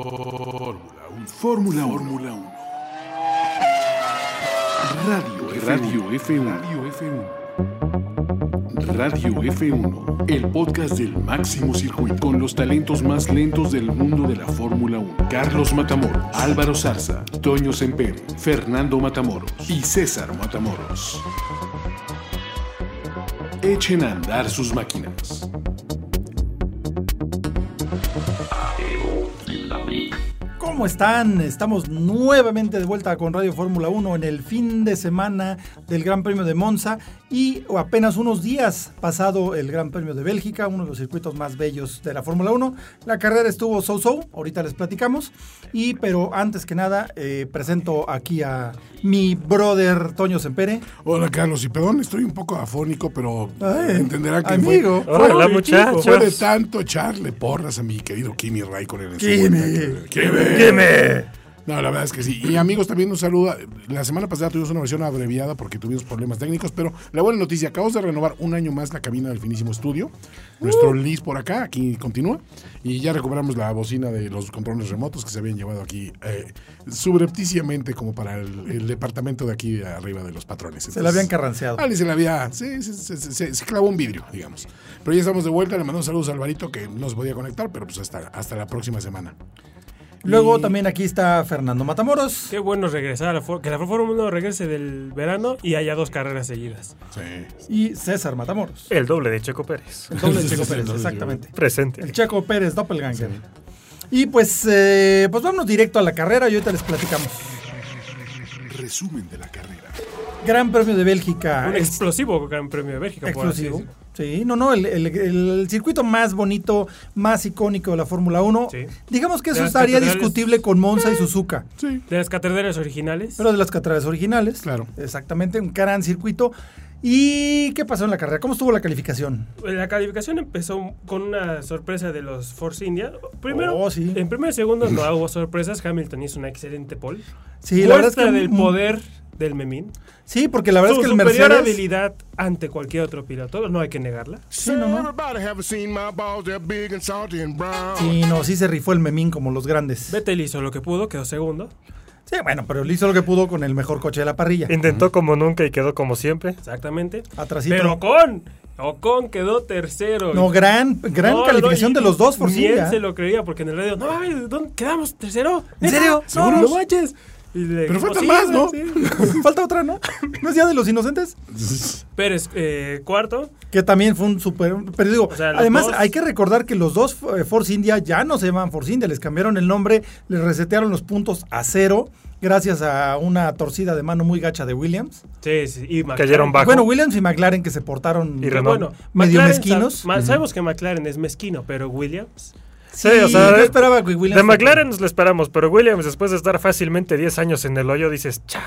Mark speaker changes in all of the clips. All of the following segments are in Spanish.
Speaker 1: Fórmula 1. Fórmula 1. Radio, Radio F1. Radio F1. Radio F1, el podcast del máximo circuito con los talentos más lentos del mundo de la Fórmula 1. Carlos Matamoros, Álvaro Zarza, Toño Semper, Fernando Matamoros y César Matamoros. Echen a andar sus máquinas.
Speaker 2: ¿Cómo están? Estamos nuevamente de vuelta con Radio Fórmula 1 en el fin de semana del Gran Premio de Monza y apenas unos días pasado el Gran Premio de Bélgica, uno de los circuitos más bellos de la Fórmula 1. La carrera estuvo so-so, ahorita les platicamos, y pero antes que nada eh, presento aquí a mi brother Toño Sempere.
Speaker 3: Hola Carlos, y perdón, estoy un poco afónico, pero
Speaker 2: Ay,
Speaker 3: entenderá que
Speaker 2: amigo.
Speaker 3: fue,
Speaker 4: Hola,
Speaker 3: fue-
Speaker 4: muchachos.
Speaker 3: fue de tanto echarle porras a mi querido Kimi Raikkonen. en su
Speaker 2: Kimi.
Speaker 3: vuelta. Kimi. No, la verdad es que sí. Y amigos, también un saludo. La semana pasada tuvimos una versión abreviada porque tuvimos problemas técnicos, pero la buena noticia, acabamos de renovar un año más la cabina del finísimo estudio.
Speaker 2: Uh.
Speaker 3: Nuestro Liz por acá, aquí continúa. Y ya recuperamos la bocina de los controles remotos que se habían llevado aquí eh, subrepticiamente como para el, el departamento de aquí arriba de los patrones.
Speaker 2: Se la habían
Speaker 3: Entonces,
Speaker 2: carranceado.
Speaker 3: Ah, ni se la había. Sí, se, se- se- se- se clavó un vidrio, digamos. Pero ya estamos de vuelta. Le mandamos saludos a Alvarito que no se podía conectar, pero pues hasta, hasta la próxima semana.
Speaker 2: Luego también aquí está Fernando Matamoros.
Speaker 4: Qué bueno regresar a la Fórmula que la Fórmula 1 regrese del verano y haya dos carreras seguidas.
Speaker 3: Sí.
Speaker 2: Y César Matamoros.
Speaker 5: El doble de Checo Pérez.
Speaker 2: El doble de Checo
Speaker 3: Eh, Sí, sí,
Speaker 2: Pérez,
Speaker 3: sí, sí, sí.
Speaker 2: exactamente. El
Speaker 4: Este,
Speaker 5: Presente.
Speaker 2: Checo Pérez, doppelganger. Y pues, eh, pues vámonos directo a la carrera y ahorita les platicamos.
Speaker 1: Resumen de la carrera.
Speaker 2: Gran Premio de Bélgica.
Speaker 4: Un
Speaker 2: es-
Speaker 4: explosivo Gran Premio de Bélgica. por así
Speaker 2: exclusivo.
Speaker 4: decirlo.
Speaker 2: Sí, no, no, el, el- el circuito más bonito, más icónico de la Fórmula 1.
Speaker 4: Sí.
Speaker 2: Digamos que eso
Speaker 4: De las
Speaker 2: estaría
Speaker 4: catedrales.
Speaker 2: discutible con Monza y Suzuka.
Speaker 3: Sí.
Speaker 4: De las catedrales originales.
Speaker 2: Pero de las catedrales originales.
Speaker 3: Claro.
Speaker 2: Exactamente, un gran circuito. ¿Y qué pasó en la carrera? ¿Cómo estuvo la calificación?
Speaker 4: la calificación empezó con una sorpresa de los Force India. Primero,
Speaker 2: Oh, sí.
Speaker 4: en primer segundo no hubo sorpresas. Hamilton hizo una excelente pole.
Speaker 2: Sí,
Speaker 4: Fuerza
Speaker 2: la verdad es que
Speaker 4: del
Speaker 2: mm,
Speaker 4: poder del Memín.
Speaker 2: Sí, porque la verdad
Speaker 4: Su
Speaker 2: es que el
Speaker 4: superior
Speaker 2: Mercedes
Speaker 4: habilidad ante cualquier otro piloto, no hay que negarla.
Speaker 2: Sí, no, no.
Speaker 6: Everybody have seen my balls, they're big and salty and brown.
Speaker 2: Sí, no, sí se rifó el memín como los grandes.
Speaker 4: Vettel hizo lo que pudo, quedó segundo.
Speaker 2: Sí, bueno, pero le hizo lo que pudo con el mejor coche de la parrilla.
Speaker 5: Intentó como nunca y quedó como siempre.
Speaker 4: Exactamente.
Speaker 2: Atrasito.
Speaker 4: Pero Ocon. Ocon quedó tercero.
Speaker 2: No, gran, gran
Speaker 4: No,
Speaker 2: calificación
Speaker 4: no, y
Speaker 2: de los dos, por ¿eh?
Speaker 4: ni él se lo creía porque en el radio, no mames, ¿dónde quedamos? ¿Tercero?
Speaker 2: ¿En serio?
Speaker 4: No,
Speaker 2: ¿Seguros?
Speaker 4: no manches. Y le
Speaker 3: Pero
Speaker 4: dijimos,
Speaker 3: faltan
Speaker 4: "Sí,
Speaker 3: más,
Speaker 4: sí,
Speaker 3: ¿no?"
Speaker 4: sí.
Speaker 2: Falta otra, ¿no? ¿No es ya de los inocentes?
Speaker 4: Pérez, eh, cuarto.
Speaker 2: Que también fue un super. Pero digo,
Speaker 4: O sea, los
Speaker 2: además
Speaker 4: dos-
Speaker 2: hay que recordar que los dos eh, Force India ya no se llaman Force India, les cambiaron el nombre, les resetearon los puntos a cero, gracias a una torcida de mano muy gacha de Williams.
Speaker 4: Sí, sí. Y McLaren.
Speaker 5: Cayeron bajo.
Speaker 2: Bueno, Williams y McLaren que se portaron
Speaker 5: Y
Speaker 4: Que
Speaker 5: Renault.
Speaker 4: Bueno,
Speaker 2: medio
Speaker 4: McLaren
Speaker 2: mezquinos.
Speaker 4: sab- ma- Sabemos que McLaren es mezquino, pero Williams.
Speaker 5: Sí, o sea,
Speaker 2: yo esperaba que Williams.
Speaker 5: de McLaren nos lo esperamos, pero Williams, después de estar fácilmente 10 años en el hoyo, dices, "Cha".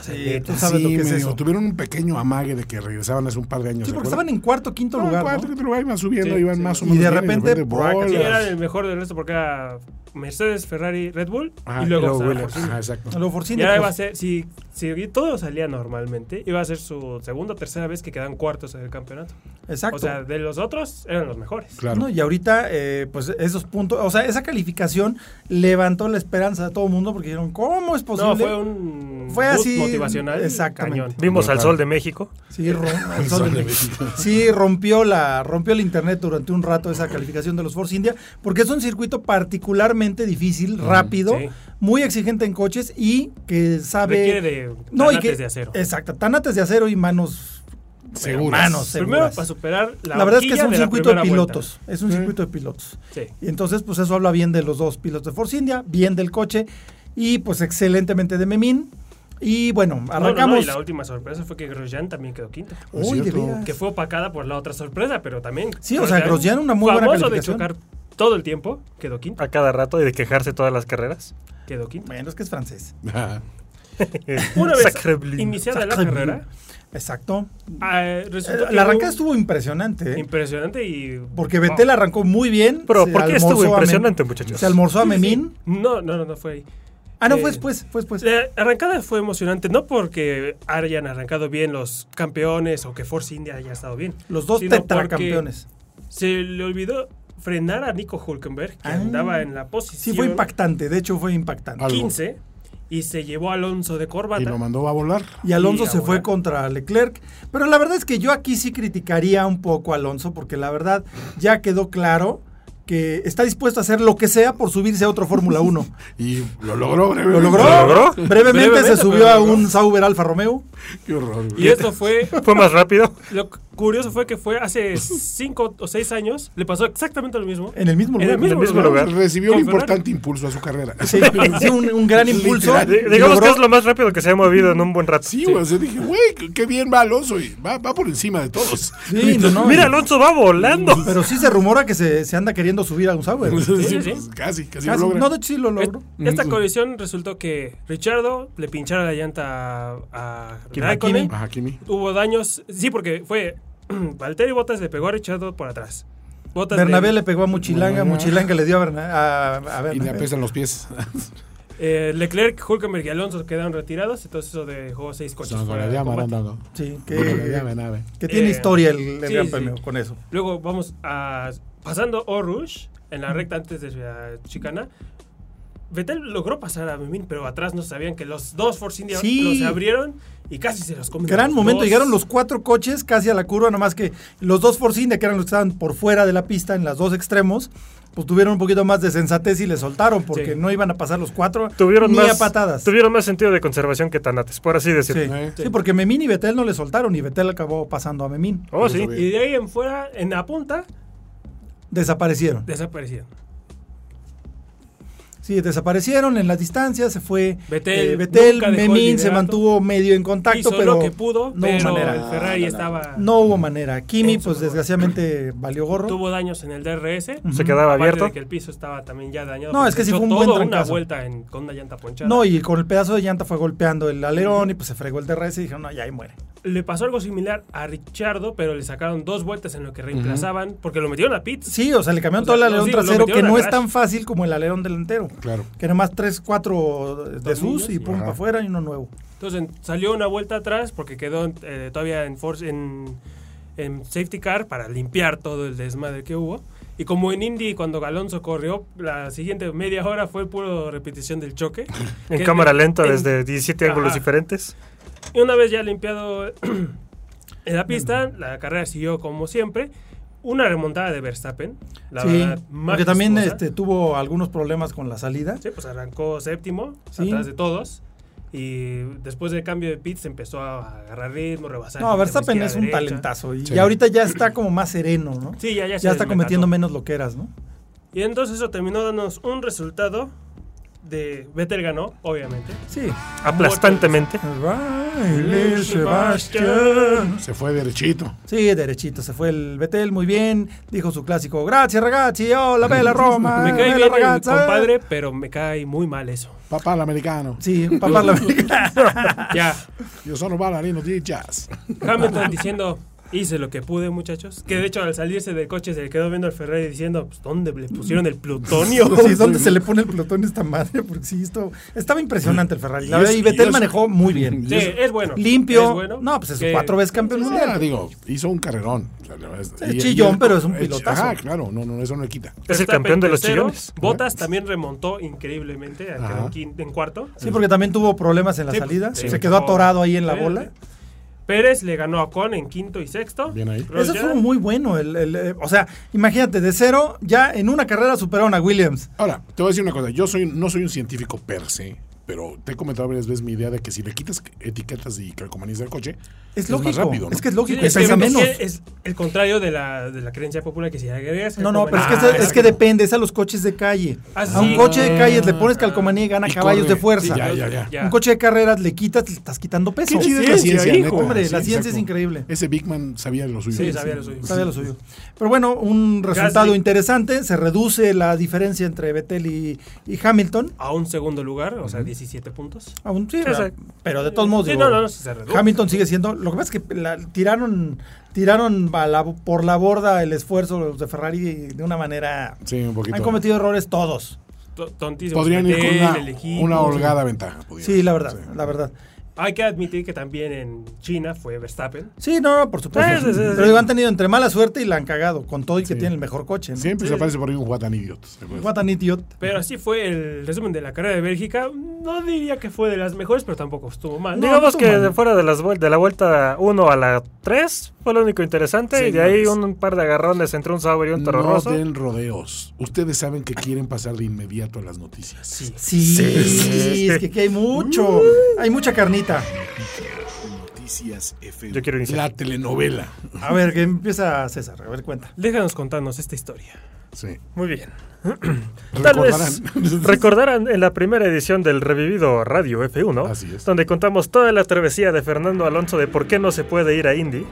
Speaker 2: Sí, tú sabes lo
Speaker 3: Sí,
Speaker 2: que es
Speaker 3: medio.
Speaker 2: eso.
Speaker 3: Tuvieron un pequeño amague de que regresaban hace un par de años.
Speaker 2: Sí,
Speaker 3: ¿se
Speaker 2: porque
Speaker 3: acuerdan?
Speaker 2: estaban en cuarto, quinto
Speaker 3: No, en
Speaker 2: lugar. ¿no?
Speaker 3: cuarto, quinto lugar, iban subiendo,
Speaker 4: Sí,
Speaker 3: iban
Speaker 4: sí.
Speaker 3: más o
Speaker 2: Y
Speaker 3: menos.
Speaker 2: de
Speaker 3: bien,
Speaker 2: repente, braca,
Speaker 3: bolas.
Speaker 4: Sí,
Speaker 2: Hola.
Speaker 4: era el mejor del resto porque era Mercedes, Ferrari, Red Bull
Speaker 3: Ajá,
Speaker 4: y luego, o sea,
Speaker 3: Williams.
Speaker 4: Force India.
Speaker 3: Ajá, Ah, exacto.
Speaker 2: A lo Force
Speaker 4: Y
Speaker 2: India,
Speaker 4: ahora
Speaker 2: pues,
Speaker 4: iba a ser, si, si todo salía normalmente, iba a ser su segunda o tercera vez que quedan cuartos en el campeonato.
Speaker 2: Exacto.
Speaker 4: O sea, de los otros eran los mejores.
Speaker 3: Claro.
Speaker 2: No, y ahorita, eh, pues esos puntos, o sea, esa calificación levantó la esperanza de todo el mundo porque dijeron, ¿cómo es posible?
Speaker 4: No, fue un
Speaker 2: Fue
Speaker 4: boost
Speaker 2: así,
Speaker 4: motivacional.
Speaker 2: exactamente.
Speaker 4: Cañón.
Speaker 5: vimos al
Speaker 3: Brutal.
Speaker 5: sol de México.
Speaker 2: Sí, rom-
Speaker 3: El sol de
Speaker 2: Sí, rompió la rompió el internet durante un rato esa calificación de los Force India, porque es un circuito particularmente difícil, rápido,
Speaker 4: sí.
Speaker 2: muy exigente en coches y que sabe
Speaker 4: Requiere de
Speaker 2: y
Speaker 4: tanates de acero.
Speaker 2: Exacto, tanates de acero y manos eh,
Speaker 3: Seguras.
Speaker 2: manos
Speaker 4: Primero
Speaker 2: seguras.
Speaker 4: para superar la
Speaker 2: la verdad es que es
Speaker 4: horquilla
Speaker 2: un
Speaker 4: de la
Speaker 2: circuito de
Speaker 4: primera vuelta.
Speaker 2: pilotos, es un circuito de pilotos.
Speaker 4: Sí.
Speaker 2: Y entonces, pues eso habla bien de los dos pilotos de Force India, bien del coche y pues excelentemente de Memín. Y bueno,
Speaker 4: No, no, no,
Speaker 2: arrancamos.
Speaker 4: y la última sorpresa fue que Grosjean también quedó quinto.
Speaker 3: Es
Speaker 2: Uy, de
Speaker 3: cierto.
Speaker 2: veras.
Speaker 4: Que fue opacada por la otra sorpresa, pero también.
Speaker 2: Sí, o sea, Grosjean una muy buena
Speaker 4: famoso de
Speaker 2: calificación.
Speaker 4: chocar todo el tiempo, quedó quinto.
Speaker 5: A cada rato y de quejarse todas las carreras.
Speaker 4: Quedó quinto.
Speaker 2: Bueno, es que es francés.
Speaker 3: Ajá.
Speaker 4: Una vez
Speaker 5: Sacre bleu.
Speaker 4: iniciada la
Speaker 2: Sacre
Speaker 4: carrera,
Speaker 2: Exacto.
Speaker 4: eh,
Speaker 2: Eh,
Speaker 4: resultó que
Speaker 2: La arrancada
Speaker 4: hubo
Speaker 2: estuvo impresionante. ¿eh?
Speaker 4: impresionante y.
Speaker 2: Porque Vettel
Speaker 4: Wow.
Speaker 2: arrancó muy bien.
Speaker 5: Pero,
Speaker 2: se
Speaker 5: ¿por qué estuvo
Speaker 2: almorzó a Mem-
Speaker 5: impresionante, muchachos?
Speaker 2: Se almorzó a Memín.
Speaker 4: No, no, no, no fue ahí.
Speaker 2: Ah, no,
Speaker 4: Eh,
Speaker 2: fue después, fue después.
Speaker 4: La arrancada fue emocionante, no porque hayan arrancado bien los campeones o que Force India haya estado bien.
Speaker 2: Los dos
Speaker 4: sino porque
Speaker 2: tetracampeones.
Speaker 4: Se le olvidó frenar a Nico Hulkenberg, que
Speaker 2: Ah.
Speaker 4: andaba en la
Speaker 2: Sí,
Speaker 4: posición
Speaker 2: fue impactante, de hecho fue impactante.
Speaker 3: Algo.
Speaker 4: 15, y se llevó a Alonso de
Speaker 3: Y lo
Speaker 4: corbata.
Speaker 3: mandó a volar.
Speaker 2: Y Alonso
Speaker 4: Y
Speaker 2: se fue
Speaker 4: ahora-
Speaker 2: contra Leclerc. Pero la verdad es que yo aquí sí criticaría un poco a Alonso, porque la verdad ya quedó claro que está dispuesto a hacer lo que sea por subirse a otro Fórmula 1.
Speaker 3: Y lo logró brevemente.
Speaker 2: ¿Lo logró?
Speaker 5: ¿Lo logró?
Speaker 2: Brevemente,
Speaker 4: Brevemente,
Speaker 2: se subió
Speaker 4: pero
Speaker 2: a
Speaker 4: lo logró.
Speaker 2: un Sauber Alfa Romeo.
Speaker 3: Qué horror. güey.
Speaker 4: Y esto fue
Speaker 5: Fue más rápido.
Speaker 4: Lo cu- curioso fue que fue hace 5 o 6 años, le pasó exactamente lo mismo.
Speaker 2: En el mismo
Speaker 4: En
Speaker 2: lugar.
Speaker 4: el mismo,
Speaker 5: mismo
Speaker 4: lugar.
Speaker 5: lugar.
Speaker 3: Recibió un
Speaker 4: Con Ferrari.
Speaker 3: importante impulso a su carrera.
Speaker 2: Sí, sí, un, un gran impulso.
Speaker 3: Literal.
Speaker 5: Di-
Speaker 2: Y
Speaker 5: Digamos
Speaker 2: logró-
Speaker 5: que es lo más rápido que se ha movido en un buen rato.
Speaker 3: Sí, güey. o sea, dije, güey, qué bien va Alonso. Y va, va por encima de todos.
Speaker 2: Sí, no, no.
Speaker 5: Mira, Alonso va volando.
Speaker 2: Pero sí se rumora que se, se anda queriendo subir a un Sauber.
Speaker 3: Sí,
Speaker 4: sí.
Speaker 3: pues, Casi,
Speaker 2: Casi.
Speaker 3: casi, lo logra.
Speaker 2: No, de hecho sí lo logró.
Speaker 4: Et- Esta colisión resultó que Richardo le pinchara la llanta a, a Raikkonen.
Speaker 3: A Hakimi.
Speaker 4: Hubo daños, sí, porque fue Valtteri Bottas le pegó a Richardo por atrás. Bottas
Speaker 2: Bernabé
Speaker 4: le,
Speaker 2: le pegó a Muchilanga, Muchilanga le dio a Bernabé. A, a
Speaker 3: Y le
Speaker 2: Bernabé.
Speaker 3: apestan los pies.
Speaker 4: eh, Leclerc, Hulkenberg y Alonso quedaron retirados, entonces eso dejó seis coches. fuera de combate.
Speaker 2: Sí,
Speaker 3: Bueno,
Speaker 2: que,
Speaker 3: nave.
Speaker 2: que tiene
Speaker 4: Eh,
Speaker 2: historia el, el
Speaker 4: sí,
Speaker 2: Gran
Speaker 4: sí.
Speaker 2: Premio con eso.
Speaker 4: Luego vamos a. Pasando Orush, en la recta antes de la chicana. Vettel logró pasar a Memín, pero atrás no sabían que los dos Force India
Speaker 2: Sí.
Speaker 4: los abrieron y casi se los comen.
Speaker 2: Gran
Speaker 4: los
Speaker 2: momento,
Speaker 4: dos.
Speaker 2: llegaron los cuatro coches casi a la curva, nomás que los dos Force India, que eran los que estaban por fuera de la pista, en los dos extremos, pues tuvieron un poquito más de sensatez y le soltaron, porque
Speaker 4: Sí.
Speaker 2: no iban a pasar los cuatro
Speaker 5: Tuvieron
Speaker 2: ni
Speaker 5: más,
Speaker 2: a patadas.
Speaker 5: Tuvieron más sentido de conservación que Tanates, por así
Speaker 2: Sí,
Speaker 5: decirlo.
Speaker 2: sí, porque Memín y Betel no le soltaron y Betel acabó pasando a Memín.
Speaker 5: Oh, sí.
Speaker 4: Y de ahí en fuera, en la punta,
Speaker 2: Desaparecieron.
Speaker 4: desaparecieron.
Speaker 2: Sí, desaparecieron en las distancias, se fue
Speaker 4: Vettel
Speaker 2: eh, Vettel,
Speaker 4: nunca dejó el
Speaker 2: Memín se
Speaker 4: liderato.
Speaker 2: mantuvo medio en contacto,
Speaker 4: Hizo
Speaker 2: pero
Speaker 4: lo que pudo,
Speaker 2: no
Speaker 4: pero
Speaker 2: hubo manera.
Speaker 4: Ferrari estaba.
Speaker 2: No hubo manera. Kimi,
Speaker 4: En su
Speaker 2: pues
Speaker 4: favor.
Speaker 2: desgraciadamente valió gorro.
Speaker 4: Tuvo daños en el DRS.
Speaker 5: Se quedaba
Speaker 4: aparte
Speaker 5: abierto.
Speaker 4: de que el piso estaba también ya dañado.
Speaker 2: No,
Speaker 4: porque
Speaker 2: es que sí
Speaker 4: echó
Speaker 2: fue un buen
Speaker 4: todo una
Speaker 2: trancazo.
Speaker 4: vuelta en- con una llanta ponchada.
Speaker 2: No, y con el pedazo de llanta fue golpeando el alerón y pues se fregó el DRS y dijeron, no, ya ahí muere.
Speaker 4: Le pasó algo similar a Richardo, pero le sacaron dos vueltas en lo que reemplazaban, porque lo metieron a pits.
Speaker 2: Sí, o sea, le cambiaron
Speaker 4: O
Speaker 2: todo
Speaker 4: sea,
Speaker 2: el alerón
Speaker 4: sí, lo
Speaker 2: trasero, que
Speaker 4: metieron
Speaker 2: no
Speaker 4: al
Speaker 2: es tan
Speaker 4: garage.
Speaker 2: fácil como el alerón delantero.
Speaker 3: Claro.
Speaker 2: Que nomás tres, cuatro de sus y
Speaker 4: Tornillos,
Speaker 2: pum,
Speaker 3: ajá.
Speaker 2: para afuera y uno nuevo.
Speaker 4: Entonces salió una vuelta atrás porque quedó eh, todavía en, force, en, en safety car para limpiar todo el desmadre que hubo. Y como en Indy, cuando Alonso corrió, la siguiente media hora fue puro repetición del choque.
Speaker 5: En
Speaker 4: Que-
Speaker 5: cámara lenta,
Speaker 4: en-
Speaker 5: desde 17
Speaker 4: Ajá.
Speaker 5: ángulos diferentes.
Speaker 4: Y una vez ya limpiado en la pista, la carrera siguió como siempre. Una remontada de Verstappen. La
Speaker 2: sí,
Speaker 4: verdad, ¿eh?
Speaker 2: porque también
Speaker 4: majestuosa.
Speaker 2: este, tuvo algunos problemas con la salida.
Speaker 4: Sí, pues arrancó séptimo,
Speaker 2: Sí.
Speaker 4: atrás de todos. Y después del cambio de pits empezó a agarrar ritmo, rebasar.
Speaker 2: No,
Speaker 4: gente,
Speaker 2: Verstappen
Speaker 4: izquierda,
Speaker 2: es un
Speaker 4: derecha.
Speaker 2: talentazo y,
Speaker 3: Sí.
Speaker 2: y ahorita ya está como más sereno, ¿no?
Speaker 4: Sí, ya, ya, se
Speaker 2: ya está
Speaker 4: desmecató.
Speaker 2: cometiendo menos loqueras, ¿no?
Speaker 4: Y entonces eso terminó dándonos un resultado de Vettel ganó, obviamente.
Speaker 2: Sí.
Speaker 5: Aplastantemente.
Speaker 2: Riley Sebastián.
Speaker 3: Se fue derechito.
Speaker 2: Sí, derechito, se fue el Betel muy bien, dijo su clásico, gracias ragazzi, oh la bella Roma,
Speaker 4: Me cae
Speaker 2: bella
Speaker 4: bien el
Speaker 2: ragazza".
Speaker 4: compadre, pero me cae muy mal eso.
Speaker 3: Papá al americano.
Speaker 2: Sí, papá la americana.
Speaker 4: Ya,
Speaker 3: Yo solo bailarino de jazz.
Speaker 4: Hamilton diciendo, hice lo que pude, muchachos. Que de hecho al salirse del coche se le quedó viendo al Ferrari diciendo, pues, ¿dónde le pusieron el plutonio?
Speaker 2: Sí, ¿dónde se le pone el pelotón a esta madre? Porque sí, esto estaba impresionante el Ferrari. La
Speaker 3: Y
Speaker 2: verdad,
Speaker 3: es-
Speaker 2: y Betel
Speaker 3: y es-
Speaker 2: manejó muy bien.
Speaker 4: Sí, es bueno.
Speaker 2: Limpio.
Speaker 4: Es bueno.
Speaker 2: No, pues es
Speaker 4: Que-
Speaker 2: cuatro veces campeón mundial.
Speaker 3: Ah, digo, hizo un carrerón. O sea, la verdad es-
Speaker 2: Es chillón, pero es un
Speaker 3: eh,
Speaker 2: pilotazo.
Speaker 3: Ajá, claro, no, no, eso no le quita.
Speaker 5: Es el
Speaker 4: Verstappen
Speaker 5: campeón de los
Speaker 4: tercero,
Speaker 5: chillones.
Speaker 4: Bottas también remontó increíblemente, quedó en, quin- en cuarto.
Speaker 2: Sí, porque también tuvo problemas en la
Speaker 4: Sí, pues,
Speaker 2: salida.
Speaker 4: sí.
Speaker 2: Se quedó atorado ahí en la
Speaker 4: Sí, sí.
Speaker 2: bola.
Speaker 4: Pérez le ganó a Con en quinto y sexto.
Speaker 3: Bien ahí.
Speaker 2: Eso
Speaker 4: Rosberg-
Speaker 2: fue muy bueno. el- el, eh, o sea, imagínate, de cero, ya en una carrera superaron a Williams.
Speaker 3: Ahora, te voy a decir una cosa. Yo soy, no soy un científico per se, pero te he comentado varias veces mi idea de que si le quitas etiquetas y calcomanías del coche,
Speaker 2: Es,
Speaker 3: más
Speaker 2: lógico.
Speaker 3: rápido, ¿no?
Speaker 2: Es que es
Speaker 4: Sí,
Speaker 2: lógico.
Speaker 4: es,
Speaker 2: pesa
Speaker 4: que-
Speaker 2: menos.
Speaker 4: es que es el contrario de la, de la creencia popular que si agregas.
Speaker 2: no, no, pero
Speaker 3: Ah,
Speaker 2: es que,
Speaker 4: calcomanía-
Speaker 2: es, es que depende, es a los coches de calle.
Speaker 4: Ah,
Speaker 2: A un
Speaker 4: sí.
Speaker 2: coche de calle le pones
Speaker 4: Ah.
Speaker 2: calcomanía y gana
Speaker 3: Y
Speaker 2: caballos
Speaker 3: corre.
Speaker 2: de fuerza.
Speaker 3: Sí, ya, ya, ya.
Speaker 4: Ya.
Speaker 2: Un coche de carreras le quitas, le estás quitando peso.
Speaker 3: Qué chida es la
Speaker 5: ciencia,
Speaker 3: ciencia,
Speaker 5: hijo.
Speaker 3: neta.
Speaker 2: Hombre, la ciencia es
Speaker 3: Ah, exacto. Eh, pues
Speaker 2: increíble.
Speaker 3: Ese Big Man sabía lo suyo.
Speaker 4: Sí, sabía lo suyo.
Speaker 2: Sabe lo suyo. Pero bueno, un resultado
Speaker 4: Gasly.
Speaker 2: interesante. Se reduce la diferencia entre Vettel y, y Hamilton.
Speaker 4: A un segundo lugar, o sea, 17 puntos.
Speaker 2: Aún sí,
Speaker 5: o sea,
Speaker 2: pero- pero de todos modos.
Speaker 4: Sí,
Speaker 2: digo,
Speaker 4: no, no, no, se redujo.
Speaker 2: Hamilton sigue siendo. Lo que pasa es que la- tiraron, tiraron a la- por la borda el esfuerzo los de Ferrari de una manera.
Speaker 3: Sí, un poquito.
Speaker 2: Han cometido errores todos.
Speaker 4: To- Tontísimos.
Speaker 3: Podrían ir con
Speaker 4: Vettel,
Speaker 3: una,
Speaker 4: el equipo,
Speaker 3: una
Speaker 4: sí.
Speaker 3: holgada ventaja. podrían.
Speaker 2: Sí, la verdad, la verdad.
Speaker 4: Hay que admitir que también en China fue Verstappen.
Speaker 2: Sí, no, no, por supuesto.
Speaker 5: Sí, sí, sí,
Speaker 2: Pero
Speaker 5: sí.
Speaker 2: digo, han tenido entre mala suerte y la han cagado, con todo y que tiene el mejor coche. ¿no?
Speaker 3: Siempre se aparece por ahí un Watan Idiot.
Speaker 2: What an idiot.
Speaker 4: Pero así fue el resumen de la carrera de Bélgica. No diría que fue de las mejores, pero tampoco estuvo mal.
Speaker 2: No,
Speaker 5: Digamos
Speaker 2: no
Speaker 5: que
Speaker 2: mal.
Speaker 5: de fuera de, las vuel- de la vuelta 1 a la 3 fue lo único interesante.
Speaker 3: Sí,
Speaker 5: y de
Speaker 3: no
Speaker 5: ahí
Speaker 3: es-
Speaker 5: un, un par de agarrones entre un Sauber y un Toro
Speaker 3: No
Speaker 5: Rosso.
Speaker 3: den rodeos. Ustedes saben que quieren pasar de inmediato a las noticias.
Speaker 4: Sí.
Speaker 2: Sí, es que aquí hay mucho.
Speaker 3: Uh.
Speaker 2: Hay mucha carnita.
Speaker 1: Noticias FM.
Speaker 5: Yo quiero iniciar.
Speaker 3: La telenovela.
Speaker 2: A ver, que empieza César. A ver, cuenta.
Speaker 4: Déjanos contarnos esta historia.
Speaker 3: Sí.
Speaker 5: Muy bien. Tal
Speaker 3: Recordarán.
Speaker 5: vez recordarán en la primera edición del revivido Radio F1,
Speaker 3: Así es.
Speaker 5: donde contamos toda la travesía de Fernando Alonso de por qué no se puede ir a Indy.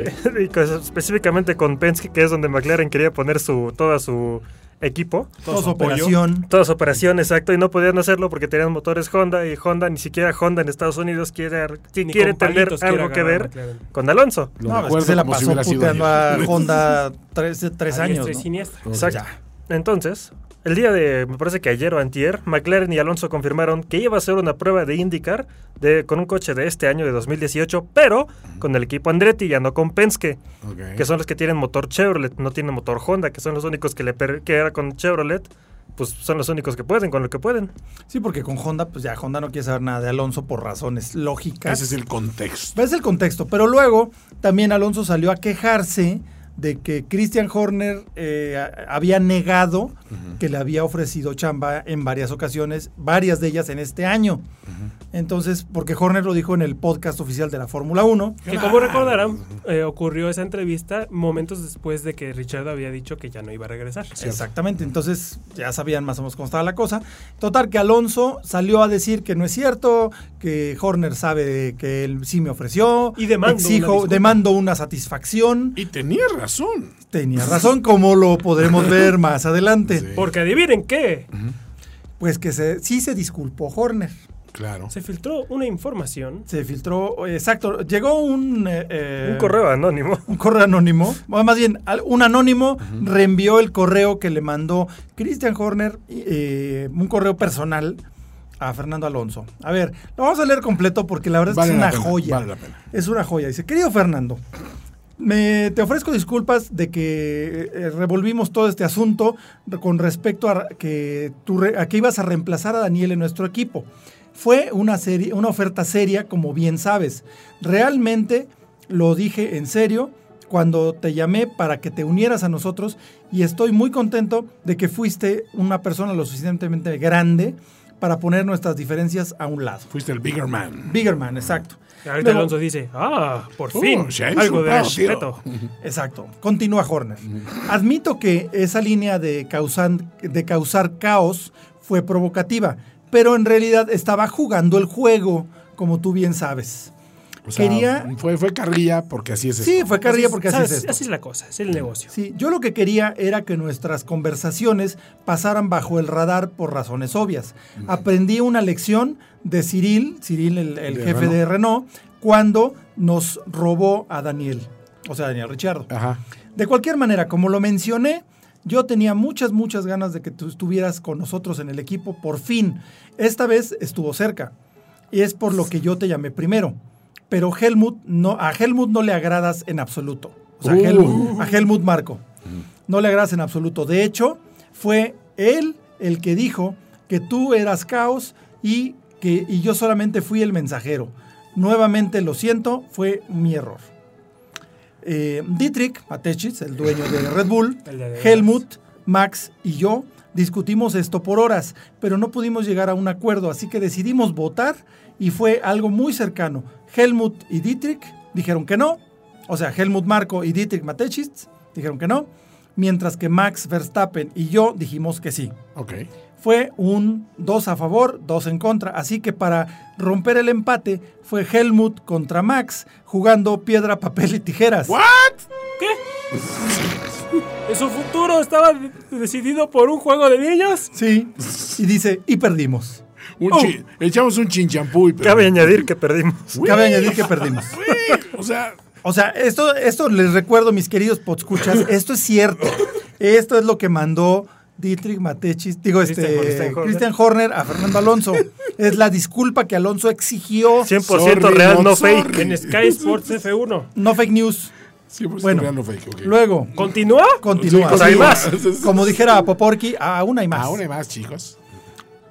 Speaker 5: Y cos- específicamente con Penske, que es donde McLaren quería poner su, toda su equipo.
Speaker 2: Toda su operación.
Speaker 5: Toda su operación, exacto, y no podían hacerlo porque tenían motores Honda y Honda, ni siquiera Honda en Estados Unidos quiere, ar-
Speaker 4: Ni
Speaker 5: quiere
Speaker 4: con
Speaker 5: tener
Speaker 4: palitos quiere
Speaker 5: algo que
Speaker 4: agarrar
Speaker 5: ver
Speaker 4: McLaren.
Speaker 5: con Alonso.
Speaker 3: Lo
Speaker 2: No, es que
Speaker 3: recuerdo
Speaker 2: se la
Speaker 3: como si
Speaker 2: pasó
Speaker 3: hubiera sido
Speaker 2: puteando a
Speaker 3: ayer.
Speaker 2: Honda tres, tres
Speaker 4: A
Speaker 2: años.
Speaker 4: diestra y
Speaker 2: ¿no?
Speaker 4: siniestra.
Speaker 5: Exacto. Entonces, el día de, me parece que ayer o antier, McLaren y Alonso confirmaron que iba a ser una prueba de IndyCar de, con un coche de este año, de 2018, pero con el equipo Andretti, ya no con Penske,
Speaker 3: Ok.
Speaker 5: que son los que tienen motor Chevrolet, no tienen motor Honda, que son los únicos que, le per- que era con Chevrolet, pues son los únicos que pueden, con lo que pueden.
Speaker 2: Sí, porque con Honda, pues ya Honda no quiere saber nada de Alonso por razones lógicas.
Speaker 3: Ese es el contexto.
Speaker 2: Ves el contexto, pero luego también Alonso salió a quejarse de que Christian Horner eh, a- había negado que le había ofrecido chamba en varias ocasiones, varias de ellas en este año. Entonces, porque Horner lo dijo en el podcast oficial de la Fórmula 1,
Speaker 4: Que como recordarán, eh, ocurrió esa entrevista momentos después de que Richard había dicho que ya no iba a regresar.
Speaker 2: Exactamente, entonces ya sabían más o menos cómo estaba la cosa. Total, que Alonso salió a decir que no es cierto, que Horner sabe que él sí me ofreció.
Speaker 4: Y demando una
Speaker 2: Exijo,
Speaker 4: disculpa.
Speaker 2: demando una satisfacción.
Speaker 3: Y tenía razón.
Speaker 2: Tenía razón, como lo podremos ver más adelante.
Speaker 3: Sí.
Speaker 4: Porque adivinen qué,
Speaker 2: Pues que se, sí se disculpó Horner.
Speaker 3: Claro.
Speaker 4: se filtró una información
Speaker 2: Se filtró, exacto, llegó un... eh, eh,
Speaker 5: Un correo anónimo.
Speaker 2: un correo anónimo, o más bien al- un anónimo reenvió el correo que le mandó Christian Horner, eh, un correo personal a Fernando Alonso. A ver, lo vamos a leer completo porque la verdad
Speaker 3: Vale
Speaker 2: es que
Speaker 3: la
Speaker 2: es una
Speaker 3: pena,
Speaker 2: joya.
Speaker 3: vale la pena.
Speaker 2: Es una joya. Dice, querido Fernando, me, te ofrezco disculpas de que eh, revolvimos todo este asunto con respecto a que, tú re- a que ibas a reemplazar a Daniel en nuestro equipo. Fue una, serie, una oferta seria, como bien sabes. Realmente lo dije en serio cuando te llamé para que te unieras a nosotros y estoy muy contento de que fuiste una persona lo suficientemente grande para poner nuestras diferencias a un lado.
Speaker 3: Fuiste el bigger man.
Speaker 2: Bigger man, exacto.
Speaker 4: Y Ahorita
Speaker 2: Luego-
Speaker 4: Alonso dice, ah, por
Speaker 3: Oh,
Speaker 4: fin,
Speaker 3: se ha
Speaker 4: algo de
Speaker 3: disculpado, tío.
Speaker 4: respeto.
Speaker 2: Exacto. Continúa Horner. Admito que esa línea de, causan- de causar caos fue provocativa, pero en realidad estaba jugando el juego, como tú bien sabes.
Speaker 3: O sea,
Speaker 2: Quería-
Speaker 3: Fue, fue carrilla porque así es.
Speaker 2: Sí,
Speaker 3: esto.
Speaker 2: fue carrilla porque así es
Speaker 4: ¿Sabes?
Speaker 2: esto.
Speaker 4: Así es la cosa, es el negocio.
Speaker 2: Sí, yo lo que quería era que nuestras conversaciones pasaran bajo el radar por razones obvias. Aprendí una lección de Cyril, Cyril el, el
Speaker 3: De
Speaker 2: jefe de Renault, cuando nos robó a Daniel, o sea, Daniel Richardo.
Speaker 3: Ajá.
Speaker 2: De cualquier manera, como lo mencioné, yo tenía muchas, muchas ganas de que tú estuvieras con nosotros en el equipo por fin. Esta vez estuvo cerca. Y es por lo que yo te llamé primero. Pero Helmut no, a Helmut no le agradas en absoluto. O sea, a
Speaker 3: Uh.
Speaker 2: Helmut, a Helmut Marco. No le agradas en absoluto. De hecho, fue él el que dijo que tú eras caos y que y yo solamente fui el mensajero. Nuevamente lo siento, fue mi error eh, Dietrich Matechitz, el dueño de Red Bull,
Speaker 4: El de-
Speaker 2: Helmut, Max y yo discutimos esto por horas, pero no pudimos llegar a un acuerdo, así que decidimos votar y fue algo muy cercano. Helmut y Dietrich dijeron que no, o sea, Helmut Marco y Dietrich Matechitz dijeron que no, mientras que Max Verstappen y yo dijimos que sí
Speaker 3: Ok.
Speaker 2: fue un 2 a favor, 2 en contra. Así que para romper el empate fue Helmut contra Max jugando piedra, papel y tijeras.
Speaker 4: En su futuro estaba de- decidido por un juego de niños.
Speaker 2: Sí. Y dice, y perdimos.
Speaker 3: Un
Speaker 2: Oh.
Speaker 3: chi- Echamos un chinchampú y
Speaker 5: Cabe añadir que perdimos.
Speaker 2: Cabe añadir que perdimos.
Speaker 3: Uy, O sea,
Speaker 2: O sea, esto, esto les recuerdo, mis queridos podscuchas, esto es cierto. Esto es lo que mandó Dietrich Matechis, digo,
Speaker 5: Christian
Speaker 2: este,
Speaker 5: Christian Horner.
Speaker 2: Christian Horner a Fernando Alonso. es la disculpa que Alonso exigió.
Speaker 5: 100%
Speaker 3: Sorry,
Speaker 5: real,
Speaker 3: Mon,
Speaker 5: no
Speaker 3: sorry.
Speaker 5: fake.
Speaker 4: En Sky Sports F1.
Speaker 2: No fake news.
Speaker 3: Siempre
Speaker 2: Bueno,
Speaker 3: bueno, fake. ok.
Speaker 2: Luego,
Speaker 4: ¿Continúa?
Speaker 2: continúa.
Speaker 5: pues hay más.
Speaker 2: Como dijera Poporki, aún hay más.
Speaker 3: Ahora hay más, chicos.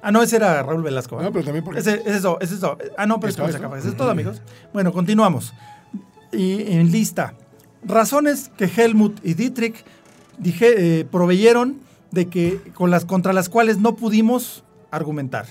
Speaker 2: Ah, no, ese era Raúl Velasco. ¿verdad?
Speaker 3: No, pero también porque-
Speaker 2: Ese, es eso, es eso. Ah, no, pero es
Speaker 3: Eso,
Speaker 2: como se
Speaker 3: eso.
Speaker 2: acaba. Eso es todo, amigos. Bueno, continuamos. Y en lista. Razones que Helmut y Dietrich dije, eh, proveyeron de que, con las, contra las cuales no pudimos argumentar.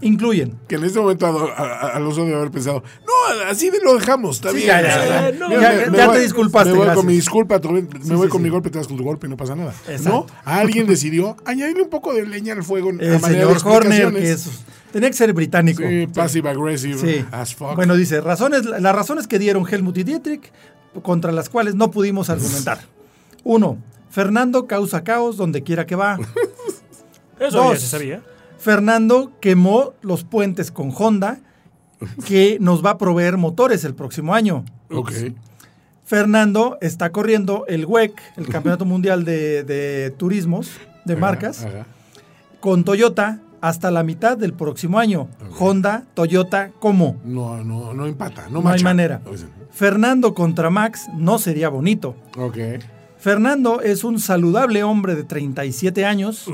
Speaker 2: Incluyen.
Speaker 3: Que en este momento a- a- a- Alonso debe haber pensado, no, así de lo dejamos, está
Speaker 2: Sí,
Speaker 3: bien.
Speaker 2: ya,
Speaker 3: o sea,
Speaker 2: ya, ya.
Speaker 3: mira,
Speaker 2: Ya-
Speaker 3: me-
Speaker 2: ya
Speaker 3: me
Speaker 2: te
Speaker 3: voy-
Speaker 2: disculpaste,
Speaker 3: Me voy
Speaker 2: gracias.
Speaker 3: con mi disculpa, tú- me voy
Speaker 2: sí,
Speaker 3: con
Speaker 2: sí.
Speaker 3: mi golpe, te das con tu golpe y no pasa nada.
Speaker 2: Exacto.
Speaker 3: No, alguien decidió añadirle un poco de leña al fuego.
Speaker 2: El señor Horner, que es, tenía que ser británico.
Speaker 3: Sí, passive aggressive
Speaker 2: Sí.
Speaker 3: as fuck.
Speaker 2: Bueno, dice, razones, las razones que dieron Helmut y Dietrich contra las cuales no pudimos argumentar. Uno, Fernando causa caos donde quiera que va.
Speaker 4: Eso
Speaker 2: Dos.
Speaker 4: ya se sabía.
Speaker 2: Fernando quemó los puentes con Honda, que nos va a proveer motores el próximo año.
Speaker 3: ok.
Speaker 2: pues, Fernando está corriendo el WEC, el Campeonato Mundial de, de Turismos, de marcas,
Speaker 3: Ajá, ajá.
Speaker 2: con Toyota hasta la mitad del próximo año. Honda, Toyota, ¿cómo?
Speaker 3: No, no, no empata, no,
Speaker 2: No hay
Speaker 3: macha.
Speaker 2: manera. Fernando contra Max no sería bonito.
Speaker 3: Ok.
Speaker 2: Fernando es un saludable hombre de 37 años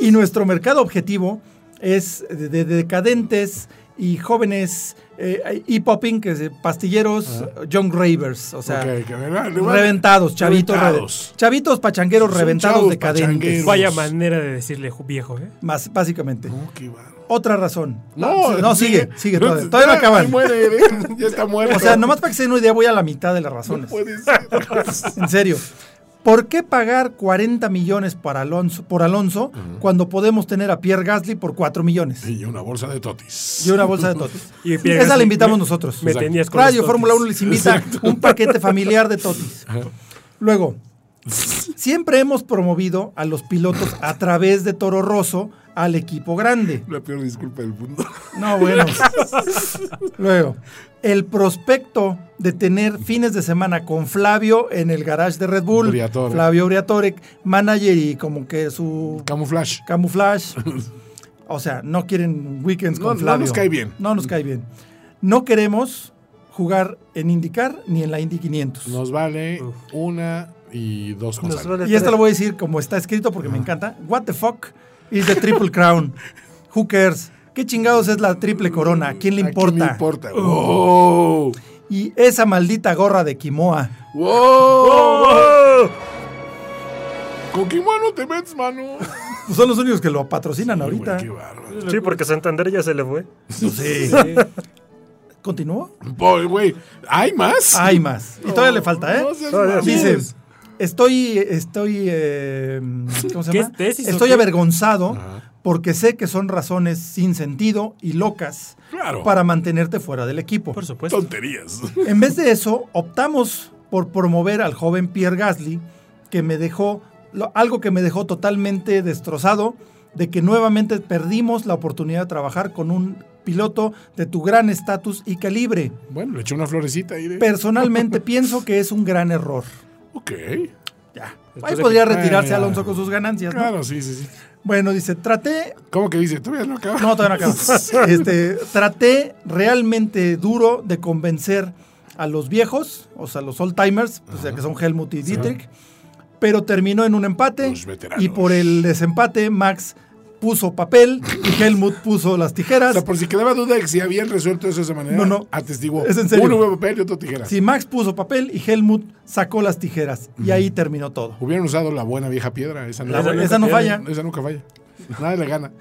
Speaker 2: y, y nuestro mercado objetivo es de, de decadentes y jóvenes eh, y popping, que es pastilleros, young ravers, o sea,
Speaker 3: ok, que verá, le voy a-
Speaker 2: reventados, chavitos,
Speaker 3: Reventados.
Speaker 2: re- chavitos pachangueros,
Speaker 3: Son
Speaker 2: reventados,
Speaker 3: chavos
Speaker 2: decadentes,
Speaker 3: pachangueros.
Speaker 4: Vaya manera de decirle ju- viejo, ¿eh?
Speaker 2: más, básicamente.
Speaker 3: No, qué bárbaro.
Speaker 2: Otra razón.
Speaker 3: No,
Speaker 2: no sigue, sigue, todavía, todavía no
Speaker 3: ya, ahí
Speaker 2: acaban.
Speaker 3: muere, eh, ya está muerto.
Speaker 2: O sea, nomás para que se den una idea, voy a la mitad de las razones.
Speaker 3: Puede ser.
Speaker 2: En serio. ¿Por qué pagar 40 millones para Alonso, por Alonso cuando podemos tener a Pierre Gasly por 4 millones?
Speaker 3: Y una bolsa de totis.
Speaker 2: Y una bolsa de totis.
Speaker 4: Y Pierre
Speaker 2: Esa la
Speaker 4: Gasly,
Speaker 2: invitamos
Speaker 4: me-
Speaker 2: nosotros.
Speaker 4: me tenías con los
Speaker 2: Radio
Speaker 4: totis.
Speaker 2: Fórmula 1 les invita un paquete familiar de totis. Luego, siempre hemos promovido a los pilotos a través de Toro Rosso al equipo grande.
Speaker 3: La peor disculpa del mundo.
Speaker 2: No, bueno. Luego, el prospecto de tener fines de semana con Flavio en el garage de Red Bull.
Speaker 3: Briatore.
Speaker 2: Flavio Briatore, manager y como que su
Speaker 3: Camuflaje.
Speaker 2: camuflaje. O sea, no quieren weekends
Speaker 3: No,
Speaker 2: con
Speaker 3: no
Speaker 2: Flavio.
Speaker 3: nos cae bien.
Speaker 2: No nos cae bien. No queremos jugar en IndyCar ni en la Indy 500.
Speaker 3: Nos vale una y dos con
Speaker 5: Nos
Speaker 3: sal.
Speaker 5: vale
Speaker 2: Y esta
Speaker 5: tres.
Speaker 2: lo voy a decir como está escrito porque me encanta. What the fuck is the triple crown? Who cares? ¿Qué chingados es la triple corona? ¿A quién le
Speaker 3: ¿A quién
Speaker 2: importa? Oh.
Speaker 3: le importa? ¡Wow!
Speaker 2: Y esa maldita gorra de quimoa.
Speaker 3: ¡Wow!
Speaker 5: ¡Oh!
Speaker 3: ¿Con qué mano te metes, mano?
Speaker 2: Pues son los únicos que lo patrocinan ahorita.
Speaker 3: Güey, qué bárbaro.
Speaker 5: Sí, porque Santander ya se le fue.
Speaker 2: ¿Continuó?
Speaker 3: Boy, güey, ¿hay más?
Speaker 2: Hay más. Y Ah, todavía le falta, ¿eh?
Speaker 3: No seas
Speaker 5: Todavía
Speaker 3: mamón.
Speaker 2: Dice, estoy, estoy, eh, ¿cómo se
Speaker 4: ¿Qué
Speaker 2: llama?
Speaker 4: es tesis o
Speaker 2: estoy
Speaker 4: qué?
Speaker 2: avergonzado porque sé que son razones sin sentido y locas
Speaker 3: Claro.
Speaker 2: para mantenerte fuera del equipo.
Speaker 4: Por supuesto.
Speaker 3: Tonterías.
Speaker 2: En vez de eso, optamos por promover al joven Pierre Gasly, que me dejó lo- algo que me dejó totalmente destrozado, de que nuevamente perdimos la oportunidad de trabajar con un piloto de tu gran estatus y calibre.
Speaker 3: Bueno, le eché una florecita ahí de.
Speaker 2: Personalmente pienso que es un gran error.
Speaker 3: ok.
Speaker 2: Ya. Ahí
Speaker 4: Entonces,
Speaker 2: podría
Speaker 3: aquí-
Speaker 2: retirarse
Speaker 3: Ah, ya.
Speaker 2: Alonso con sus ganancias, ¿no?
Speaker 3: Claro, sí, sí, sí.
Speaker 2: Bueno, dice, traté
Speaker 3: ¿Cómo que dice? Todavía no acaba.
Speaker 2: No, todavía no acabo. Este, traté realmente duro de convencer a los viejos, o sea, los old timers, o sea, que son Helmut y Dietrich, pero terminó en un empate
Speaker 3: Los veteranos.
Speaker 2: y por el desempate Max puso papel y Helmut puso las
Speaker 3: O
Speaker 2: tijeras.
Speaker 3: sea, por si quedaba duda de que si habían resuelto eso de esa manera,
Speaker 2: No, no.
Speaker 3: atestiguó.
Speaker 2: Es en serio.
Speaker 3: Uno huevo papel y otro tijera.
Speaker 2: Sí, Max puso papel y Helmut sacó las tijeras y ahí terminó todo.
Speaker 3: Hubieran usado la buena vieja piedra. Esa, no-
Speaker 2: La buena vieja
Speaker 3: esa no
Speaker 2: piedra.
Speaker 3: falla. Esa nunca falla. Nadie le gana.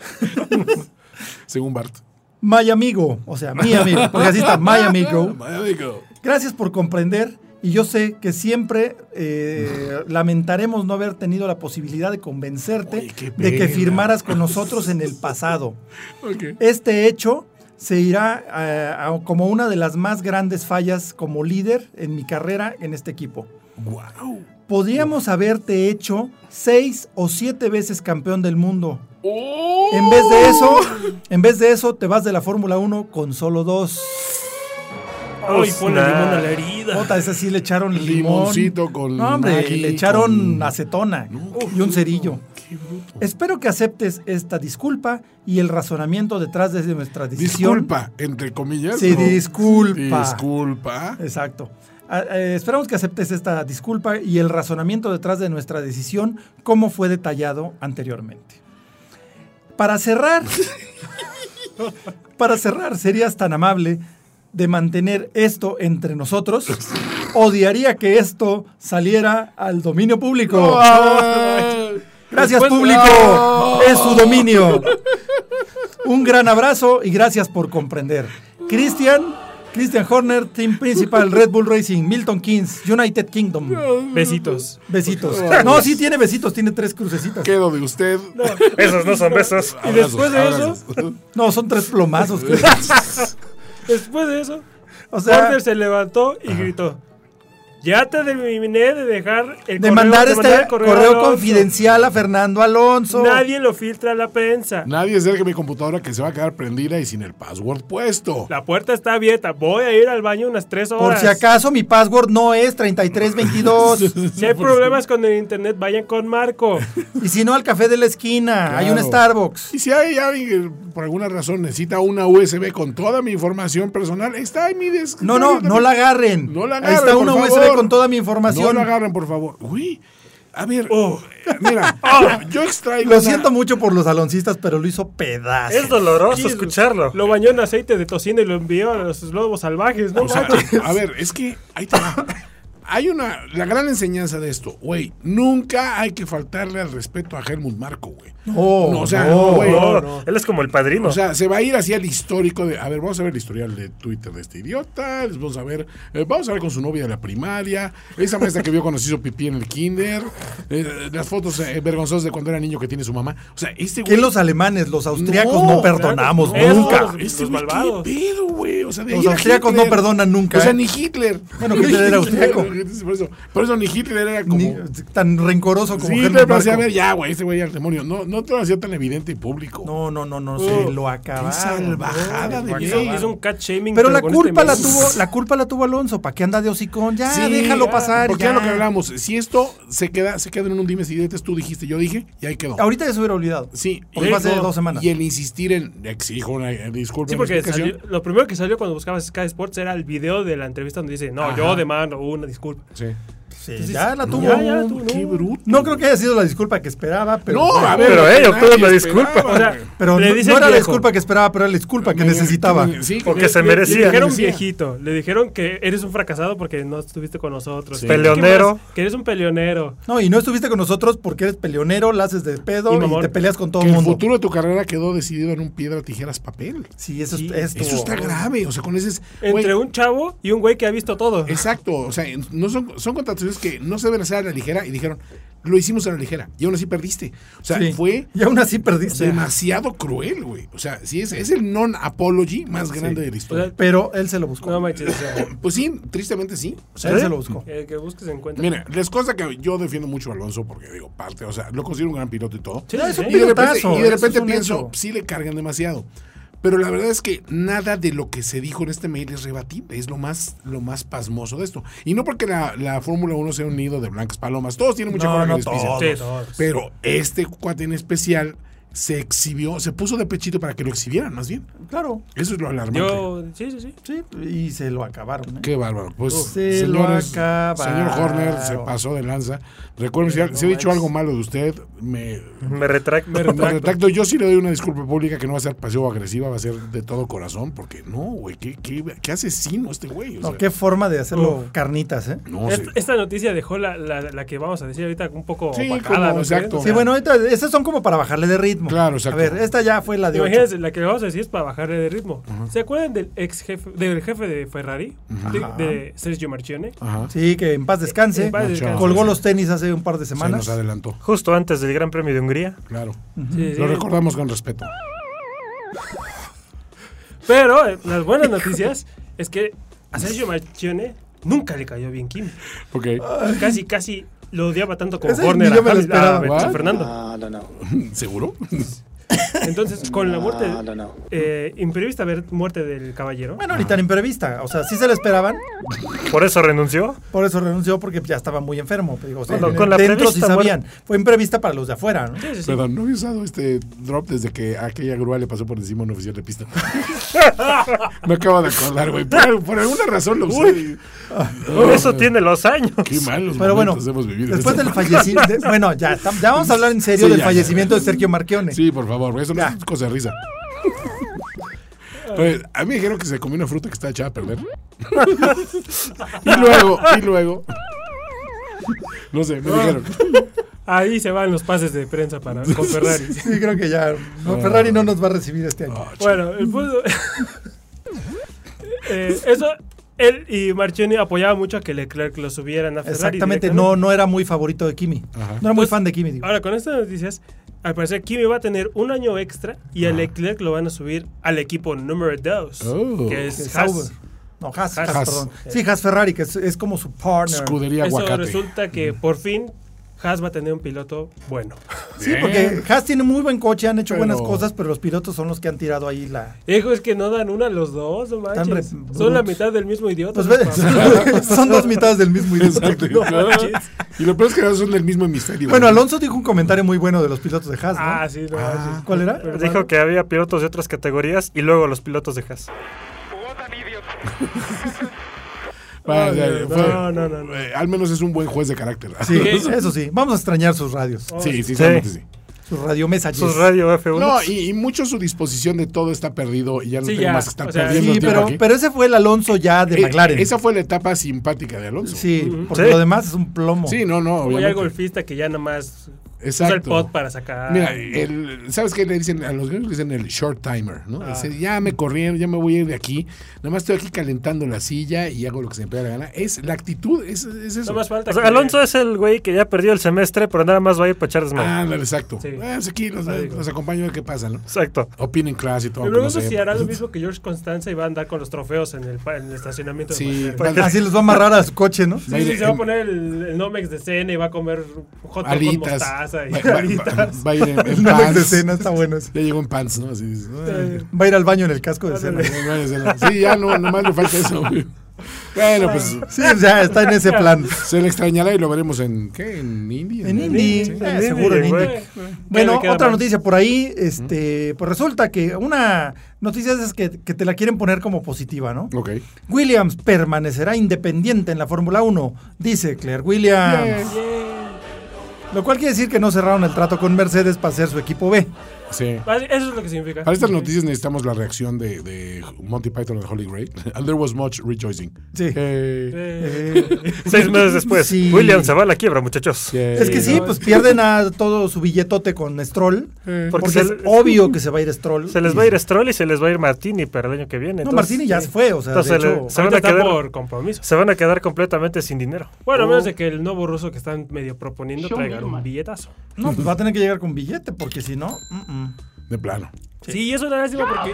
Speaker 3: Según Bart.
Speaker 2: My amigo, o sea, mi amigo, porque así está, my amigo.
Speaker 3: Digo,
Speaker 2: Gracias por comprender y yo sé que siempre eh, lamentaremos no haber tenido la posibilidad de convencerte
Speaker 3: Oye, qué
Speaker 2: de que
Speaker 3: pena.
Speaker 2: firmaras con nosotros en el pasado.
Speaker 3: ok.
Speaker 2: Este hecho se irá eh, a- como una de las más grandes fallas como líder en mi carrera en este equipo.
Speaker 3: Wow.
Speaker 2: Podríamos haberte hecho seis o siete veces campeón del mundo.
Speaker 3: ¡Oh!
Speaker 2: En vez de eso, en vez de eso, te vas de la Fórmula 1 con solo dos.
Speaker 4: Ay, ponle
Speaker 5: Nah.
Speaker 4: limón a la herida.
Speaker 2: Puta, esa sí le echaron limón.
Speaker 3: Limoncito con
Speaker 2: No, hombre,
Speaker 3: Maggi,
Speaker 2: le echaron
Speaker 3: con-
Speaker 2: acetona y un cerillo. Espero que aceptes esta disculpa y el razonamiento detrás de nuestra decisión.
Speaker 3: Disculpa, entre comillas.
Speaker 2: Sí,
Speaker 3: ¿no?
Speaker 2: disculpa.
Speaker 3: Disculpa.
Speaker 2: Exacto. A- eh, esperamos que aceptes esta disculpa y el razonamiento detrás de nuestra decisión, como fue detallado anteriormente. Para cerrar, para cerrar, serías tan amable de mantener esto entre nosotros. Odiaría que esto saliera al dominio público. ah. Gracias
Speaker 4: Después-
Speaker 2: público, es su dominio. Un gran abrazo y gracias por comprender. Cristian, Cristian Horner, Team Principal, Red Bull Racing, Milton Kings, United Kingdom.
Speaker 4: Mm. Besitos.
Speaker 2: Besitos. No, sí tiene besitos, tiene tres crucecitas.
Speaker 3: Quedo de usted.
Speaker 5: Esos no son besos.
Speaker 4: Y después de eso,
Speaker 3: Abrazos.
Speaker 2: No, son tres plomazos. creo.
Speaker 4: después de eso,
Speaker 2: O sea,
Speaker 4: Warner se levantó y gritó. Ya te terminé de dejar el
Speaker 2: de
Speaker 4: correo,
Speaker 2: mandar
Speaker 4: de
Speaker 2: este
Speaker 4: mandar el
Speaker 2: correo,
Speaker 4: Alonso.
Speaker 2: confidencial a Fernando Alonso.
Speaker 4: Nadie lo filtra a la prensa.
Speaker 3: Nadie cerca de mi computadora que se va a quedar prendida y sin el password puesto.
Speaker 4: La puerta está abierta. Voy a ir al baño unas tres
Speaker 2: Por
Speaker 4: horas.
Speaker 2: si acaso mi password no es 3322.
Speaker 4: Si hay problemas con el internet, vayan con Marco.
Speaker 2: y si no, al café de la esquina. Hay un
Speaker 3: Claro.
Speaker 2: Starbucks.
Speaker 3: Y si hay alguien que por alguna razón necesita una USB con toda mi información personal, está en mi desk.
Speaker 2: No, no, no la agarren.
Speaker 3: No la
Speaker 2: Ahí
Speaker 3: agarren,
Speaker 2: está
Speaker 3: por
Speaker 2: una USB
Speaker 3: favor.
Speaker 2: con toda mi
Speaker 3: No
Speaker 2: información. Oh.
Speaker 3: la agarren, por favor. Uy, a ver, mira, yo extraigo.
Speaker 2: Lo
Speaker 3: una-
Speaker 2: siento mucho por los aloncistas, pero lo hizo pedazo.
Speaker 5: Es doloroso escucharlo.
Speaker 4: Lo bañó en aceite de tocino y lo envió a los lobos salvajes, ¿no?
Speaker 3: O sea,
Speaker 4: manches?
Speaker 3: a ver, es que ahí te va. Hay una, la gran enseñanza de esto, güey, nunca hay que faltarle al respeto a Helmut Marco, güey.
Speaker 2: No,
Speaker 3: o sea,
Speaker 2: no,
Speaker 3: güey,
Speaker 5: No, Él es como el padrino.
Speaker 3: O sea, se va a ir hacia el histórico de. A ver, vamos a ver el historial de Twitter de este idiota. les Vamos a ver. eh, vamos a ver con su novia de la primaria. Esa maestra que vio cuando se hizo pipí en el kinder. eh, las fotos eh, vergonzosas de cuando era niño que tiene su mamá. O sea, este
Speaker 2: Que
Speaker 3: güey.
Speaker 2: los alemanes, los austriacos no,
Speaker 3: No,
Speaker 2: perdonamos
Speaker 4: claro, no.
Speaker 2: nunca.
Speaker 4: Eso,
Speaker 3: Este
Speaker 4: Los
Speaker 3: güey,
Speaker 4: malvados.
Speaker 3: ¿qué pedo, güey? O sea, de
Speaker 2: Los
Speaker 3: ahí a
Speaker 2: austriacos
Speaker 3: Hitler.
Speaker 2: no perdonan nunca,
Speaker 3: O sea,
Speaker 2: ¿eh?
Speaker 3: ni Hitler.
Speaker 2: Bueno, Hitler era austriaco.
Speaker 3: Por eso, por eso ni Hitler era como.
Speaker 2: Ni- tan rencoroso como
Speaker 3: sí,
Speaker 2: Helmut
Speaker 3: Hitler parecía, a
Speaker 2: Marko.
Speaker 3: ver, ya, güey, este güey era el demonio. No, no te lo hacía tan evidente y público.
Speaker 2: No, no, no, no, se lo
Speaker 3: Oh, Qué
Speaker 2: acabaron.
Speaker 3: salvajada de
Speaker 4: Hizo,
Speaker 3: ley.
Speaker 4: hizo un cat shaming.
Speaker 2: Pero la
Speaker 4: con
Speaker 2: culpa
Speaker 4: este
Speaker 2: la
Speaker 4: mes.
Speaker 2: tuvo, la culpa la tuvo Alonso, ¿para qué anda de hocicón? Ya, Ah, déjalo
Speaker 3: ya,
Speaker 2: pasar.
Speaker 3: Porque ya
Speaker 2: ya.
Speaker 3: lo que hablamos, si esto se queda, se queda en un dimes y diretes, tú dijiste, yo dije, y ahí quedó.
Speaker 2: Ahorita ya se hubiera olvidado.
Speaker 3: Sí,
Speaker 2: Porque fue hace dos semanas.
Speaker 3: Y el insistir en exijo una eh, disculpa.
Speaker 4: Sí,
Speaker 3: una
Speaker 4: porque
Speaker 3: explicación.
Speaker 4: salió- lo primero que salió cuando buscabas Sky Sports era el video de la entrevista donde dice, no,
Speaker 3: Ajá.
Speaker 4: yo demando una disculpa.
Speaker 3: Sí.
Speaker 2: Sí, ya la tuvo.
Speaker 4: ya, ya, tú,
Speaker 3: qué
Speaker 4: no.
Speaker 3: bruto.
Speaker 2: No creo que haya sido la disculpa que esperaba, pero.
Speaker 3: No, a ver.
Speaker 5: Pero,
Speaker 3: lo que
Speaker 5: eh, obtuvo
Speaker 3: nadie
Speaker 5: la
Speaker 3: esperaba,
Speaker 5: disculpa.
Speaker 4: O sea,
Speaker 3: güey.
Speaker 2: Pero
Speaker 4: le
Speaker 2: no,
Speaker 4: dice el
Speaker 2: no era la
Speaker 4: viejo.
Speaker 2: disculpa que esperaba, pero era la disculpa que necesitaba.
Speaker 3: Sí, que-
Speaker 5: Porque se
Speaker 4: Le- le-
Speaker 5: merecía.
Speaker 4: Le dijeron
Speaker 3: Merecía.
Speaker 4: viejito. Le dijeron que eres un fracasado porque no estuviste con nosotros.
Speaker 3: Sí.
Speaker 4: ¿Qué
Speaker 5: Peleonero.
Speaker 4: más? Que eres un peleonero.
Speaker 2: No, y no estuviste con nosotros porque eres peleonero, la haces de pedo
Speaker 4: Y
Speaker 2: y,
Speaker 4: mamón.
Speaker 2: te peleas con todo
Speaker 3: que
Speaker 2: el
Speaker 3: el
Speaker 2: mundo.
Speaker 3: futuro de tu carrera quedó decidido en un piedra, tijeras, papel.
Speaker 2: Sí, eso, es-
Speaker 4: Sí,
Speaker 2: esto-
Speaker 3: Eso está grave. O sea, con ese. es- güey,
Speaker 4: Entre un chavo y un güey que ha visto todo.
Speaker 3: Exacto, o sea, no son, son contrataciones que no se deben hacer a la ligera y dijeron, lo hicimos a la ligera y aún así perdiste. O sea,
Speaker 2: Sí.
Speaker 3: fue
Speaker 2: Y aún así perdiste.
Speaker 3: demasiado cruel, güey. O sea, sí, es, es el non-apology más grande de la
Speaker 4: O
Speaker 3: historia.
Speaker 4: sea,
Speaker 2: Pero él se lo buscó.
Speaker 4: no manches. o sea,
Speaker 3: pues sí, tristemente sí. O sea,
Speaker 2: él se lo buscó.
Speaker 4: el que busques encuentra.
Speaker 3: Mira, les consta que yo defiendo mucho a Alonso porque digo, parte, o sea, lo considero un gran piloto y todo.
Speaker 4: Sí,
Speaker 2: No, es
Speaker 4: sí,
Speaker 2: un
Speaker 3: y de repente,
Speaker 2: pilotazo,
Speaker 3: y de
Speaker 2: eso
Speaker 3: repente
Speaker 2: es un
Speaker 3: pienso,
Speaker 2: hecho.
Speaker 3: sí le cargan demasiado. Pero la verdad es que nada de lo que se dijo en este mail es rebatible, es lo más, lo más pasmoso de esto. Y no porque la, la Fórmula 1 sea un nido de blancas palomas, todos tienen mucha
Speaker 2: No,
Speaker 3: cola que
Speaker 2: no
Speaker 3: les pisan.
Speaker 2: todos.
Speaker 4: Sí, todos.
Speaker 3: Pero este cuate en especial se exhibió, se puso de pechito para que lo exhibieran, más bien.
Speaker 2: Claro,
Speaker 3: Eso es lo alarmante.
Speaker 4: Yo, sí, sí, sí.
Speaker 2: sí, y se lo acabaron. ¿eh?
Speaker 3: Qué bárbaro. Pues,
Speaker 2: Se lo
Speaker 3: señores,
Speaker 2: acabaron.
Speaker 3: señor Horner se pasó de lanza. Recuerden, si, ha- si he dicho algo malo de usted, me,
Speaker 5: Me retracto.
Speaker 3: me retracto. Yo sí le doy una disculpa pública que no va a ser pasivo agresiva, va a ser de todo corazón, porque no, güey, qué, qué, qué asesino este güey. o
Speaker 2: No,
Speaker 3: sea,
Speaker 2: qué forma de hacerlo carnitas, ¿eh?
Speaker 3: no
Speaker 4: Est-
Speaker 3: sé.
Speaker 4: Esta noticia dejó la, la, la que vamos a decir ahorita un poco
Speaker 3: Sí,
Speaker 4: opacada,
Speaker 3: como-
Speaker 4: ¿no creen?
Speaker 3: exacto.
Speaker 4: O
Speaker 2: Sí,
Speaker 4: sea,
Speaker 2: bueno, ahorita, esas son como para bajarle de ritmo.
Speaker 3: Claro, exacto.
Speaker 2: A ver, esta ya fue la de ocho.
Speaker 4: Imagínense, la que vamos a decir es para bajarle de ritmo. ¿Se acuerdan del ex jefe, del jefe de Ferrari? De, de Sergio Marchione.
Speaker 3: Ajá.
Speaker 2: Sí, que en paz descanse.
Speaker 4: En paz
Speaker 3: descanse.
Speaker 2: Colgó los tenis hace un par de
Speaker 3: Se
Speaker 2: semanas.
Speaker 3: nos adelantó,
Speaker 5: Justo antes del Gran Premio de Hungría.
Speaker 3: claro.
Speaker 4: Sí, sí.
Speaker 3: Lo recordamos con respeto.
Speaker 4: Pero eh, las buenas noticias es que a Sergio Marchione nunca le cayó bien Kimi.
Speaker 3: Ok.
Speaker 2: Ah.
Speaker 4: Casi, casi lo odiaba tanto como
Speaker 2: Ese ni
Speaker 4: Horner a,
Speaker 2: yo me lo
Speaker 4: Hamil- a
Speaker 2: esperaba.
Speaker 4: Fernando.
Speaker 3: ¿Seguro?
Speaker 4: Entonces, con la muerte
Speaker 7: No, no, no.
Speaker 4: eh, imprevista ver- muerte del caballero,
Speaker 2: Bueno, ni tan imprevista. O sea, sí se lo esperaban.
Speaker 5: ¿Por eso renunció?
Speaker 2: Por eso renunció porque ya estaba muy enfermo. pero digo, o sea,
Speaker 5: Bueno, con la
Speaker 2: dentro sí
Speaker 5: prevista
Speaker 2: sabían. Fue imprevista para los de afuera, ¿no?
Speaker 3: Perdón, no había usado este drop desde que aquella grúa le pasó por encima a un oficial de pista. Me acabo de acordar, güey. Por, por alguna razón lo usé.
Speaker 5: Eso tiene los años.
Speaker 3: Qué malos
Speaker 2: Pero bueno,
Speaker 3: momentos hemos vivido. en este
Speaker 2: después
Speaker 3: esta-
Speaker 2: del fallecimiento. Bueno, ya, tam- ya vamos a hablar en serio
Speaker 3: Sí,
Speaker 2: del
Speaker 3: ya,
Speaker 2: fallecimiento de Sergio Marchione.
Speaker 3: Sí, por favor, güey, eso no
Speaker 2: Ya.
Speaker 3: es cosa de risa. Pues, a mí me dijeron que se comió una fruta que estaba echada a perder. y luego, y luego. No sé, me dijeron.
Speaker 4: ahí se van los pases de prensa para con Ferrari.
Speaker 2: Sí, creo que ya. no,
Speaker 3: Ah.
Speaker 2: Ferrari no nos va a recibir este año.
Speaker 4: Bueno, el punto- Eh, eso, él y Marchini apoyaban mucho a que Leclerc lo subieran a Ferrari.
Speaker 2: Exactamente,
Speaker 4: directamente.
Speaker 2: no, no era muy favorito de Kimi. No era muy fan de Kimi, digo.
Speaker 4: Ahora, con estas noticias, al parecer Kimi va a tener un año extra y
Speaker 2: Ah.
Speaker 4: a Leclerc lo van a subir al equipo número 2,
Speaker 3: Oh.
Speaker 4: que
Speaker 2: que
Speaker 4: es
Speaker 2: es
Speaker 4: Haas.
Speaker 2: Sauber. No, Haas,
Speaker 4: Haas.
Speaker 2: Haas, perdón. Sí, Haas Ferrari, que es, es como su partner.
Speaker 3: Escudería
Speaker 4: Eso
Speaker 3: aguacate.
Speaker 4: resulta que por fin Haas va a tener un piloto bueno.
Speaker 2: Sí, porque Haas tiene muy buen coche, han hecho
Speaker 3: Pero-
Speaker 2: buenas cosas, pero los pilotos son los que han tirado ahí la...
Speaker 4: Hijo, es que no dan una a los dos, no
Speaker 2: Están
Speaker 4: manches.
Speaker 2: re
Speaker 4: Son la
Speaker 2: brutos.
Speaker 4: mitad del mismo idiota.
Speaker 2: Pues
Speaker 4: no
Speaker 2: ve-
Speaker 4: mames.
Speaker 2: son dos mitades del mismo
Speaker 3: Exacto.
Speaker 2: idiota.
Speaker 4: manches.
Speaker 3: y lo peor es que ahora son del mismo hemisferio.
Speaker 2: Bueno,
Speaker 3: güey.
Speaker 2: Alonso dijo un comentario muy bueno de los pilotos de Haas, ¿no?
Speaker 4: Ah, sí, no manches.
Speaker 2: ¿Cuál era?
Speaker 5: Dijo que había pilotos de otras categorías y luego los pilotos de Haas.
Speaker 3: Va, ya,
Speaker 4: no,
Speaker 3: fue-
Speaker 4: no, no, no, no.
Speaker 3: eh, al menos es un buen juez de carácter.
Speaker 2: Sí, eso sí. Vamos a extrañar sus radios,
Speaker 3: sí, sí, realmente sí.
Speaker 2: sus radiomensajes.
Speaker 5: Sus radio F1.
Speaker 3: No, y, y mucho su disposición de todo está perdido y ya no
Speaker 4: Sí,
Speaker 3: tengo
Speaker 4: ya,
Speaker 3: más que estar
Speaker 4: o sea,
Speaker 3: perdiendo
Speaker 2: Sí,
Speaker 3: tiempo
Speaker 2: pero,
Speaker 3: aquí.
Speaker 2: pero ese fue el Alonso ya de
Speaker 3: Eh,
Speaker 2: McLaren.
Speaker 3: Esa fue la etapa simpática de Alonso. Sí,
Speaker 2: Sí, porque
Speaker 5: Sí.
Speaker 2: lo demás es un plomo.
Speaker 3: no, no,
Speaker 4: Voy
Speaker 3: obviamente.
Speaker 4: al golfista que ya nomás usa el
Speaker 3: Exacto.
Speaker 4: pot para sacar.
Speaker 3: Mira, el- ¿sabes qué le dicen? A los gringos le dicen el short timer, ¿no? Dice, ya me corrieron, ya me voy a ir de aquí. Nada más estoy aquí calentando la silla y hago lo que se me pega la gana. Es la actitud, es, es eso.
Speaker 4: no más falta
Speaker 5: O sea,
Speaker 4: que-
Speaker 5: Alonso es el güey que ya perdió el semestre, pero nada más va a ir para echar desmadre.
Speaker 3: Ah, ándale, exacto.
Speaker 4: Sí.
Speaker 3: Ah, pues aquí los, los acompaño a ver qué pasa, ¿no?
Speaker 5: Exacto.
Speaker 3: Opinen clase y todo.
Speaker 4: Me
Speaker 3: aunque no
Speaker 4: pregunto si
Speaker 3: sepa.
Speaker 4: hará lo mismo que George Constanza y va a andar con los trofeos en el, pa- en el estacionamiento. de
Speaker 3: Sí,
Speaker 4: Mercedes.
Speaker 3: va-
Speaker 2: Así los va a amarrar a su coche, pues, ¿no?
Speaker 4: Sí, sí, se va a poner el, el Nomex de cena y va a comer hot dog con
Speaker 3: alitas.
Speaker 4: mostaza y
Speaker 3: Va- va-
Speaker 4: alitas.
Speaker 3: va- va a ir en, en
Speaker 2: No
Speaker 3: pants.
Speaker 2: de cena, está bueno eso.
Speaker 3: Ya llegó en pants, ¿no? Así dices, "Ay,
Speaker 2: Va a ir al baño en el casco de cena.
Speaker 3: no, no hay escena". Sí, ya no, nomás le falta eso. güey. Bueno, pues
Speaker 2: Sí, ya está en ese plan.
Speaker 3: se le extrañará y lo veremos en, ¿qué? En India.
Speaker 2: En
Speaker 3: ¿no?
Speaker 2: Indy,
Speaker 3: Sí.
Speaker 2: eh,
Speaker 5: Indy,
Speaker 2: seguro en
Speaker 5: güey.
Speaker 2: Indy.
Speaker 4: Eh, eh,
Speaker 2: Bueno,
Speaker 4: queda- queda
Speaker 2: otra
Speaker 4: mal.
Speaker 2: noticia por ahí, este, pues resulta que una noticia es que, que te la quieren poner como positiva, ¿no?
Speaker 3: Ok.
Speaker 2: Williams permanecerá independiente en la Fórmula 1, dice Claire Williams. Lo cual quiere decir que no cerraron el trato con Mercedes para ser su equipo B.
Speaker 3: Sí.
Speaker 4: Ah, Eso es lo que significa.
Speaker 3: Para estas noticias necesitamos la reacción de, de Monty Python and the Holy Grail. And there was much rejoicing.
Speaker 2: Sí.
Speaker 3: Eh,
Speaker 4: Eh,
Speaker 5: Seis meses después,
Speaker 2: Sí.
Speaker 5: William se va a la quiebra, muchachos.
Speaker 3: eh,
Speaker 2: Es que sí,
Speaker 4: no,
Speaker 2: pues pierden a todo su billetote con Stroll.
Speaker 3: eh.
Speaker 5: Porque
Speaker 2: Porque,
Speaker 5: se
Speaker 2: es
Speaker 5: le-
Speaker 2: obvio que se va a ir Stroll.
Speaker 5: Se les va a ir Stroll y se les va a ir Martini para el año que viene.
Speaker 2: No,
Speaker 5: entonces-
Speaker 2: Martini ya se fue, o sea, de
Speaker 5: Entonces,
Speaker 2: hecho,
Speaker 5: le- se van
Speaker 4: ahorita
Speaker 5: a
Speaker 4: está
Speaker 5: quedar Oh.
Speaker 4: por compromiso.
Speaker 5: Se van a quedar completamente sin dinero.
Speaker 4: Bueno, a
Speaker 2: Oh.
Speaker 4: menos de que el nuevo ruso que están medio proponiendo traigan un billetazo.
Speaker 2: no, pues va a tener que llegar con billete, porque si no, mm, mm.
Speaker 3: De plano.
Speaker 4: Sí, es una lástima porque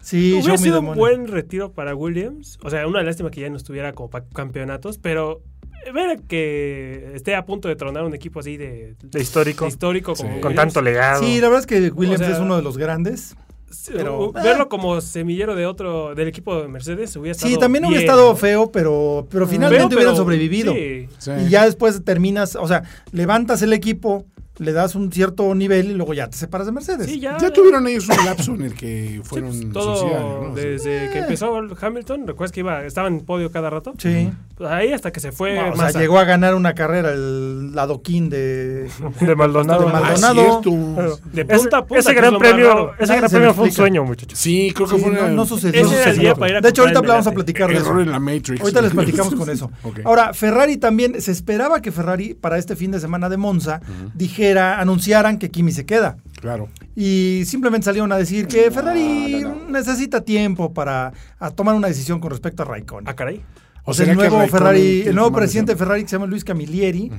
Speaker 2: sí,
Speaker 4: hubiera
Speaker 2: show me the
Speaker 4: sido un
Speaker 2: money.
Speaker 4: buen retiro para Williams. O sea, una lástima que ya no estuviera como para campeonatos, pero eh, ver que esté a punto de tronar un equipo así de,
Speaker 5: De histórico.
Speaker 4: de histórico como
Speaker 5: Con
Speaker 4: Williams,
Speaker 5: tanto legado.
Speaker 2: Sí, la verdad es que Williams
Speaker 4: O sea,
Speaker 2: es uno de los grandes.
Speaker 4: sí,
Speaker 2: pero-
Speaker 4: u-
Speaker 5: Ah.
Speaker 4: verlo como semillero de otro del equipo de Mercedes hubiera estado
Speaker 2: Sí, también hubiera
Speaker 4: bien,
Speaker 2: estado
Speaker 4: ¿no?
Speaker 2: feo, pero, pero
Speaker 5: Mm.
Speaker 2: finalmente
Speaker 4: Feo,
Speaker 2: hubieran
Speaker 4: pero-
Speaker 2: sobrevivido.
Speaker 4: sí.
Speaker 3: Sí.
Speaker 2: Y ya después terminas, o sea, levantas el equipo, le das un cierto nivel y luego ya te separas de Mercedes.
Speaker 4: Sí, ya,
Speaker 3: Ya tuvieron ellos un lapso en el que
Speaker 4: Sí,
Speaker 3: fueron
Speaker 4: pues, todo
Speaker 3: sociales, ¿no?
Speaker 4: desde que empezó Hamilton, ¿recuerdas que iba, estaba en podio cada rato?
Speaker 2: Sí.
Speaker 4: Pues ahí hasta que se fue
Speaker 2: O sea,
Speaker 4: Massa.
Speaker 2: llegó a ganar una carrera el adoquín de...
Speaker 5: De Maldonado.
Speaker 2: De Maldonado.
Speaker 3: Ah, cierto.
Speaker 4: de
Speaker 5: Ese,
Speaker 4: punta a punta.
Speaker 5: ese
Speaker 4: que es
Speaker 5: gran
Speaker 4: lo más
Speaker 5: premio,
Speaker 4: raro.
Speaker 5: ese
Speaker 2: Nadie
Speaker 5: gran
Speaker 2: Ah, se
Speaker 5: premio
Speaker 2: lo
Speaker 5: fue un
Speaker 2: explica.
Speaker 5: sueño, muchachos.
Speaker 3: Sí, creo que
Speaker 2: Sí,
Speaker 3: fue
Speaker 2: no,
Speaker 3: una-
Speaker 2: no sucedió.
Speaker 4: Ese
Speaker 2: no
Speaker 4: era el
Speaker 2: sucedió.
Speaker 4: día para ir a
Speaker 2: de hecho,
Speaker 4: comprar
Speaker 2: ahorita
Speaker 4: el
Speaker 2: vamos a
Speaker 4: melate.
Speaker 2: platicar de eso.
Speaker 3: error en la Matrix.
Speaker 2: Ahorita les platicamos con eso.
Speaker 3: Ok.
Speaker 2: Ahora, Ferrari también, se esperaba que Ferrari para este fin de semana de Monza dijera, anunciaran que Kimi se queda.
Speaker 3: Claro.
Speaker 2: Y simplemente salieron a decir que Ferrari necesita tiempo para a tomar una decisión con respecto a Raikkonen.
Speaker 4: Ah, caray.
Speaker 3: O
Speaker 2: Pues el nuevo
Speaker 3: Raikkonen
Speaker 2: Ferrari,
Speaker 3: tiene
Speaker 2: el nuevo
Speaker 3: tomar
Speaker 2: presidente de
Speaker 3: decisión?
Speaker 2: Ferrari que se llama Luis Camilleri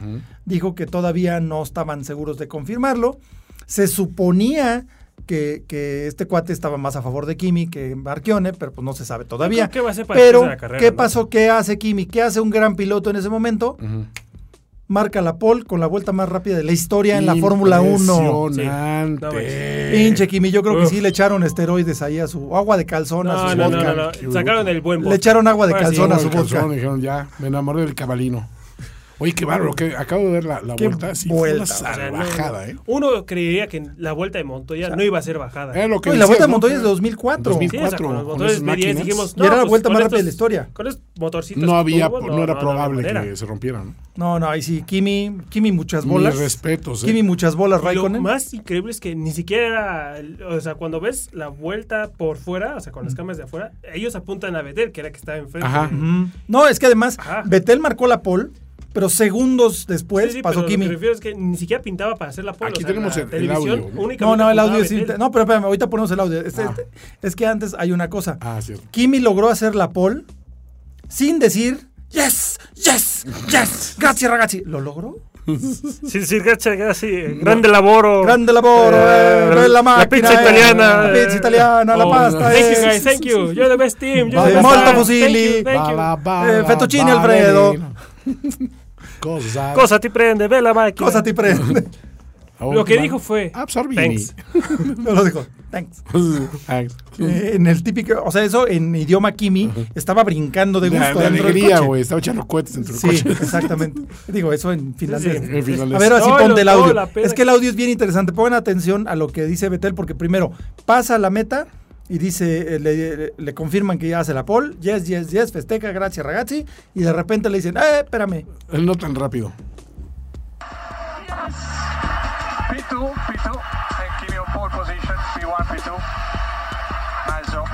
Speaker 2: dijo que todavía no estaban seguros de confirmarlo. Se suponía que, que este cuate estaba más a favor de Kimi que Marchione, pero pues no se sabe todavía.
Speaker 4: creo que va a ser para después
Speaker 2: pero
Speaker 4: de la carrera,
Speaker 2: ¿qué
Speaker 4: ¿no?
Speaker 2: pasó? ¿Qué hace Kimi? ¿Qué hace un gran piloto en ese momento? marca la pole con la vuelta más rápida de la historia en la Fórmula 1.
Speaker 3: Impresionante.
Speaker 4: No, güey.
Speaker 2: Pinche Kimi, yo creo que
Speaker 4: Uf.
Speaker 2: sí le echaron esteroides ahí a su agua de calzón, a
Speaker 4: No,
Speaker 2: su
Speaker 4: no,
Speaker 2: vodka.
Speaker 4: no, no,
Speaker 3: Qué
Speaker 4: no. Sacaron el buen
Speaker 2: Le echaron agua de
Speaker 4: Ahora sí,
Speaker 2: calzón a
Speaker 3: Ahora
Speaker 2: su
Speaker 3: el calzón,
Speaker 2: vodka.
Speaker 3: dijeron, ya, me enamoré del cabalino. Oye, qué bárbaro, que acabo de ver la, la
Speaker 2: Qué
Speaker 3: vuelta. Sí,
Speaker 2: vuelta,
Speaker 3: fue
Speaker 4: O
Speaker 3: una
Speaker 4: sea, no,
Speaker 3: salvajada, ¿eh?
Speaker 4: Uno creería que la vuelta de Montoya no iba a ser bajada.
Speaker 3: Era lo que
Speaker 2: No, y la
Speaker 3: decías,
Speaker 2: vuelta de
Speaker 3: ¿no?
Speaker 2: Montoya es de 2004.
Speaker 3: 2000.
Speaker 4: Sí, o sea,
Speaker 3: cuatro,
Speaker 4: con los
Speaker 3: con
Speaker 4: motores
Speaker 3: esas
Speaker 4: V10
Speaker 3: máquinas.
Speaker 4: dijimos,
Speaker 2: Y era la
Speaker 4: pues,
Speaker 2: vuelta
Speaker 4: con
Speaker 2: más rápida de la
Speaker 4: estos-
Speaker 2: historia.
Speaker 4: Con esos motorcitos.
Speaker 3: No
Speaker 4: que
Speaker 3: había,
Speaker 4: tuvo,
Speaker 3: no, era
Speaker 4: había
Speaker 3: probable
Speaker 4: manera.
Speaker 3: que se rompieran.
Speaker 2: No, no, ahí sí, Kimi, Kimi muchas
Speaker 3: Mis
Speaker 2: bolas.
Speaker 3: respetos, ¿eh?
Speaker 2: Kimi muchas bolas,
Speaker 4: Y Lo
Speaker 2: Raikkonen.
Speaker 4: más increíble es que ni siquiera era, el- o sea, cuando ves la vuelta por fuera, o sea, con las cámaras de afuera, ellos apuntan a Vettel, que era que estaba enfrente.
Speaker 3: Ajá.
Speaker 4: de-
Speaker 2: Ujú. No, es que además,
Speaker 4: Ajá.
Speaker 2: Betel marcó la pole, pero segundos después
Speaker 4: Sí, sí,
Speaker 2: pasó
Speaker 4: pero Lo
Speaker 2: Kimi.
Speaker 4: que refiero es que ni siquiera pintaba para hacer la pole.
Speaker 3: Aquí
Speaker 4: o sea,
Speaker 3: tenemos
Speaker 4: la
Speaker 3: el- el
Speaker 4: televisión
Speaker 3: audio, ¿no?
Speaker 4: únicamente
Speaker 2: No,
Speaker 5: pues,
Speaker 2: no, el
Speaker 4: apuntaba
Speaker 5: ah,
Speaker 2: audio
Speaker 4: a
Speaker 2: sí.
Speaker 4: Vettel.
Speaker 2: No, pero espérame, ahorita ponemos el audio. Este-
Speaker 3: Ah.
Speaker 2: este- es que antes hay una cosa.
Speaker 3: Ah, cierto.
Speaker 2: Kimi logró hacer la pole sin decir yes, yes, yes, grazie ragazzi. ¿Lo logró?
Speaker 5: Sí, sí, gacha, gacha, sí. Grande laboro.
Speaker 2: Grande labor, eh,
Speaker 5: Eh,
Speaker 2: la máquina.
Speaker 5: La pizza
Speaker 2: eh,
Speaker 5: italiana.
Speaker 2: La pizza
Speaker 5: eh.
Speaker 2: italiana, la
Speaker 4: Oh,
Speaker 2: pasta.
Speaker 4: Thank you,
Speaker 2: eh.
Speaker 4: guys, thank you. You're the best team. You're
Speaker 2: Vale,
Speaker 4: the best
Speaker 2: molto
Speaker 4: team.
Speaker 2: fusilli.
Speaker 4: Thank you, thank you.
Speaker 3: Bala, bala,
Speaker 2: Eh, fettuccine
Speaker 3: bala,
Speaker 2: Alfredo.
Speaker 3: bala. Cosa.
Speaker 5: Cosa ti prende, ve la máquina.
Speaker 2: Cosa te prende.
Speaker 4: Lo que dijo fue.
Speaker 3: Ah, Absorbini.
Speaker 4: Thanks.
Speaker 2: No lo dijo. Thanks.
Speaker 3: Thanks.
Speaker 2: Eh, en el típico, o sea, eso en idioma Kimi estaba brincando de
Speaker 3: De,
Speaker 2: gusto.
Speaker 3: de
Speaker 2: dentro del
Speaker 3: alegría,
Speaker 2: coche.
Speaker 3: güey. Estaba echando cohetes dentro del
Speaker 2: Sí,
Speaker 3: coche.
Speaker 2: exactamente. Digo, eso en finlandés.
Speaker 4: Sí, sí.
Speaker 3: En finlandés.
Speaker 2: A ver, así
Speaker 4: No,
Speaker 2: ponte
Speaker 4: lo-
Speaker 2: el
Speaker 4: no,
Speaker 2: audio.
Speaker 4: la peda
Speaker 2: es que el audio es bien interesante. Pongan atención a lo que dice Betel, porque primero pasa la meta y dice, eh, le, le- le confirman que ya hace la pole. Yes, yes, yes, festeja, gracias, ragazzi. Y de repente le dicen, eh, espérame.
Speaker 3: No tan rápido.
Speaker 7: P2, P2, and give me on pole position, P1, P2. Nice job.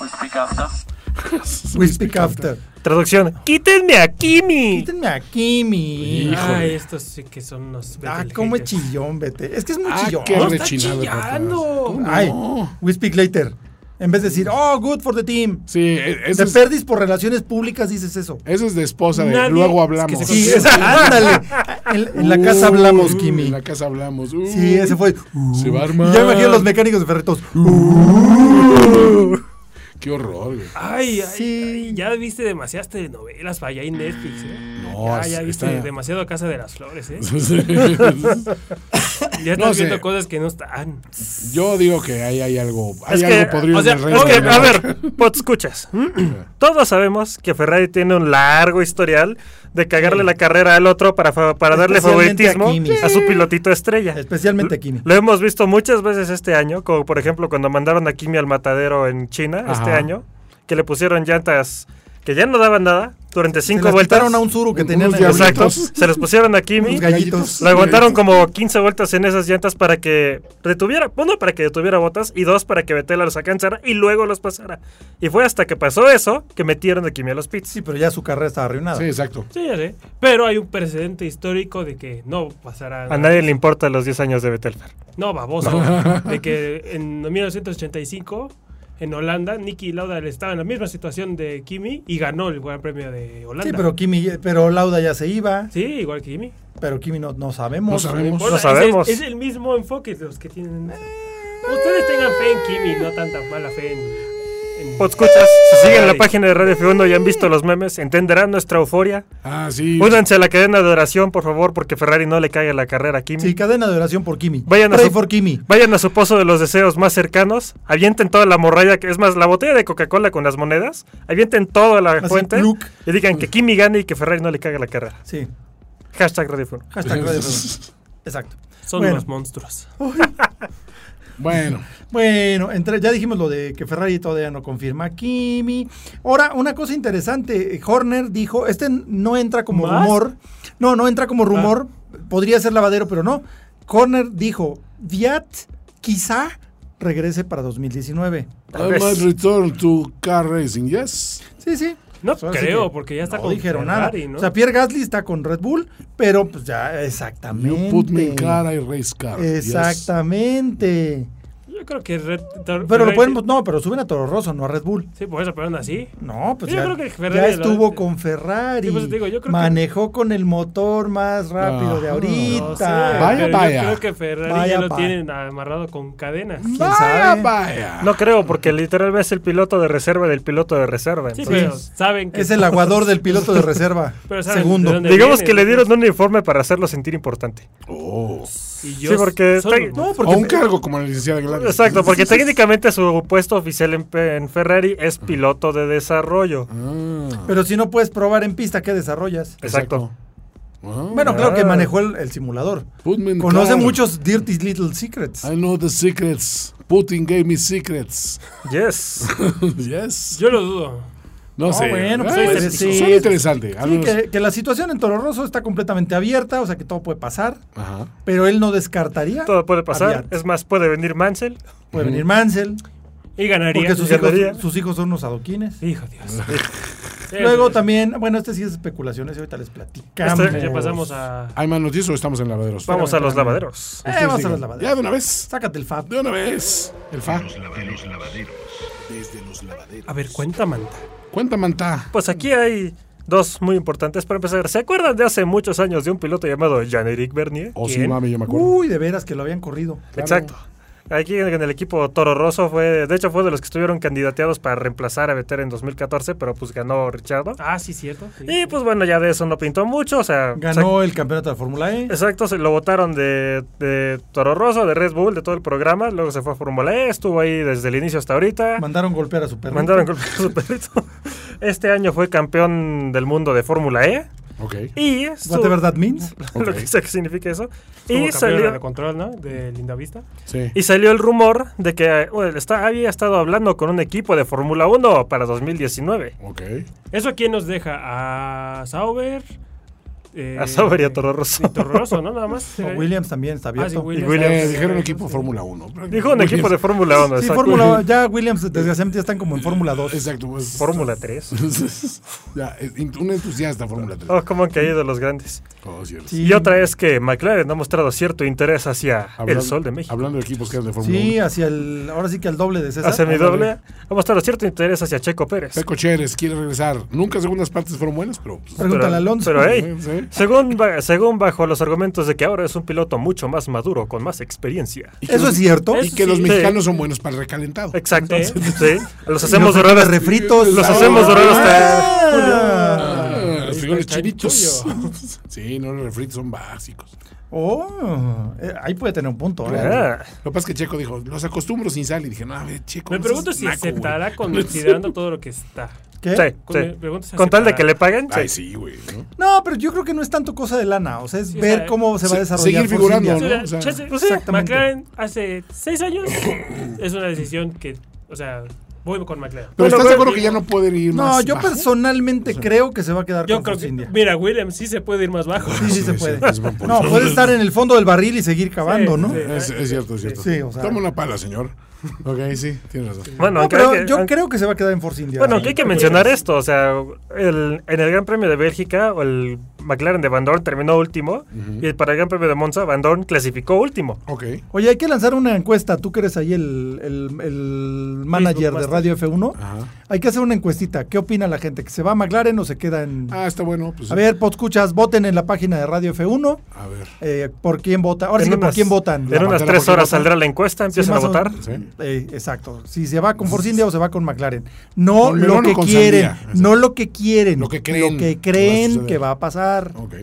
Speaker 7: We speak after.
Speaker 2: We speak after.
Speaker 5: Traducción. Quítenme a Kimi.
Speaker 2: Quítenme a Kimi.
Speaker 4: Ay, estos sí que son unos.
Speaker 2: Ah,
Speaker 4: Vettel
Speaker 2: cómo es
Speaker 4: haters.
Speaker 2: chillón, Betel. Es que es muy
Speaker 3: Ah,
Speaker 2: chillón.
Speaker 3: qué
Speaker 4: No está
Speaker 3: rechinado. de patas.
Speaker 4: chillando.
Speaker 2: Ay, we speak later. En vez de decir, oh, good for the team.
Speaker 3: Sí, e- eso
Speaker 2: Te
Speaker 3: es,
Speaker 2: perdis por relaciones públicas, dices eso.
Speaker 3: eso es de esposa. De,
Speaker 4: Nadie-
Speaker 3: luego
Speaker 4: es
Speaker 3: hablamos.
Speaker 4: que se
Speaker 2: Sí,
Speaker 4: Sí,
Speaker 2: es- ándale. En, en la casa hablamos,
Speaker 3: Uy,
Speaker 2: Kimi.
Speaker 3: En la casa hablamos. Uy,
Speaker 2: Sí, ese fue.
Speaker 3: Se va a
Speaker 2: Y
Speaker 3: armar.
Speaker 2: ya me imagino los mecánicos de ferretos.
Speaker 3: Qué horror, güey.
Speaker 5: Ah,
Speaker 4: Ay, ay,
Speaker 2: Sí.
Speaker 4: ay, ya viste demasiadas telenovelas para allá en Netflix, ¿eh?
Speaker 3: No,
Speaker 4: ya, ya viste
Speaker 3: está-
Speaker 4: demasiado Casa de las Flores, ¿eh? Ya estás
Speaker 3: No sé.
Speaker 4: viendo cosas que no están.
Speaker 3: Yo digo que ahí hay algo. Hay
Speaker 5: Es que,
Speaker 3: algo podrido
Speaker 5: o sea,
Speaker 3: en el
Speaker 5: es
Speaker 3: reino
Speaker 5: que,
Speaker 3: animal.
Speaker 5: a ver, pot escuchas. Todos sabemos que Ferrari tiene un largo historial de cagarle la carrera al otro para, fa- para darle
Speaker 2: Especialmente a
Speaker 5: favoritismo
Speaker 2: Kimi.
Speaker 5: a, su pilotito estrella.
Speaker 2: Especialmente a Kimi.
Speaker 5: Lo hemos visto muchas veces este año, como por ejemplo cuando mandaron a Kimi al matadero en China este
Speaker 3: Ajá.
Speaker 5: año, que le pusieron llantas que ya no daban nada durante
Speaker 2: Se
Speaker 5: cinco
Speaker 2: las
Speaker 5: vueltas.
Speaker 2: quitaron a un Zuru que
Speaker 3: Unos
Speaker 2: tenían ahí.
Speaker 3: diablitos.
Speaker 5: Exacto. Se los pusieron a Kimi.
Speaker 2: Unos gallitos.
Speaker 5: Lo aguantaron como 15 vueltas en esas llantas para que retuviera, uno, para que detuviera botas y dos, para que Vettel los alcanzara y luego los pasara. Y fue hasta que pasó eso que metieron a Kimi a los pits.
Speaker 2: Sí, pero ya su carrera estaba arruinada.
Speaker 3: Sí, exacto.
Speaker 4: Sí, ya sé. Pero hay un precedente histórico de que no pasará.
Speaker 5: A nadie le importa los 10 años de Vettel. Fer.
Speaker 4: No, baboso. De que en 1985, en Holanda, Nicky Lauda estaba en la misma situación de Kimi y ganó el Gran Premio de Holanda.
Speaker 2: Sí, pero Kimi, pero Lauda ya se iba.
Speaker 4: Sí, igual que Kimi.
Speaker 2: Pero Kimi no, no sabemos.
Speaker 3: No sabemos.
Speaker 4: Bueno, es-
Speaker 5: sabemos.
Speaker 4: Es, el mismo enfoque de los que tienen. Ustedes tengan fe en Kimi, no tanta mala fe en. en-
Speaker 5: Podscuchas, si siguen la
Speaker 4: Ay.
Speaker 5: página de Radio F1 y han visto los memes, entenderán nuestra euforia.
Speaker 3: Ah, sí.
Speaker 5: Únanse a la cadena de oración, por favor, porque Ferrari no le cague la carrera a Kimi.
Speaker 2: Sí, cadena de oración por Kimi.
Speaker 5: Vayan a
Speaker 2: Pray
Speaker 5: su-
Speaker 2: for Kimi.
Speaker 5: Vayan a su pozo de los deseos más cercanos, avienten toda la morralla, que es más, la botella de Coca-Cola con las monedas, avienten toda la
Speaker 2: Así,
Speaker 5: fuente
Speaker 2: pluk.
Speaker 5: y digan que Kimi gane y que Ferrari no le cague la carrera.
Speaker 2: Sí.
Speaker 3: Pues
Speaker 5: Hashtag Radio Fórmula.
Speaker 2: Hashtag Radio Fórmula. Exacto.
Speaker 4: Son
Speaker 2: Bueno.
Speaker 4: unos monstruos.
Speaker 3: Bueno,
Speaker 2: Bueno, entre- ya dijimos lo de que Ferrari todavía no confirma a Kimi. Ahora, una cosa interesante, eh, Horner dijo, este no entra como
Speaker 4: ¿Más? Ah.
Speaker 2: rumor. No, no entra como rumor. Podría ser lavadero, pero no. Horner dijo, Viat quizá regrese para 2019.
Speaker 5: Tal
Speaker 3: I
Speaker 5: vez.
Speaker 3: must return to car racing, yes.
Speaker 2: Sí, sí.
Speaker 4: No
Speaker 2: Pues ahora sí
Speaker 4: creo,
Speaker 2: que
Speaker 4: porque ya está
Speaker 2: no
Speaker 4: con
Speaker 2: dijeron
Speaker 4: Ferrari,
Speaker 2: nada.
Speaker 4: ¿no?
Speaker 2: O sea, Pierre Gasly está con Red Bull, pero pues ya, exactamente.
Speaker 3: You put me in car, I race car. yes.
Speaker 2: Exactamente.
Speaker 4: Yo Yo creo que Red- Tor-
Speaker 2: Pero lo
Speaker 4: Red-
Speaker 2: pueden, no, pero suben a Toro Rosso, no a Red Bull.
Speaker 4: Sí, por eso, pero aún así.
Speaker 2: No, pues
Speaker 4: Yo
Speaker 2: ya,
Speaker 4: creo que Ferrari
Speaker 2: ya
Speaker 4: lo-
Speaker 2: estuvo con Ferrari.
Speaker 4: Sí, pues te digo, yo creo que-
Speaker 2: manejó con el motor más rápido de ahorita.
Speaker 4: No sé,
Speaker 3: Vaya,
Speaker 4: pero yo
Speaker 3: vaya.
Speaker 4: creo que Ferrari
Speaker 2: Vaya,
Speaker 4: ya lo
Speaker 2: vaya.
Speaker 4: tienen amarrado con cadenas.
Speaker 2: ¿Quién
Speaker 3: Vaya,
Speaker 2: sabe?
Speaker 3: vaya.
Speaker 5: No creo, porque literal es el piloto de reserva del piloto de reserva.
Speaker 4: Sí,
Speaker 5: entonces-
Speaker 4: pero saben que.
Speaker 2: Es el aguador del piloto de reserva.
Speaker 4: Pero saben de
Speaker 2: Segundo.
Speaker 4: dónde
Speaker 5: Digamos
Speaker 4: viene,
Speaker 5: que le dieron
Speaker 4: entonces,
Speaker 5: un uniforme para hacerlo sentir importante.
Speaker 3: Oh.
Speaker 4: y
Speaker 5: Sí, porque
Speaker 4: solo-
Speaker 5: está-
Speaker 2: No,
Speaker 3: O
Speaker 2: porque
Speaker 3: un cargo como la licenciada Gladys.
Speaker 5: Exacto, porque técnicamente su puesto oficial en, Pe- en Ferrari es piloto de desarrollo.
Speaker 2: pero si no puedes probar en pista, ¿qué desarrollas?
Speaker 5: Exacto.
Speaker 3: Ah.
Speaker 2: Bueno, claro que manejó el, el simulador.
Speaker 3: Putman Car.
Speaker 2: Conoce muchos Dirty Little Secrets.
Speaker 3: I know the secrets. Putin gave me secrets.
Speaker 5: Yes.
Speaker 3: yes.
Speaker 4: Yo lo dudo.
Speaker 3: No, sé.
Speaker 2: bueno, pues,
Speaker 3: Ah,
Speaker 2: puede
Speaker 3: es-
Speaker 2: ser.
Speaker 3: Son interesantes.
Speaker 2: Sí, que, que la situación en Toro Rosso está completamente abierta, o sea que todo puede pasar,
Speaker 3: Ajá.
Speaker 2: pero él no descartaría.
Speaker 5: Todo puede pasar.
Speaker 2: Aviat.
Speaker 5: Es más, puede venir Mansell.
Speaker 2: Puede venir Mansell,
Speaker 4: Y ganaría.
Speaker 2: porque sus
Speaker 5: ya
Speaker 2: hijos,
Speaker 5: ganaría.
Speaker 2: sus hijos son unos adoquines.
Speaker 4: Hijo de Dios.
Speaker 2: Luego también, bueno, este sí es especulaciones, ahorita les platicamos.
Speaker 5: Este
Speaker 4: Ya pasamos a.
Speaker 3: ¿Hay más noticias o estamos en lavaderos?
Speaker 5: Vamos a los lavaderos.
Speaker 2: Eh, vamos a
Speaker 3: Sigan.
Speaker 2: las
Speaker 3: Ya
Speaker 2: lavaderas.
Speaker 3: de una vez.
Speaker 2: Sácate el fab.
Speaker 3: De una vez. El fa.
Speaker 1: Desde los lavaderos.
Speaker 4: A ver, cuenta, manta.
Speaker 3: Cuenta manta.
Speaker 5: Pues aquí hay dos muy importantes para empezar. ¿Se acuerdan de hace muchos años de un piloto llamado Jean-Éric Bernier?
Speaker 3: O Oh, sí,
Speaker 5: ¿Quién?
Speaker 3: mami, yo me acuerdo.
Speaker 2: Uy, de veras que lo habían corrido.
Speaker 5: Exacto. Aquí en el equipo Toro Rosso fue, de hecho fue de los que estuvieron candidateados para reemplazar a Vettel en 2014, pero pues ganó Richardo.
Speaker 4: Ah, sí, cierto. sí.
Speaker 5: Y pues bueno, ya de eso no pintó mucho, o sea, sac-
Speaker 2: Ganó el campeonato de la Fórmula E.
Speaker 5: Exacto, se lo votaron de, de Toro Rosso, de Red Bull, de todo el programa, luego se fue a Fórmula E, estuvo ahí desde el inicio hasta ahorita.
Speaker 2: Mandaron golpear a su perro.
Speaker 5: Mandaron golpear a su perrito. Este año fue campeón del mundo de Fórmula E
Speaker 3: Ok.
Speaker 5: y
Speaker 2: Whatever that means.
Speaker 5: lo que sea que signifique eso.
Speaker 4: Estuvo
Speaker 5: Y
Speaker 4: campeona
Speaker 5: salió
Speaker 4: de control, ¿no? De Lindavista.
Speaker 3: Sí.
Speaker 5: Y salió el rumor de que eh, bueno, está, había estado hablando con un equipo de Fórmula 1 para 2019.
Speaker 3: Ok.
Speaker 4: ¿Eso a quién nos deja? ¿A Sauber? Eh,
Speaker 5: A Sauber y a Toro Rosso.
Speaker 4: y Toro Rosso, ¿no? Nada más.
Speaker 2: O Williams también está
Speaker 4: Ah, sí,
Speaker 2: abierto.
Speaker 4: Williams.
Speaker 5: Williams.
Speaker 3: Eh, dijeron equipo Fórmula 1.
Speaker 5: Dijo un equipo de Fórmula 1.
Speaker 2: Sí,
Speaker 5: exacto.
Speaker 2: Fórmula, ya Williams desgraciadamente ya están como en Fórmula 2.
Speaker 3: Exacto. Pues,
Speaker 5: Fórmula 3.
Speaker 3: ya, eh, int- un entusiasta Fórmula 3.
Speaker 5: Oh, cómo han caído los grandes.
Speaker 3: Oh, cierto.
Speaker 2: Sí.
Speaker 5: Y otra es que McLaren ha mostrado cierto interés hacia
Speaker 3: Hablando-
Speaker 5: el sol de México.
Speaker 3: Hablando de equipos que eran de Fórmula
Speaker 2: Sí,
Speaker 3: 1.
Speaker 2: hacia el, ahora sí que al doble de César.
Speaker 5: Hacia mi doble. Ha mostrado cierto interés hacia Checo Pérez.
Speaker 3: Peco Chérez quiere regresar. Nunca segundas partes fueron buenas, pero. pues,
Speaker 2: Pregúntale
Speaker 5: Pero-
Speaker 2: a Alonso.
Speaker 5: Pero, hey,
Speaker 3: eh, sí.
Speaker 5: según, ba- según bajo los argumentos de que ahora es un piloto mucho más maduro, con más experiencia.
Speaker 3: Y que
Speaker 2: Eso
Speaker 3: los-
Speaker 2: es cierto.
Speaker 3: Y que
Speaker 5: sí.
Speaker 3: los
Speaker 5: Sí.
Speaker 3: mexicanos son buenos para el recalentado.
Speaker 5: Exacto.
Speaker 4: Sí.
Speaker 5: Sí. Los
Speaker 2: Y
Speaker 5: hacemos
Speaker 2: los
Speaker 5: durar hasta-
Speaker 2: refritos.
Speaker 5: Los hacemos durar hasta.
Speaker 2: Ah.
Speaker 3: Ah, los frijoles
Speaker 4: está el
Speaker 3: chinitos. sí, no, los refritos son básicos.
Speaker 2: Oh, eh, ahí puede tener un punto. ¿eh?
Speaker 5: Ah.
Speaker 3: Lo que pasa es que Checo dijo, los acostumbro sin sal. Y dije, no, a ver, Checo.
Speaker 4: Me
Speaker 3: no
Speaker 4: pregunto
Speaker 3: seas
Speaker 4: si
Speaker 3: naco, güey".
Speaker 4: aceptará considerando todo lo que está.
Speaker 2: ¿Qué?
Speaker 5: Sí,
Speaker 4: Con-
Speaker 5: sí.
Speaker 4: me pregunto si
Speaker 5: Con tal de
Speaker 4: aceptará.
Speaker 5: que le paguen.
Speaker 3: Ay,
Speaker 5: sí.
Speaker 3: sí, güey. ¿no?
Speaker 2: No, pero yo creo que no es tanto cosa de lana. O sea, es
Speaker 4: Sí, o
Speaker 2: ver
Speaker 4: sea,
Speaker 2: cómo se va a
Speaker 3: se-
Speaker 2: desarrollar.
Speaker 3: seguir
Speaker 2: Force
Speaker 3: figurando,
Speaker 2: India.
Speaker 3: ¿no?
Speaker 4: O sea,
Speaker 3: O sea,
Speaker 4: chance-
Speaker 5: pues sí,
Speaker 2: exactamente.
Speaker 4: McLaren hace seis años es una decisión que, o sea, voy con McLaren.
Speaker 3: Pero
Speaker 5: Bueno,
Speaker 3: estás
Speaker 5: güey,
Speaker 3: de acuerdo
Speaker 5: y-
Speaker 3: que ya no pueden ir
Speaker 2: No,
Speaker 3: más.
Speaker 2: yo
Speaker 3: bajo?
Speaker 2: personalmente creo que se va a quedar
Speaker 4: Yo
Speaker 2: con
Speaker 4: creo
Speaker 2: Force
Speaker 4: que,
Speaker 2: India.
Speaker 4: mira, Williams sí se puede ir más bajo.
Speaker 2: Sí, sí se
Speaker 3: sí,
Speaker 2: puede.
Speaker 3: es buen punto.
Speaker 2: No, puede estar en el fondo del barril y seguir cavando,
Speaker 4: Sí,
Speaker 2: ¿no?
Speaker 4: sí.
Speaker 3: Es, es cierto, es cierto.
Speaker 2: Sí, o sea-
Speaker 3: Toma una pala, señor. Ok, sí, tienes razón.
Speaker 5: Bueno,
Speaker 2: No,
Speaker 5: aunque
Speaker 2: pero
Speaker 5: hay que-
Speaker 2: yo
Speaker 5: aunque-
Speaker 2: creo que se va a quedar en Force India.
Speaker 5: bueno,
Speaker 2: Sí.
Speaker 5: aunque hay que mencionar esto, o sea, el- en el Gran Premio de Bélgica, o el McLaren de Van Dorn terminó último, y para el Gran Premio de Monza, Van Dorn clasificó último.
Speaker 3: Ok.
Speaker 2: Oye, hay que lanzar una encuesta. Tú que eres ahí el, el- el manager de
Speaker 4: Master.
Speaker 2: Radio F1.
Speaker 3: Ajá.
Speaker 2: Hay que hacer una encuestita. ¿Qué opina la gente? ¿Que se va a McLaren o se queda en...?
Speaker 3: Ah, está bueno. Pues,
Speaker 2: A ver, escuchas, voten en la página de Radio F1.
Speaker 3: A ver.
Speaker 2: eh, ¿Por quién vota? Ahora sí
Speaker 5: En
Speaker 2: que por
Speaker 5: unas-
Speaker 2: quién votan.
Speaker 5: En unas
Speaker 3: bandera por
Speaker 5: tres
Speaker 3: quién
Speaker 5: horas
Speaker 3: votan.
Speaker 5: saldrá la encuesta, empiezan a
Speaker 2: más o-
Speaker 5: votar.
Speaker 3: Sí.
Speaker 2: Eh, exacto. Si se va con Force India o se va con McLaren. No
Speaker 3: Con
Speaker 2: lo
Speaker 3: melón o
Speaker 2: que
Speaker 3: con
Speaker 2: quieren.
Speaker 3: sandía. Exacto.
Speaker 2: No lo que quieren.
Speaker 3: Lo que creen
Speaker 2: que
Speaker 3: que va a
Speaker 2: creen
Speaker 3: suceder. Oh,
Speaker 2: que va a pasar.
Speaker 3: Ok.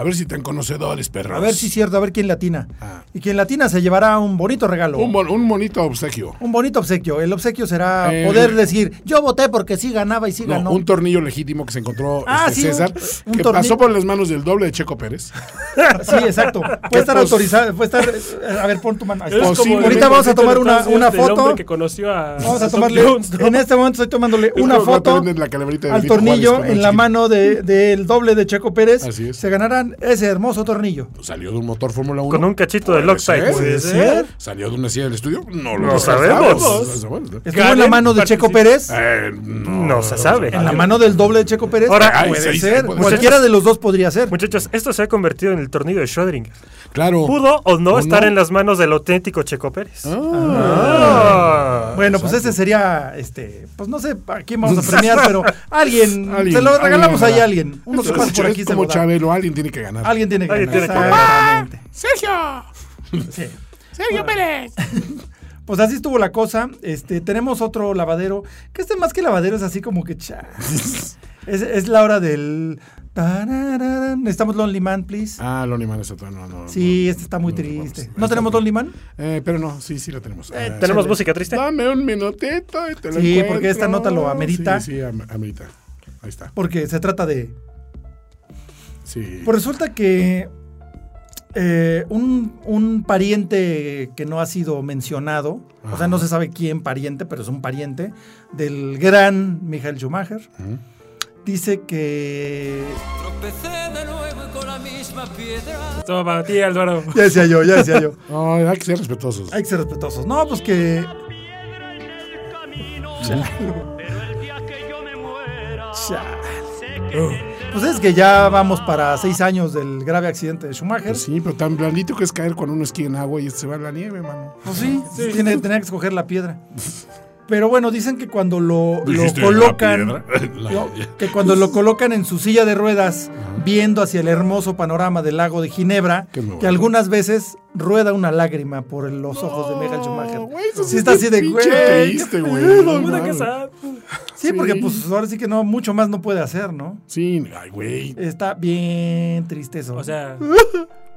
Speaker 3: A ver si tan conocedores, perros.
Speaker 2: A ver si es cierto, a ver quién latina.
Speaker 3: Ah.
Speaker 2: Y quien latina se llevará un bonito regalo.
Speaker 3: Un, bon- un bonito obsequio.
Speaker 2: Un bonito obsequio. El obsequio será
Speaker 3: Eh,
Speaker 2: poder decir, yo voté porque sí ganaba y sí
Speaker 3: No,
Speaker 2: ganó.
Speaker 3: un tornillo legítimo que se encontró
Speaker 2: Ah,
Speaker 3: este,
Speaker 2: sí, un-
Speaker 3: César,
Speaker 2: un
Speaker 3: que
Speaker 2: tornillo.
Speaker 3: pasó por las manos del doble de Checo Pérez.
Speaker 2: Sí, exacto. Puede estar
Speaker 3: pos-
Speaker 2: autorizado, puede estar... eh, A ver, pon tu mano. Ahí
Speaker 4: Es
Speaker 2: está.
Speaker 4: como
Speaker 3: Posible.
Speaker 4: el
Speaker 2: Ahorita vamos a tomar
Speaker 4: capítulo de
Speaker 2: una-
Speaker 4: Estados
Speaker 2: una
Speaker 4: Unidos del
Speaker 2: foto.
Speaker 4: hombre que conoció a,
Speaker 2: Vamos
Speaker 4: Tom
Speaker 2: a tomarle...
Speaker 4: Jones, ¿no?
Speaker 2: En este momento estoy tomándole
Speaker 3: Es
Speaker 2: una
Speaker 3: como cuando
Speaker 2: foto
Speaker 3: venden la calaverita de
Speaker 2: al
Speaker 3: Benito
Speaker 2: tornillo
Speaker 3: Juárez con
Speaker 2: en la
Speaker 3: chiquito.
Speaker 2: mano de- del doble de Checo Pérez.
Speaker 3: Así es.
Speaker 2: Se ganarán sacan ese hermoso tornillo? ¿Eh?
Speaker 3: Salió de un motor Fórmula 1.
Speaker 5: Con un cachito de Loctite.
Speaker 2: ¿Puede
Speaker 3: ¿Puede
Speaker 2: ser?
Speaker 3: ¿Salió de una silla del estudio? No lo
Speaker 5: No
Speaker 3: sabemos.
Speaker 5: sabemos.
Speaker 3: No
Speaker 2: ¿Estuvo en la
Speaker 4: Galen
Speaker 2: mano de Checo
Speaker 4: participa-
Speaker 2: Pérez?
Speaker 3: Eh, no.
Speaker 5: No se sabe.
Speaker 2: ¿En la mano del doble de Checo Pérez?
Speaker 5: Ahora,
Speaker 2: Ah,
Speaker 5: ay,
Speaker 2: puede
Speaker 3: sí,
Speaker 2: ser.
Speaker 3: sí, puede
Speaker 2: Cualquiera
Speaker 5: ser.
Speaker 2: de los dos podría ser.
Speaker 5: Muchachos, esto se ha convertido en el tornillo de Schrödinger.
Speaker 3: Claro.
Speaker 5: ¿Pudo o no estar en las manos del auténtico Checo Pérez? Ah.
Speaker 2: Bueno, pues ese sería, este, pues no sé a quién vamos a premiar, pero alguien,
Speaker 3: Alguien,
Speaker 2: Ah. se lo regalamos ahí
Speaker 3: alguien
Speaker 2: a alguien. Uno que
Speaker 3: Entonces,
Speaker 2: pasa por
Speaker 3: es
Speaker 2: aquí se
Speaker 3: como
Speaker 2: lo da.
Speaker 3: Chabelo, alguien tiene que ganar.
Speaker 2: Alguien tiene que
Speaker 5: Alguien
Speaker 2: ganar.
Speaker 5: tiene que ganar.
Speaker 2: Exactamente.
Speaker 3: ¡Sergio!
Speaker 2: Sí.
Speaker 3: ¡Sergio Pérez!
Speaker 2: Pues así estuvo la cosa. Este, tenemos otro lavadero. Que este más que lavadero es así como que cha. es, es la hora del. tarararán. Necesitamos Lonely Man, please.
Speaker 3: Ah, Lonnie Man está todo. No, no,
Speaker 2: sí,
Speaker 3: no,
Speaker 2: este está muy
Speaker 3: no,
Speaker 2: triste.
Speaker 3: vamos.
Speaker 2: ¿No tenemos Eh, Lonely Man?
Speaker 3: Eh, pero no, sí, sí la tenemos. Ah,
Speaker 5: ¿Tenemos música triste?
Speaker 3: Dame un minutito y te lo
Speaker 2: Sí, porque
Speaker 3: encuentro.
Speaker 2: esta nota lo amerita.
Speaker 3: Sí, sí, am- amerita. Ahí está.
Speaker 2: Porque se trata de.
Speaker 3: Sí.
Speaker 2: Pues resulta que. eh, un, un pariente que no ha sido mencionado, o sea,
Speaker 3: Ajá.
Speaker 2: no se sabe quién pariente, pero es un pariente del gran Michael Schumacher,
Speaker 3: Ujú.
Speaker 2: dice que
Speaker 8: Tropecé de nuevo con la misma piedra.
Speaker 4: Toma para ti, Álvaro.
Speaker 2: Ya decía yo, ya decía yo.
Speaker 3: No, hay que ser respetuosos.
Speaker 2: Hay que ser respetuosos. No, pues que. Chale.
Speaker 4: Oh.
Speaker 2: Pues es que ya vamos para seis años del grave accidente de Schumacher.
Speaker 3: Pues sí, pero tan blandito que es caer cuando uno esquí en agua y este se va a la nieve, mano.
Speaker 2: Pues sí, tiene, tenía que escoger la piedra. Pero bueno, dicen que cuando lo, lo
Speaker 3: Dijiste,
Speaker 2: colocan,
Speaker 3: la piedra. La
Speaker 2: lo-
Speaker 3: piedra.
Speaker 2: que cuando lo colocan en su silla de ruedas, viendo hacia el hermoso panorama del lago de Ginebra,
Speaker 3: Qué
Speaker 2: que
Speaker 3: bonito.
Speaker 2: algunas veces rueda una lágrima por los ojos de Michael Schumacher.
Speaker 3: Güey, eso
Speaker 2: sí está así de
Speaker 3: pinche
Speaker 2: güey.
Speaker 3: Triste,
Speaker 2: qué
Speaker 3: güey.
Speaker 2: pedo,
Speaker 3: no
Speaker 4: Puta que
Speaker 3: mames.
Speaker 4: sabe.
Speaker 2: Sí, porque
Speaker 3: Sí.
Speaker 2: pues ahora sí que no, mucho más no puede hacer, ¿no?
Speaker 3: Sí, ay, güey.
Speaker 2: Está bien triste eso.
Speaker 4: O sea,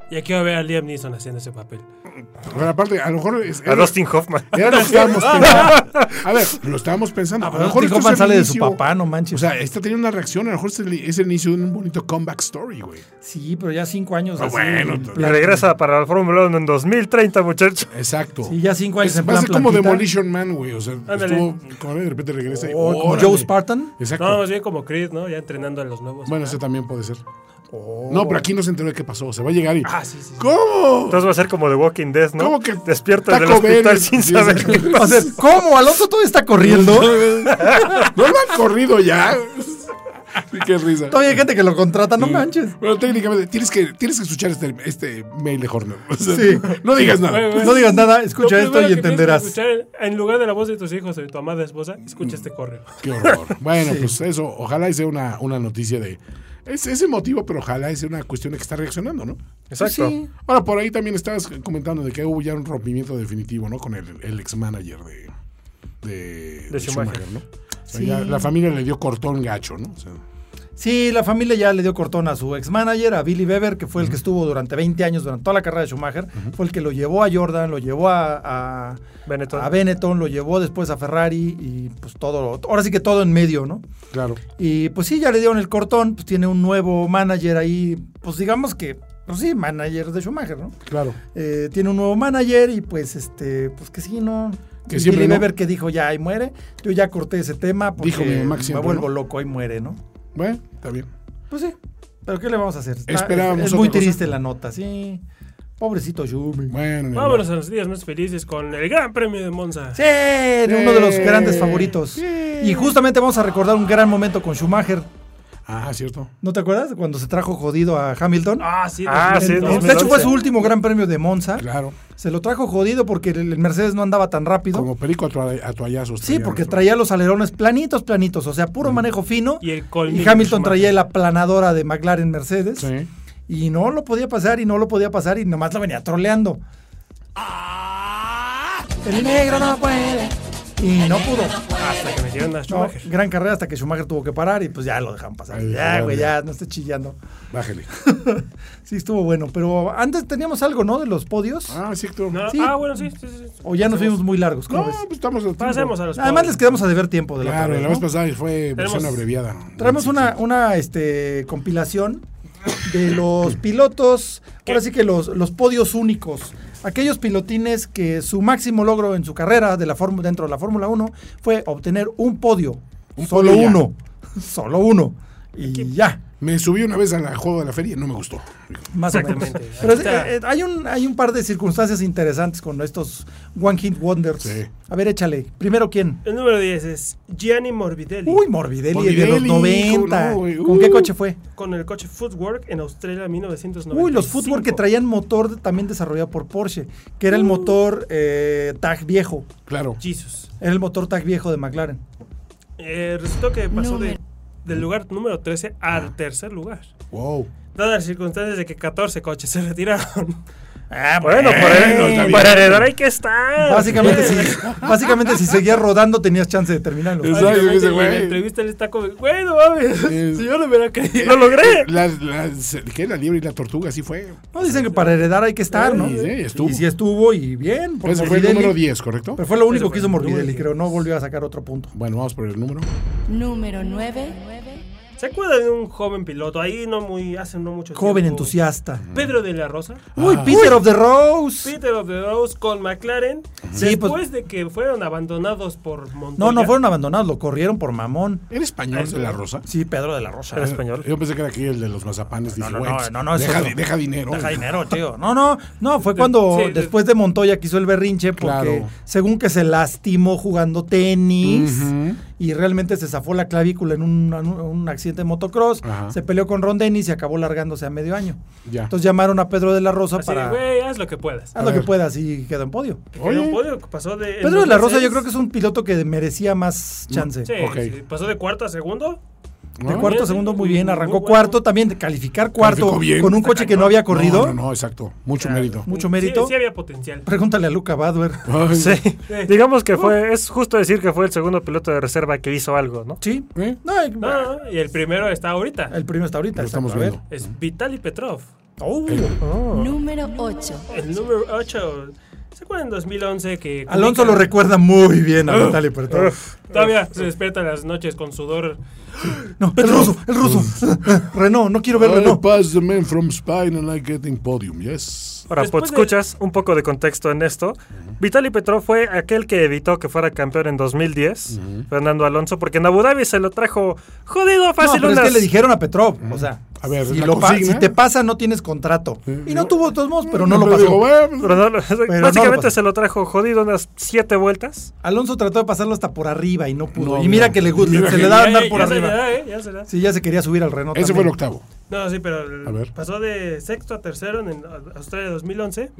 Speaker 4: ya quiero ver a Liam Neeson haciendo ese papel.
Speaker 3: Pero aparte, a lo mejor es,
Speaker 5: A Dustin Hoffman.
Speaker 3: era lo que estábamos pensando. A ver, lo estábamos pensando.
Speaker 2: Ah,
Speaker 3: A
Speaker 2: pero
Speaker 3: lo mejor
Speaker 2: Dustin
Speaker 3: esto es
Speaker 2: Hoffman
Speaker 3: el
Speaker 2: sale de su
Speaker 3: inicio-
Speaker 2: papá, no manches.
Speaker 3: O sea, esta tiene una reacción. A lo mejor es el, es el inicio de un bonito comeback story, güey.
Speaker 2: sí, pero ya cinco años.
Speaker 3: Ah,
Speaker 2: así,
Speaker 3: bueno,
Speaker 2: en
Speaker 3: t-
Speaker 5: Y
Speaker 2: plan-
Speaker 5: regresa para la Fórmula 1 en 2030, muchachos.
Speaker 3: Exacto.
Speaker 2: Sí, ya cinco años
Speaker 3: Es,
Speaker 2: en
Speaker 3: va a
Speaker 2: plan
Speaker 3: ser como
Speaker 2: plantita.
Speaker 3: Demolition Man, güey. O sea,
Speaker 4: Ándale.
Speaker 3: estuvo con él y de repente regresa y.
Speaker 2: O Oh, como
Speaker 3: órale.
Speaker 2: Joe Spartan.
Speaker 3: Exacto.
Speaker 4: No, más bien como Creed, ¿no? Ya entrenando a los nuevos.
Speaker 3: bueno,
Speaker 4: acá.
Speaker 3: ese también puede ser. No, pero aquí no se enteró de qué pasó. Se va a llegar y.
Speaker 4: Ah, sí, sí. sí.
Speaker 3: ¿Cómo?
Speaker 5: Entonces va a ser como The Walking Dead, ¿no?
Speaker 3: ¿Cómo que
Speaker 5: Despierta del
Speaker 3: Taco
Speaker 5: hospital
Speaker 3: Bell?
Speaker 5: sin
Speaker 3: Sí,
Speaker 5: saber
Speaker 3: exacto.
Speaker 5: qué
Speaker 2: O sea,
Speaker 5: pasa.
Speaker 2: ¿cómo? Alonso todavía está corriendo.
Speaker 3: ¿No lo han corrido ya? Sí, qué risa.
Speaker 2: todavía hay gente que lo contrata, no manches.
Speaker 3: Bueno, técnicamente, tienes que, tienes que escuchar este, este mail de Horner. O sea,
Speaker 2: Sí.
Speaker 3: No digas nada.
Speaker 4: Güey, güey.
Speaker 2: No digas nada,
Speaker 4: Lo
Speaker 2: escucha esto
Speaker 4: primero
Speaker 2: y
Speaker 4: que tienes que
Speaker 2: entenderás.
Speaker 4: escuchar en- en lugar de la voz de tus hijos o de tu amada esposa, escucha este correo.
Speaker 3: Qué horror. Bueno, pues eso, ojalá y sea una, una noticia de. Es, es emotivo, pero ojalá y sea una cuestión de que está reaccionando, ¿no?
Speaker 5: Exacto.
Speaker 3: Ahora, por ahí también estabas comentando de que hubo ya un rompimiento definitivo, ¿no? Con el, el ex manager de, de, de Schumacher.
Speaker 5: Schumacher.
Speaker 3: ¿no? O sea, ya la familia le dio cortón gacho, ¿no? O sea,
Speaker 2: Sí, la familia ya le dio cortón a su ex-manager, a Billy Weber, que fue el que estuvo durante 20 años, durante toda la carrera de Schumacher. Fue el que lo llevó a Jordan, lo llevó a, a,
Speaker 5: Benetton.
Speaker 2: a Benetton, lo llevó después a Ferrari y pues todo, ahora sí que todo en medio, ¿no?
Speaker 3: claro.
Speaker 2: Y pues sí, ya le dieron el cortón, pues tiene un nuevo manager ahí, pues digamos que, pues sí, manager de Schumacher, ¿no?
Speaker 3: Claro.
Speaker 2: Eh, tiene un nuevo manager y pues este, pues que sí, ¿no?
Speaker 3: Que
Speaker 2: Y
Speaker 3: siempre
Speaker 2: Billy
Speaker 3: no.
Speaker 2: Weber que dijo ya ahí muere, yo ya corté ese tema porque
Speaker 3: Dijo mi mamá que
Speaker 2: me
Speaker 3: siempre
Speaker 2: vuelvo
Speaker 3: no.
Speaker 2: loco, ahí muere, ¿no?
Speaker 3: Bueno, está bien.
Speaker 2: Pues sí. ¿Pero qué le vamos a hacer? Está-
Speaker 3: Esperábamos
Speaker 2: es- Es muy
Speaker 3: otra cosa.
Speaker 2: triste la nota, sí. Pobrecito Yumi.
Speaker 3: Bueno, ni
Speaker 4: Vámonos a los días más felices con el Gran Premio de Monza.
Speaker 2: Sí, de uno de los
Speaker 3: Sí.
Speaker 2: grandes favoritos. Y justamente vamos a recordar un gran momento con Schumacher.
Speaker 3: hablar. Ah, cierto.
Speaker 2: ¿No te acuerdas? Cuando se trajo jodido a Hamilton.
Speaker 4: Ah, sí.
Speaker 5: Ah, sí,
Speaker 2: En-
Speaker 4: 2012.
Speaker 2: de hecho, fue su último gran premio de Monza.
Speaker 3: Claro.
Speaker 2: Se lo trajo jodido porque el el Mercedes no andaba tan rápido.
Speaker 3: Como perico a, toalla- a toallazos.
Speaker 2: Sí, porque
Speaker 3: traía
Speaker 2: traía los alerones planitos, planitos. O sea,
Speaker 3: Mm.
Speaker 2: puro manejo fino.
Speaker 4: Y el colmillo
Speaker 2: y
Speaker 4: de
Speaker 2: Hamilton
Speaker 4: Schumacher.
Speaker 2: traía la planadora de McLaren Mercedes.
Speaker 3: Sí.
Speaker 2: Y no lo podía pasar y no lo podía pasar y nomás lo venía troleando.
Speaker 4: Ah.
Speaker 2: El negro no puede. Y no pudo.
Speaker 4: Hasta que metieron a
Speaker 2: No,
Speaker 4: Schumacher.
Speaker 2: gran carrera hasta que Schumacher tuvo que parar y pues ya lo dejaron pasar.
Speaker 3: Ay,
Speaker 2: ya, güey,
Speaker 3: vale.
Speaker 2: ya, no esté chillando.
Speaker 3: Bájale.
Speaker 2: Sí, estuvo bueno. Pero antes teníamos algo, ¿no? De los podios.
Speaker 3: Ah, cierto.
Speaker 4: No,
Speaker 2: Sí.
Speaker 4: Ah, bueno, sí. sí, sí, sí.
Speaker 2: O ya nos vimos muy largos, ¿cómo
Speaker 3: No,
Speaker 2: ves?
Speaker 3: pues estamos. a tiempo.
Speaker 4: Pasemos a los
Speaker 2: Además
Speaker 4: pobres.
Speaker 2: les quedamos a deber tiempo de la
Speaker 3: Claro,
Speaker 2: otra vez,
Speaker 3: la vez
Speaker 2: ¿no?
Speaker 3: pasada fue versión
Speaker 4: Tenemos-
Speaker 3: abreviada.
Speaker 2: Traemos una, una este, compilación de los pilotos, ahora sí que los, los podios únicos. Aquellos pilotines que su máximo logro en su carrera de la fórmula- dentro de la Fórmula 1 fue obtener un podio.
Speaker 3: Un
Speaker 2: solo
Speaker 3: podio ya.
Speaker 2: uno. Solo uno. Y ya.
Speaker 3: Me subí una vez al juego de la feria, no me gustó.
Speaker 2: Más o menos.
Speaker 4: Exactamente.
Speaker 2: Pero
Speaker 4: Ahí
Speaker 2: sí,
Speaker 4: está.
Speaker 2: eh, eh, hay, un, hay un par de circunstancias interesantes con estos One Hit Wonders.
Speaker 3: Sí.
Speaker 2: A ver, échale. Primero, ¿quién?
Speaker 4: El número 10 es Gianni Morbidelli.
Speaker 2: Uy, Morbidelli, de los
Speaker 3: Morbidelli, cómo
Speaker 2: 90.
Speaker 3: no, güey.
Speaker 2: ¿Con qué
Speaker 3: Uh.
Speaker 2: coche fue?
Speaker 4: Con el coche Footwork en Australia 1990.
Speaker 2: Uy, los Footwork que traían motor de- también desarrollado por Porsche, que era el motor eh, tag viejo.
Speaker 3: Claro.
Speaker 4: Jesus.
Speaker 2: Era el motor tag viejo de McLaren.
Speaker 4: Eh, resultó que pasó de- del lugar número 13 al tercer lugar.
Speaker 3: Wow.
Speaker 4: Dadas las circunstancias de que 14 coches se retiraron.
Speaker 2: Ah,
Speaker 5: Bueno, para,
Speaker 3: está bien.
Speaker 5: para heredar hay que estar.
Speaker 2: Básicamente,
Speaker 5: sí.
Speaker 2: si, básicamente, si seguías rodando, tenías chance de terminarlo.
Speaker 3: Exacto.
Speaker 4: Básicamente,
Speaker 3: ese
Speaker 4: en
Speaker 3: güey.
Speaker 4: la entrevista él está como, güey, no mames,
Speaker 3: Es-
Speaker 4: si yo no me la creí.
Speaker 5: ¡Lo logré!
Speaker 3: La, la- ¿Qué? La liebre y la tortuga, así fue.
Speaker 2: No dicen que para heredar hay que estar, ¿no?
Speaker 3: Sí, sí, estuvo.
Speaker 2: Y sí estuvo, y bien. por
Speaker 3: Ese fue el
Speaker 2: Morbidelli.
Speaker 3: número 10, ¿correcto?
Speaker 2: Pero fue lo
Speaker 4: Ese
Speaker 2: único que
Speaker 4: fue
Speaker 2: hizo
Speaker 4: el número
Speaker 2: Morbidelli,
Speaker 4: 10.
Speaker 2: creo. No volvió a sacar otro punto.
Speaker 3: Bueno, vamos por el número.
Speaker 9: Número 9.
Speaker 4: ¿Se acuerdan de un joven piloto? Ahí no muy, hace no mucho
Speaker 2: Joven
Speaker 4: tiempo.
Speaker 2: entusiasta.
Speaker 4: Pedro de la Rosa.
Speaker 2: Uy, Peter of the Rose.
Speaker 4: Peter of Este the Rose con McLaren.
Speaker 2: Sí, pues,
Speaker 4: después de que fueron abandonados por Montoya.
Speaker 2: No, no fueron abandonados, lo corrieron por mamón.
Speaker 3: ¿Era español de la Rosa?
Speaker 2: Sí, Pedro de la Rosa.
Speaker 5: Era español.
Speaker 3: Yo pensé que era aquí el de los mazapanes. Dije,
Speaker 2: No, no,
Speaker 3: güey,
Speaker 2: no,
Speaker 3: pues,
Speaker 2: no, no, es
Speaker 3: deja,
Speaker 2: otro.
Speaker 3: di- deja dinero.
Speaker 2: Deja dinero, tío. No, no, no, fue cuando
Speaker 4: Sí, de-
Speaker 2: después de Montoya quiso el berrinche porque
Speaker 3: Claro.
Speaker 2: según que se lastimó jugando tenis
Speaker 3: Ujú.
Speaker 2: y realmente se zafó la clavícula en un, en un accidente de motocross,
Speaker 3: Ajá.
Speaker 2: se peleó con Ron Dennis y acabó largándose a medio año.
Speaker 3: Ya.
Speaker 2: Entonces llamaron a Pedro de la Rosa
Speaker 4: Así de,
Speaker 2: para
Speaker 4: güey, haz lo que puedas.
Speaker 2: haz lo
Speaker 3: A
Speaker 2: que
Speaker 3: ver.
Speaker 2: puedas y quedó en podio.
Speaker 3: Oye.
Speaker 4: Pero pues, podio pasó de... en
Speaker 2: Pedro de la Rosa
Speaker 4: 2006.
Speaker 2: yo creo que es un piloto que merecía más chance.
Speaker 4: Sí,
Speaker 3: Ok.
Speaker 4: sí, pasó de cuarto a segundo.
Speaker 2: De
Speaker 3: Ah,
Speaker 2: cuarto a segundo muy bien,
Speaker 4: Muy
Speaker 2: arrancó
Speaker 4: bueno.
Speaker 2: cuarto también, de calificar cuarto
Speaker 3: Calificó bien.
Speaker 2: con un coche que no había corrido.
Speaker 3: No, no, no, exacto. Mucho mérito.
Speaker 2: Mucho mérito.
Speaker 4: Sí, sí había potencial.
Speaker 2: Pregúntale a Luca Badwer.
Speaker 3: Ay,
Speaker 5: Sí. Digamos que fue, es justo decir que fue el segundo piloto de reserva que hizo algo, ¿no?
Speaker 2: Sí.
Speaker 3: ¿eh?
Speaker 2: No, el,
Speaker 4: No, no, y el primero está ahorita.
Speaker 2: el primero está ahorita.
Speaker 3: Lo
Speaker 2: exacto,
Speaker 3: estamos
Speaker 2: a ver.
Speaker 3: viendo.
Speaker 4: Es Vitaly Petrov.
Speaker 2: Oh.
Speaker 9: Número 8.
Speaker 4: El número 8. ¿Se acuerdan en 2011 que...
Speaker 2: Alonso lo
Speaker 4: recuerda
Speaker 2: recuerda muy bien a Natalia Petrov.
Speaker 4: Todavía se despierta en las noches con sudor.
Speaker 2: No, el ruso, el ruso. Renault, no quiero ver
Speaker 3: I
Speaker 2: Renault.
Speaker 3: pass the man from Spain and I get in podium, yes.
Speaker 5: Ahora,
Speaker 4: Después
Speaker 5: pues escuchas un poco de contexto en esto. Vitaly Petrov fue aquel que evitó que fuera campeón en 2010, Fernando Alonso, porque en Abu Dhabi se lo trajo jodido
Speaker 2: No,
Speaker 5: fácil
Speaker 2: pero es
Speaker 5: unas-
Speaker 2: que le dijeron a Petrov, o sea,
Speaker 3: A ver,
Speaker 2: si,
Speaker 3: la
Speaker 2: lo pa-
Speaker 3: consigna.
Speaker 2: si te pasa no tienes contrato. Y no tuvo de todos modos, pero no lo
Speaker 3: Pero digo,
Speaker 2: pasó.
Speaker 3: bueno, pues,
Speaker 5: pero no lo-
Speaker 2: no lo
Speaker 5: básicamente
Speaker 2: pasó.
Speaker 5: se lo trajo jodido unas siete vueltas.
Speaker 2: Alonso trató de pasarlo hasta por arriba y no pudo.
Speaker 3: No,
Speaker 2: y mira
Speaker 3: no.
Speaker 2: que le gusta,
Speaker 3: Mira
Speaker 2: se
Speaker 3: que-
Speaker 2: le da a
Speaker 4: Ya-
Speaker 2: andar
Speaker 4: ya
Speaker 2: por
Speaker 4: se le
Speaker 2: arriba.
Speaker 4: da, ¿eh? Ya se le da.
Speaker 2: Sí, ya se quería subir al Renault.
Speaker 3: Ese
Speaker 2: también.
Speaker 3: fue el octavo.
Speaker 4: No, sí, pero el-
Speaker 3: A ver.
Speaker 4: pasó de sexto a tercero en Australia 2011.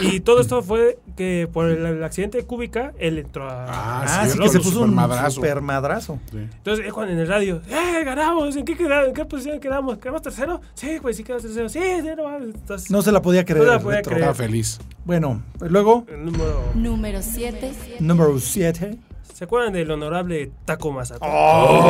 Speaker 4: y todo esto fue que por el, el accidente de Kubica, él entró a...
Speaker 2: Ah, sí,
Speaker 3: cierto,
Speaker 2: que se
Speaker 3: el
Speaker 2: puso un
Speaker 3: supermadrazo.
Speaker 2: supermadrazo.
Speaker 4: Entonces, es cuando en el radio, ¡eh, ganamos! ¿En qué, quedamos? ¿En qué posición quedamos? ¿Quedamos tercero? Sí, pues sí quedamos tercero. Sí, sí, no mames. Entonces,
Speaker 2: No se la podía creer.
Speaker 4: No la podía
Speaker 2: Petrov.
Speaker 4: creer.
Speaker 3: Estaba feliz.
Speaker 2: Bueno, luego,
Speaker 4: el número...
Speaker 9: Número 7.
Speaker 2: número 7.
Speaker 4: ¿Se acuerdan del honorable Taco Masato?
Speaker 2: Ah.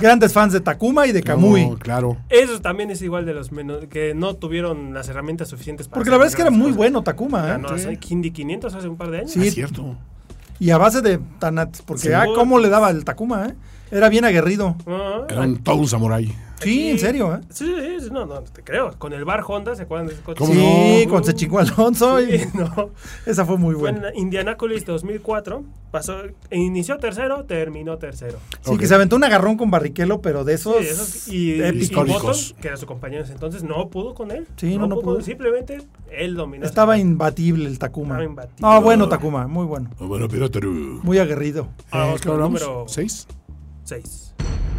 Speaker 2: Grandes fans de Takuma y de Kamui.
Speaker 3: No, claro.
Speaker 4: Eso también es igual de los menos que no tuvieron las herramientas suficientes para.
Speaker 2: Porque la verdad es que era muy
Speaker 4: bueno.
Speaker 2: bueno Takuma, ¿eh?
Speaker 4: Ganó hace Indy 500 hace un par de años.
Speaker 2: Sí.
Speaker 3: Es cierto.
Speaker 2: Y a base de Tanat, porque
Speaker 4: Sí.
Speaker 2: ah, cómo le daba el Takuma, ¿eh? Era bien aguerrido.
Speaker 4: Ah,
Speaker 3: Era un todo un samurái.
Speaker 2: Sí, en serio, ¿eh?
Speaker 4: Sí, sí, sí, no, no, te creo. Con el bar Honda, ¿se acuerdan de ese coche?
Speaker 3: ¿Cómo
Speaker 2: Sí,
Speaker 3: no?
Speaker 2: con se chingó Alonso. y-
Speaker 4: Sí, no.
Speaker 2: Esa fue muy
Speaker 4: Fue
Speaker 2: buena.
Speaker 4: en Indianapolis 2004. Pasó, e inició tercero, terminó tercero.
Speaker 2: Sí,
Speaker 3: Ok.
Speaker 2: que se aventó un agarrón con Barrichello, pero de esos,
Speaker 4: Sí, eso- y, y
Speaker 2: épicos.
Speaker 3: históricos.
Speaker 4: Button, que era su compañero en ese entonces, no pudo con él.
Speaker 2: Sí, no, no pudo.
Speaker 4: Simplemente él dominó.
Speaker 2: Estaba imbatible el Takuma.
Speaker 4: Estaba imbatible.
Speaker 2: Ah, bueno, Takuma, muy bueno.
Speaker 3: Ah, Bueno, pero pero-
Speaker 2: Muy aguerrido.
Speaker 4: Ah,
Speaker 3: Eh,
Speaker 4: otro,
Speaker 3: ¿Qué hablamos?
Speaker 4: número
Speaker 3: ¿Seis?
Speaker 4: 6.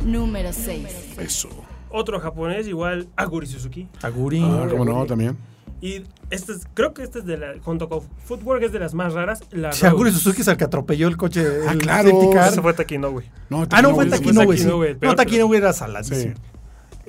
Speaker 9: Número 6.
Speaker 3: Eso.
Speaker 4: Otro japonés, igual Aguri Suzuki.
Speaker 2: Aguri.
Speaker 3: Ah, ¿Cómo no? También.
Speaker 4: Y este es- creo que este es de la, junto con Footwork es de las más raras. La
Speaker 2: Si Aguri
Speaker 4: Road.
Speaker 2: Suzuki es el que atropelló el coche.
Speaker 3: Ah,
Speaker 2: el
Speaker 3: claro.
Speaker 2: safety car.
Speaker 5: Eso fue Takinowi.
Speaker 3: No,
Speaker 2: Ah, no, fue
Speaker 3: Takinoue,
Speaker 4: Takino,
Speaker 2: Takinoue, sí.
Speaker 4: Takinoue, el peor,
Speaker 2: No, Takinoue era saladísimo.
Speaker 3: Sí.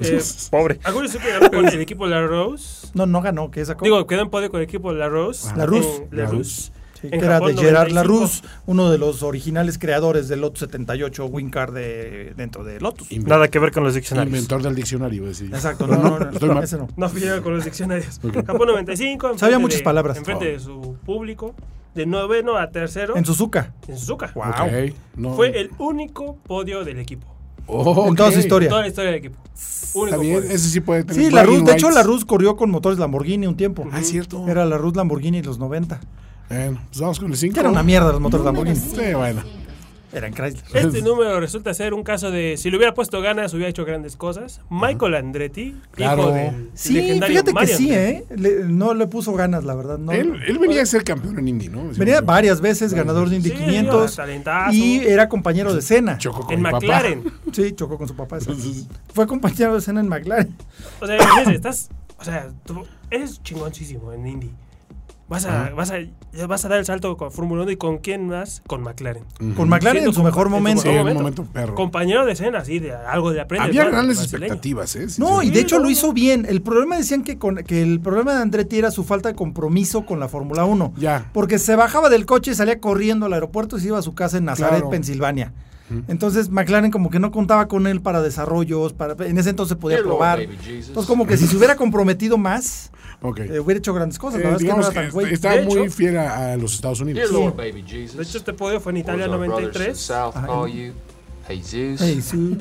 Speaker 4: Eh,
Speaker 5: Pobre.
Speaker 4: Aguri Suzuki ganó con el equipo La Rose.
Speaker 2: No, no ganó, que esa cosa.
Speaker 4: Digo, quedó en podio con el equipo La Rose.
Speaker 2: Ah. La Rose.
Speaker 4: Eh, La
Speaker 3: La
Speaker 4: Rose.
Speaker 2: Sí,
Speaker 4: En
Speaker 2: que era de
Speaker 4: Japón,
Speaker 2: Gerard
Speaker 4: 95.
Speaker 2: Larousse, uno de los originales creadores del Lotus 78 Wincar de, dentro de Lotus.
Speaker 3: Inven-
Speaker 5: Nada que ver con los diccionarios.
Speaker 3: Inventor del diccionario, voy a decir.
Speaker 2: Exacto,
Speaker 3: Pero
Speaker 2: no, no, no,
Speaker 3: estoy mal.
Speaker 2: ese no.
Speaker 4: No fui yo con los diccionarios. Japón 95. enfrente
Speaker 2: Sabía muchas
Speaker 4: de-
Speaker 2: palabras.
Speaker 4: Enfrente
Speaker 2: Oh.
Speaker 4: de su público. De noveno a tercero.
Speaker 2: En Suzuka.
Speaker 4: en Suzuka.
Speaker 2: Wow.
Speaker 3: Ok, no.
Speaker 4: Fue el único podio del equipo.
Speaker 3: Oh,
Speaker 2: En toda
Speaker 3: ok.
Speaker 2: su historia.
Speaker 4: Toda la historia del equipo. Único
Speaker 3: Está bien,
Speaker 4: podio.
Speaker 3: ese sí puede tener.
Speaker 2: Sí,
Speaker 3: bragging
Speaker 2: Larousse. De hecho,
Speaker 3: rights.
Speaker 2: Larousse corrió con motores Lamborghini un tiempo.
Speaker 3: Ah, es cierto.
Speaker 2: Era Larousse Lamborghini en los 90.
Speaker 3: Bueno, pues vamos con el 5.
Speaker 2: Que era una mierda pues. los motores
Speaker 9: Número
Speaker 2: Lamborghini.
Speaker 9: cinco.
Speaker 3: Sí, bueno.
Speaker 2: Eran Chrysler.
Speaker 5: Este número resulta ser un caso de si le hubiera puesto ganas hubiera hecho grandes cosas. Michael Andretti,
Speaker 3: Claro.
Speaker 5: hijo del
Speaker 2: Sí,
Speaker 5: legendario
Speaker 2: fíjate que
Speaker 5: Mario
Speaker 2: sí,
Speaker 5: Andretti.
Speaker 2: ¿eh? Le- no le puso ganas, la verdad. No,
Speaker 3: Él, él venía a ser campeón en Indy, ¿no?
Speaker 2: Venía varias veces, ganador de Indy
Speaker 5: Sí,
Speaker 2: 500.
Speaker 5: talentazo.
Speaker 2: Y era compañero de cena.
Speaker 3: Chocó con
Speaker 5: En
Speaker 3: mi papá.
Speaker 5: McLaren.
Speaker 2: Sí, chocó con su papá. exacto. Fue compañero de cena en McLaren.
Speaker 5: O sea, imagínate, estás. O sea, tú eres chingoncísimo en Indy. Vas a, vas, a, ya vas a dar el salto con Fórmula 1 y con quién más? Con McLaren.
Speaker 2: Con McLaren
Speaker 5: Siendo
Speaker 2: en su mejor momento.
Speaker 3: Sí, en un momento perro.
Speaker 5: Compañero de escena, así, de algo de aprender.
Speaker 3: Había
Speaker 5: ¿no?
Speaker 3: grandes
Speaker 5: Brasileño.
Speaker 3: expectativas, ¿eh? Sí,
Speaker 2: No,
Speaker 3: sí.
Speaker 2: y de hecho lo hizo bien. El problema decían que, con, que el problema de Andretti era su falta de compromiso con la Fórmula 1.
Speaker 3: Ya.
Speaker 2: Porque se bajaba del coche y salía corriendo al aeropuerto y se iba a su casa en Nazaret,
Speaker 3: Claro.
Speaker 2: Pensilvania. Entonces McLaren como que no contaba con él para desarrollos, para, en ese entonces podía probar. Entonces como que si se hubiera comprometido más,
Speaker 3: Ok.
Speaker 2: eh, hubiera hecho grandes cosas.
Speaker 3: Eh,
Speaker 2: La verdad es que no
Speaker 3: digamos
Speaker 2: era
Speaker 3: que
Speaker 2: tan güey.
Speaker 3: estaba
Speaker 5: De
Speaker 3: muy
Speaker 5: hecho-
Speaker 3: fiel a, a los Estados Unidos.
Speaker 5: De hecho, este podio fue en Italia 93,
Speaker 2: Ey, sí.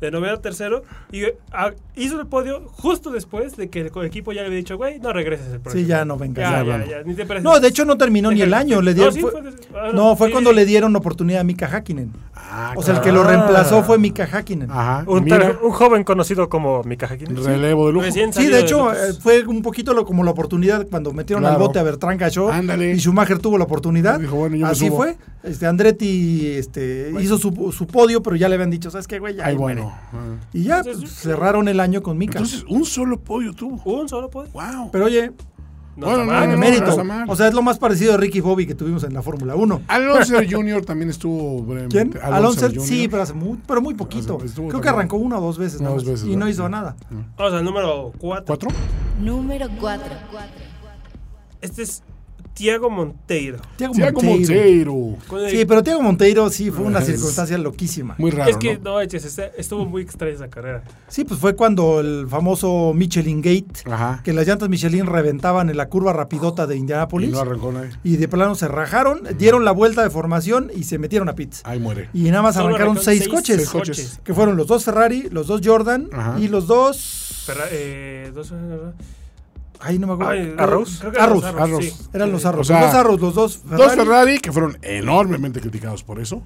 Speaker 5: de noveno a tercero, y eh, ah, hizo el podio justo después de que el co- equipo ya le había dicho, güey, no regreses el próximo.
Speaker 2: ya no vengas,
Speaker 5: Ya,
Speaker 2: ya
Speaker 5: ya,
Speaker 2: vamos.
Speaker 5: ya, ni te pareces.
Speaker 2: No, de hecho no terminó ni el
Speaker 5: Deja-
Speaker 2: año. Le
Speaker 5: No,
Speaker 2: dieron,
Speaker 5: sí,
Speaker 2: fue-
Speaker 5: fue des- ah,
Speaker 2: no, fue
Speaker 5: sí,
Speaker 2: cuando
Speaker 5: sí.
Speaker 2: le dieron oportunidad a Mika Hakkinen.
Speaker 3: Ah,
Speaker 2: O sea, el que
Speaker 3: claro.
Speaker 2: lo reemplazó fue Mika Hakkinen.
Speaker 3: Ajá.
Speaker 1: Un,
Speaker 3: mira,
Speaker 1: tal- un joven conocido como Mika Hakkinen.
Speaker 3: relevo de lujo.
Speaker 5: Recién
Speaker 2: Sí,
Speaker 5: salido
Speaker 2: de hecho,
Speaker 5: Lotus.
Speaker 2: eh, fue un poquito lo- como la oportunidad cuando metieron al
Speaker 3: Claro.
Speaker 2: bote a Bertrand Gachot
Speaker 3: Ándale.
Speaker 2: y Schumacher tuvo la oportunidad.
Speaker 3: Dijo, bueno, yo me
Speaker 2: Así
Speaker 3: subo.
Speaker 2: fue. Este, Andretti este, hizo su, su podio, pero ya le habían dicho, ¿sabes qué, güey? Ya
Speaker 3: Ay,
Speaker 2: ahí
Speaker 3: bueno.
Speaker 2: muere".
Speaker 3: Ah.
Speaker 2: Y ya pues, cerraron el año con Mika.
Speaker 3: Entonces, un solo podio tuvo.
Speaker 5: Un solo podio.
Speaker 3: Wow.
Speaker 2: pero oye,
Speaker 5: No
Speaker 3: Bueno,
Speaker 5: está
Speaker 3: no,
Speaker 5: mal.
Speaker 2: en
Speaker 3: no,
Speaker 2: mérito.
Speaker 3: está mal.
Speaker 2: o sea, es lo más parecido a Ricky Bobby que tuvimos en la Fórmula 1.
Speaker 3: Alonso Jr. también estuvo eh, brevemente.
Speaker 2: ¿Quién? Alonso,
Speaker 3: Jr..
Speaker 2: sí, pero, hace muy, pero muy poquito.
Speaker 3: Hace- estuvo
Speaker 2: Creo que
Speaker 3: también.
Speaker 2: arrancó una o dos veces, nada
Speaker 3: Dos
Speaker 2: más,
Speaker 3: veces,
Speaker 2: y no
Speaker 3: ¿verdad?
Speaker 2: hizo nada.
Speaker 5: Vamos al número 4.
Speaker 3: ¿Cuatro?
Speaker 9: número 4,
Speaker 5: Este es Tiago Monteiro.
Speaker 2: Tiago
Speaker 3: Tiago
Speaker 2: Monteiro.
Speaker 3: Monteiro.
Speaker 5: Con el-
Speaker 2: Sí, pero Tiago Monteiro sí fue una
Speaker 3: Es-
Speaker 2: circunstancia loquísima.
Speaker 3: Muy raro,
Speaker 5: es que,
Speaker 3: ¿no?
Speaker 5: no, eches, este- estuvo muy extraña esa carrera.
Speaker 2: Sí, pues fue cuando el famoso Michelin Gate,
Speaker 3: Ajá.
Speaker 2: que las llantas Michelin reventaban en la curva rapidota de
Speaker 3: Y
Speaker 2: Indianapolis.
Speaker 3: no arrancó nadie.
Speaker 2: y de plano se rajaron, dieron la vuelta de formación y se metieron a pits.
Speaker 3: Ahí muere.
Speaker 2: Y nada más
Speaker 5: Solo
Speaker 2: arrancaron
Speaker 5: arrancó
Speaker 2: seis,
Speaker 5: seis
Speaker 2: coches,
Speaker 5: seis coches.
Speaker 2: Que fueron los dos Ferrari, los dos Jordan
Speaker 3: Ajá.
Speaker 2: y los dos.
Speaker 5: Ferra- eh, dos-
Speaker 2: Ay, no me acuerdo.
Speaker 5: Ay,
Speaker 1: Arrows.
Speaker 5: creo que eran los
Speaker 2: Arrows,
Speaker 5: Arrows,
Speaker 3: Arrows.
Speaker 5: sí.
Speaker 2: Eran los
Speaker 5: Sí.
Speaker 2: Arrows.
Speaker 3: O sea,
Speaker 2: los dos Arrows, los dos Ferrari.
Speaker 3: Dos Ferrari que fueron enormemente criticados por eso.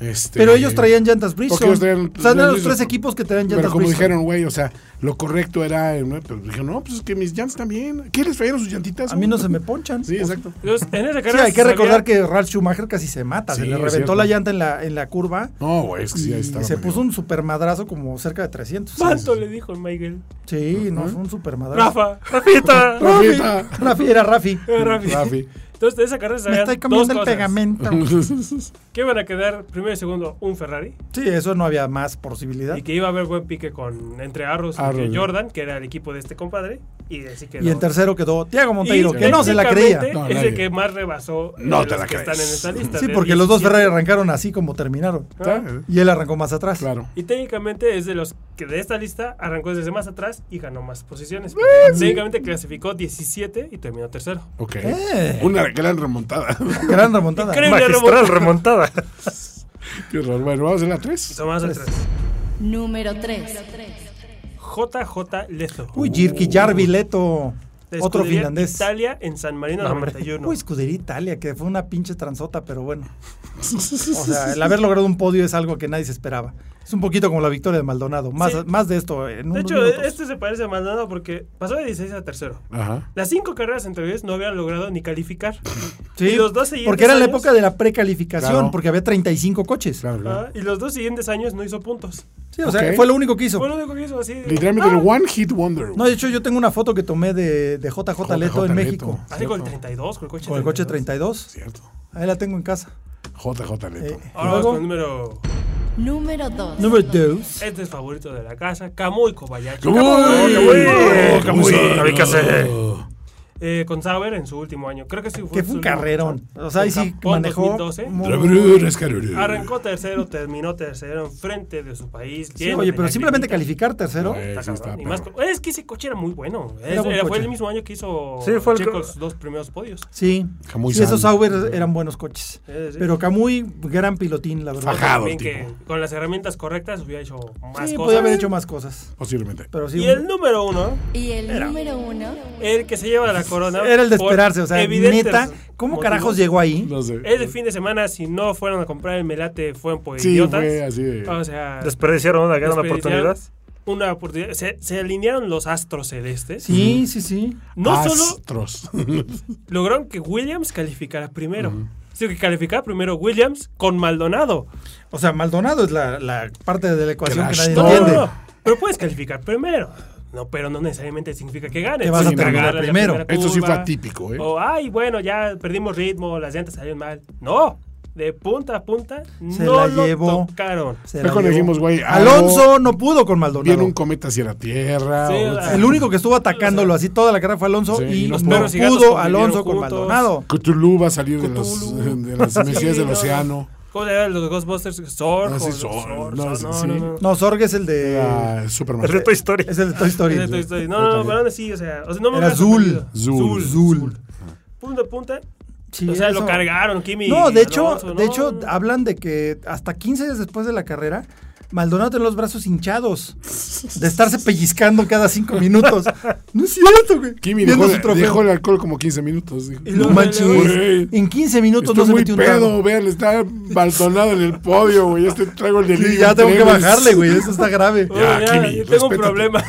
Speaker 3: Este,
Speaker 2: Pero ellos traían llantas
Speaker 3: Porque
Speaker 2: Bridgestone.
Speaker 3: ellos traían-
Speaker 2: o sea, eran los
Speaker 3: Bridgestone.
Speaker 2: tres equipos que traían
Speaker 3: Pero
Speaker 2: llantas
Speaker 3: como
Speaker 2: Bridgestone.
Speaker 3: dijeron, güey, o sea, lo correcto era. eh, ¿no? Pero dijeron, no, pues es que mis llantas también. ¿Qué les trajeron sus llantitas?
Speaker 2: A mí no
Speaker 3: güey?
Speaker 2: se me ponchan.
Speaker 3: Sí, exacto.
Speaker 5: Entonces, en esa
Speaker 2: Sí,
Speaker 5: carrera
Speaker 2: hay que
Speaker 5: se
Speaker 2: recordar
Speaker 5: sabía-
Speaker 2: que Ralf Schumacher casi se mata. se
Speaker 3: Sí,
Speaker 2: le
Speaker 3: es
Speaker 2: reventó
Speaker 3: cierto.
Speaker 2: la llanta en la, en la curva.
Speaker 3: No, güey, es que sí, ahí
Speaker 2: y
Speaker 3: estaba.
Speaker 2: se
Speaker 3: medio-
Speaker 2: puso un supermadrazo como cerca de 300.
Speaker 5: ¿Cuánto le dijo Michael?
Speaker 2: Sí, no, fue un supermadrazo.
Speaker 5: Rafa, Rafita.
Speaker 2: Rafi.
Speaker 3: Rafita.
Speaker 2: Rafi era Rafi.
Speaker 5: Eh, Rafi.
Speaker 3: Rafi.
Speaker 5: Entonces, de esa carrera se
Speaker 2: Me
Speaker 5: sabían
Speaker 2: estoy
Speaker 5: dos
Speaker 2: comiendo el
Speaker 5: cosas.
Speaker 2: pegamento.
Speaker 5: Que iban a quedar primero y segundo un Ferrari.
Speaker 2: Sí, eso no había más posibilidad.
Speaker 5: Y que iba a haber buen pique con entre Arrows
Speaker 3: Arrows.
Speaker 5: y Jordan, que era el equipo de este compadre. Y así quedó.
Speaker 2: Y en tercero quedó Tiago
Speaker 5: Y
Speaker 2: Monteiro, que no se la creía.
Speaker 5: técnicamente
Speaker 3: No,
Speaker 5: es
Speaker 3: nadie.
Speaker 5: el que más rebasó
Speaker 3: No
Speaker 5: de
Speaker 3: te
Speaker 5: los
Speaker 3: la
Speaker 5: que
Speaker 3: crees.
Speaker 5: están en esta lista.
Speaker 2: Sí,
Speaker 5: de
Speaker 2: porque los dos
Speaker 5: 17.
Speaker 2: Ferrari arrancaron así como terminaron.
Speaker 3: Claro.
Speaker 2: Y él arrancó más atrás.
Speaker 3: Claro.
Speaker 5: Y técnicamente es de los que de esta lista arrancó desde más atrás y ganó más posiciones. Técnicamente clasificó 17 y terminó tercero.
Speaker 3: Ok.
Speaker 2: Eh.
Speaker 3: Una gran remontada.
Speaker 2: Gran remontada.
Speaker 5: Increíble.
Speaker 1: Magistral remontada.
Speaker 3: Qué raro. Bueno, vamos en la 3.
Speaker 5: Hizo más
Speaker 2: Tres.
Speaker 5: atrás.
Speaker 9: número 3,
Speaker 5: JJ Lezo.
Speaker 2: Uy, Jirki Jarvileto,
Speaker 5: De
Speaker 2: otro
Speaker 5: escudería
Speaker 2: finlandés.
Speaker 5: Italia en San Marino
Speaker 1: No, hombre.
Speaker 5: 91.
Speaker 2: Uy, escudería Italia, que fue una pinche transota, pero bueno. O sea, el haber logrado un podio es algo que nadie se esperaba. Es un poquito como la victoria de Maldonado. Más,
Speaker 5: Sí.
Speaker 2: más de esto en
Speaker 5: de
Speaker 2: unos
Speaker 5: hecho,
Speaker 2: minutos.
Speaker 5: este se parece a Maldonado porque pasó de 16 a tercero.
Speaker 3: Ajá.
Speaker 5: Las cinco carreras anteriores no habían logrado ni calificar.
Speaker 2: Sí,
Speaker 5: y los dos siguientes
Speaker 2: porque era la
Speaker 5: años-
Speaker 2: época de la precalificación,
Speaker 3: Claro.
Speaker 2: porque había 35 coches.
Speaker 3: Claro, claro.
Speaker 5: Ah, y los dos siguientes años no hizo puntos.
Speaker 2: Sí, o sea,
Speaker 3: Ok.
Speaker 2: fue lo único que hizo.
Speaker 5: Fue lo único que hizo así. de-
Speaker 3: Literalmente
Speaker 2: Ah.
Speaker 3: el One Hit Wonder.
Speaker 2: No, de hecho, yo tengo una foto que tomé de, de JJ, Leto en
Speaker 3: Leto.
Speaker 2: México.
Speaker 5: Así con Ah, el 32, con el coche
Speaker 2: Con el coche
Speaker 5: 32.
Speaker 2: 32.
Speaker 3: Cierto.
Speaker 2: Ahí la tengo en casa.
Speaker 3: JJ Leto.
Speaker 2: Eh,
Speaker 5: Ahora vamos
Speaker 2: Luego-
Speaker 5: con el número
Speaker 9: número 2,
Speaker 2: Número 2.
Speaker 5: Este es favorito de la casa, Kamui Kobayashi.
Speaker 1: Uy,
Speaker 3: ¿Cómo hizo?
Speaker 1: Kamikaze.
Speaker 5: Eh, con Sauber en su último año. Creo que sí fue.
Speaker 2: Que
Speaker 5: su
Speaker 2: fue un
Speaker 5: último
Speaker 2: carrerón.
Speaker 5: año.
Speaker 2: O sea, ahí
Speaker 5: En
Speaker 2: sí
Speaker 5: Japón,
Speaker 2: manejó.
Speaker 5: 2012.
Speaker 2: muy-
Speaker 5: Arrancó tercero, terminó tercero enfrente de su país.
Speaker 2: Sí,
Speaker 5: lleno
Speaker 2: oye,
Speaker 5: de
Speaker 2: pero simplemente
Speaker 5: lagrimita.
Speaker 2: calificar tercero.
Speaker 3: Eh,
Speaker 5: Está
Speaker 3: sí,
Speaker 5: cabrón,
Speaker 3: está
Speaker 5: y más
Speaker 3: perro.
Speaker 5: co- es que ese coche era muy bueno. Es-
Speaker 2: Era buen
Speaker 5: era- fue
Speaker 2: coche.
Speaker 5: el mismo año que hizo
Speaker 1: Sí, fue el
Speaker 5: Checo
Speaker 1: co-
Speaker 5: sus dos primeros podios.
Speaker 2: Sí.
Speaker 3: Camuy
Speaker 2: Sí, esos
Speaker 3: Sanz.
Speaker 2: Sauber eran buenos coches.
Speaker 5: Sí, sí.
Speaker 2: Pero Camuy, gran pilotín, la verdad.
Speaker 3: Ajá. Bajado el
Speaker 5: También que con las herramientas correctas hubiera hecho más
Speaker 2: Sí,
Speaker 5: cosas.
Speaker 2: podía haber hecho más cosas.
Speaker 3: Posiblemente.
Speaker 2: Pero sí.
Speaker 5: Y
Speaker 2: un-
Speaker 5: el número uno,
Speaker 9: y el número 1,
Speaker 5: el que se lleva la
Speaker 4: Corona.
Speaker 2: Era el de
Speaker 4: por
Speaker 2: esperarse, o sea,
Speaker 4: evidentes
Speaker 2: neta, ¿cómo
Speaker 4: motivos.
Speaker 2: carajos llegó ahí?
Speaker 3: No sé.
Speaker 4: Ese fin de semana, si no fueron a comprar el melate, fueron por
Speaker 3: Sí,
Speaker 4: idiotas.
Speaker 3: fue así de-
Speaker 4: O sea,
Speaker 5: Desperdiciaron una gran
Speaker 4: desperdiciaron
Speaker 5: oportunidad.
Speaker 4: Una oportunidad. Se, se alinearon los astros celestes.
Speaker 2: Sí, sí, Ah, sí.
Speaker 4: No solo
Speaker 3: Astros.
Speaker 4: lograron que Williams calificara primero. Sino que calificara primero Williams con Maldonado.
Speaker 2: O sea, Maldonado es la, la parte de la ecuación
Speaker 3: Crash
Speaker 2: que nadie
Speaker 3: todo.
Speaker 4: No, no,
Speaker 2: entiende.
Speaker 4: no. Pero puedes calificar primero. No, pero no necesariamente significa que ganes.
Speaker 2: Te vas a
Speaker 4: Puedes
Speaker 2: terminar
Speaker 4: ganarle la
Speaker 2: primero.
Speaker 4: primera
Speaker 3: Esto sí fue
Speaker 4: curva.
Speaker 3: atípico, ¿eh?
Speaker 4: O, ay, bueno, ya perdimos ritmo, las llantas salieron mal. No, de punta a punta
Speaker 2: Se
Speaker 4: no
Speaker 2: la
Speaker 4: lo
Speaker 2: llevó.
Speaker 4: tocaron.
Speaker 2: Se
Speaker 3: Fue
Speaker 2: la
Speaker 3: cuando
Speaker 2: llevó.
Speaker 3: dijimos, güey, algo-
Speaker 2: Alonso no pudo con
Speaker 3: Viene
Speaker 2: Maldonado.
Speaker 3: un cometa hacia la Tierra.
Speaker 4: Sí,
Speaker 3: o-
Speaker 4: o sea,
Speaker 2: El único que estuvo atacándolo así toda la carrera fue Alonso
Speaker 3: Sí,
Speaker 2: y
Speaker 3: y
Speaker 2: no
Speaker 3: los
Speaker 2: pudo,
Speaker 4: perros y gatos convivieron
Speaker 2: Alonso con
Speaker 4: juntos.
Speaker 2: Maldonado.
Speaker 3: Cthulhu va a salir de, los,
Speaker 4: Cthulhu.
Speaker 3: de las mesías
Speaker 4: Sí,
Speaker 3: del
Speaker 4: no.
Speaker 3: océano.
Speaker 4: ¿Cómo le llaman los Ghostbusters? Zorg.
Speaker 3: Ah, sí,
Speaker 4: o-
Speaker 3: Zorg,
Speaker 4: Zorg,
Speaker 3: no,
Speaker 4: Zorg,
Speaker 3: sí,
Speaker 4: No,
Speaker 3: sí.
Speaker 4: no, no.
Speaker 2: No, Sorg es el de.
Speaker 3: Ah, Superman.
Speaker 5: El de Toy Story.
Speaker 2: Es el de Toy Story.
Speaker 4: Estoy- estoy- No, no, no, pero aún así, o sea, o sea, no me
Speaker 2: Era
Speaker 4: hubiera
Speaker 2: Zul.
Speaker 4: sorprendido.
Speaker 3: Zul.
Speaker 2: Zul.
Speaker 4: Punta a punta.
Speaker 2: Sí,
Speaker 4: o sea, lo
Speaker 2: eso.
Speaker 4: cargaron, Kimi.
Speaker 2: No, de hecho,
Speaker 4: Alonso,
Speaker 2: de
Speaker 4: no,
Speaker 2: hecho, ah,
Speaker 4: no, no.
Speaker 2: hablan de que hasta 15 días después de la carrera, Maldonado tenía los brazos hinchados de estarse pellizcando cada 5 minutos. No es cierto, güey.
Speaker 3: Kimi
Speaker 2: Viendo
Speaker 3: dejó,
Speaker 2: su trofeo.
Speaker 3: dejó el alcohol como 15 minutos. dijo.
Speaker 2: Y no
Speaker 3: Güey,
Speaker 2: manches, en 15 minutos
Speaker 3: Estoy
Speaker 2: no se
Speaker 3: muy
Speaker 2: metió un trago.
Speaker 3: pedo, vean, está baltonado en el podio, güey. Este traigo el delirio.
Speaker 2: Sí, ya tengo que
Speaker 3: traigo el-
Speaker 2: bajarle, güey. Eso está grave.
Speaker 3: Ya,
Speaker 4: Oye,
Speaker 3: Kimi,
Speaker 4: yo tengo un
Speaker 3: respétate.
Speaker 4: problema.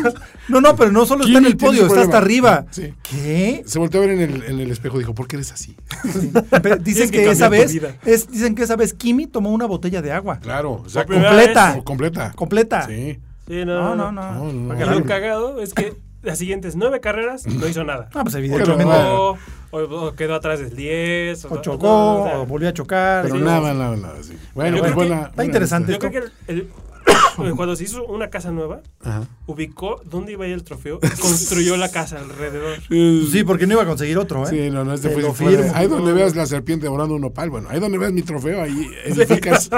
Speaker 2: No, no, pero no solo está en
Speaker 3: Kimi
Speaker 2: el
Speaker 3: tiene
Speaker 2: podio,
Speaker 3: un
Speaker 2: está hasta
Speaker 3: problema.
Speaker 2: arriba.
Speaker 3: Sí.
Speaker 2: ¿Qué?
Speaker 3: Se volteó a ver en el, en el espejo y dijo, ¿por qué eres así?
Speaker 2: Pe- Dicen
Speaker 4: Tienes que
Speaker 2: que, esa
Speaker 4: cambiar tu
Speaker 2: vez,
Speaker 4: vida.
Speaker 2: es- dicen que esa vez Kimi tomó una botella de agua.
Speaker 3: Claro, o sea,
Speaker 4: primera
Speaker 2: completa.
Speaker 3: com- ¿eh? completa.
Speaker 2: Completa.
Speaker 3: Sí.
Speaker 4: Sí, no,
Speaker 2: No, no,
Speaker 3: No,
Speaker 2: no.
Speaker 3: no,
Speaker 4: Y
Speaker 3: no.
Speaker 4: lo cagado es que las siguientes nueve carreras no hizo nada.
Speaker 2: Ah, pues
Speaker 3: Pero
Speaker 2: evidentemente.
Speaker 3: no.
Speaker 4: O, o- o quedó atrás del 10.
Speaker 2: O
Speaker 4: no,
Speaker 2: chocó,
Speaker 4: o sea,
Speaker 2: o volvió a chocar.
Speaker 3: Pero
Speaker 2: Sí.
Speaker 3: nada, nada, nada. sí. Bueno,
Speaker 4: Yo
Speaker 3: pues
Speaker 4: creo que
Speaker 3: buena.
Speaker 2: está
Speaker 3: buena
Speaker 2: interesante.
Speaker 4: Yo creo que el- el- cuando se hizo una casa nueva,
Speaker 3: Ajá.
Speaker 4: ubicó dónde iba a ir el trofeo y construyó la casa alrededor.
Speaker 3: lista.
Speaker 2: Sí, porque no iba a conseguir otro, ¿eh?
Speaker 3: Sí, no, no, este
Speaker 2: Te
Speaker 3: fue
Speaker 2: lo
Speaker 3: fuera de-
Speaker 2: firmo.
Speaker 3: Ahí donde veas la serpiente devorando un nopal, bueno, ahí donde veas mi trofeo, ahí edificas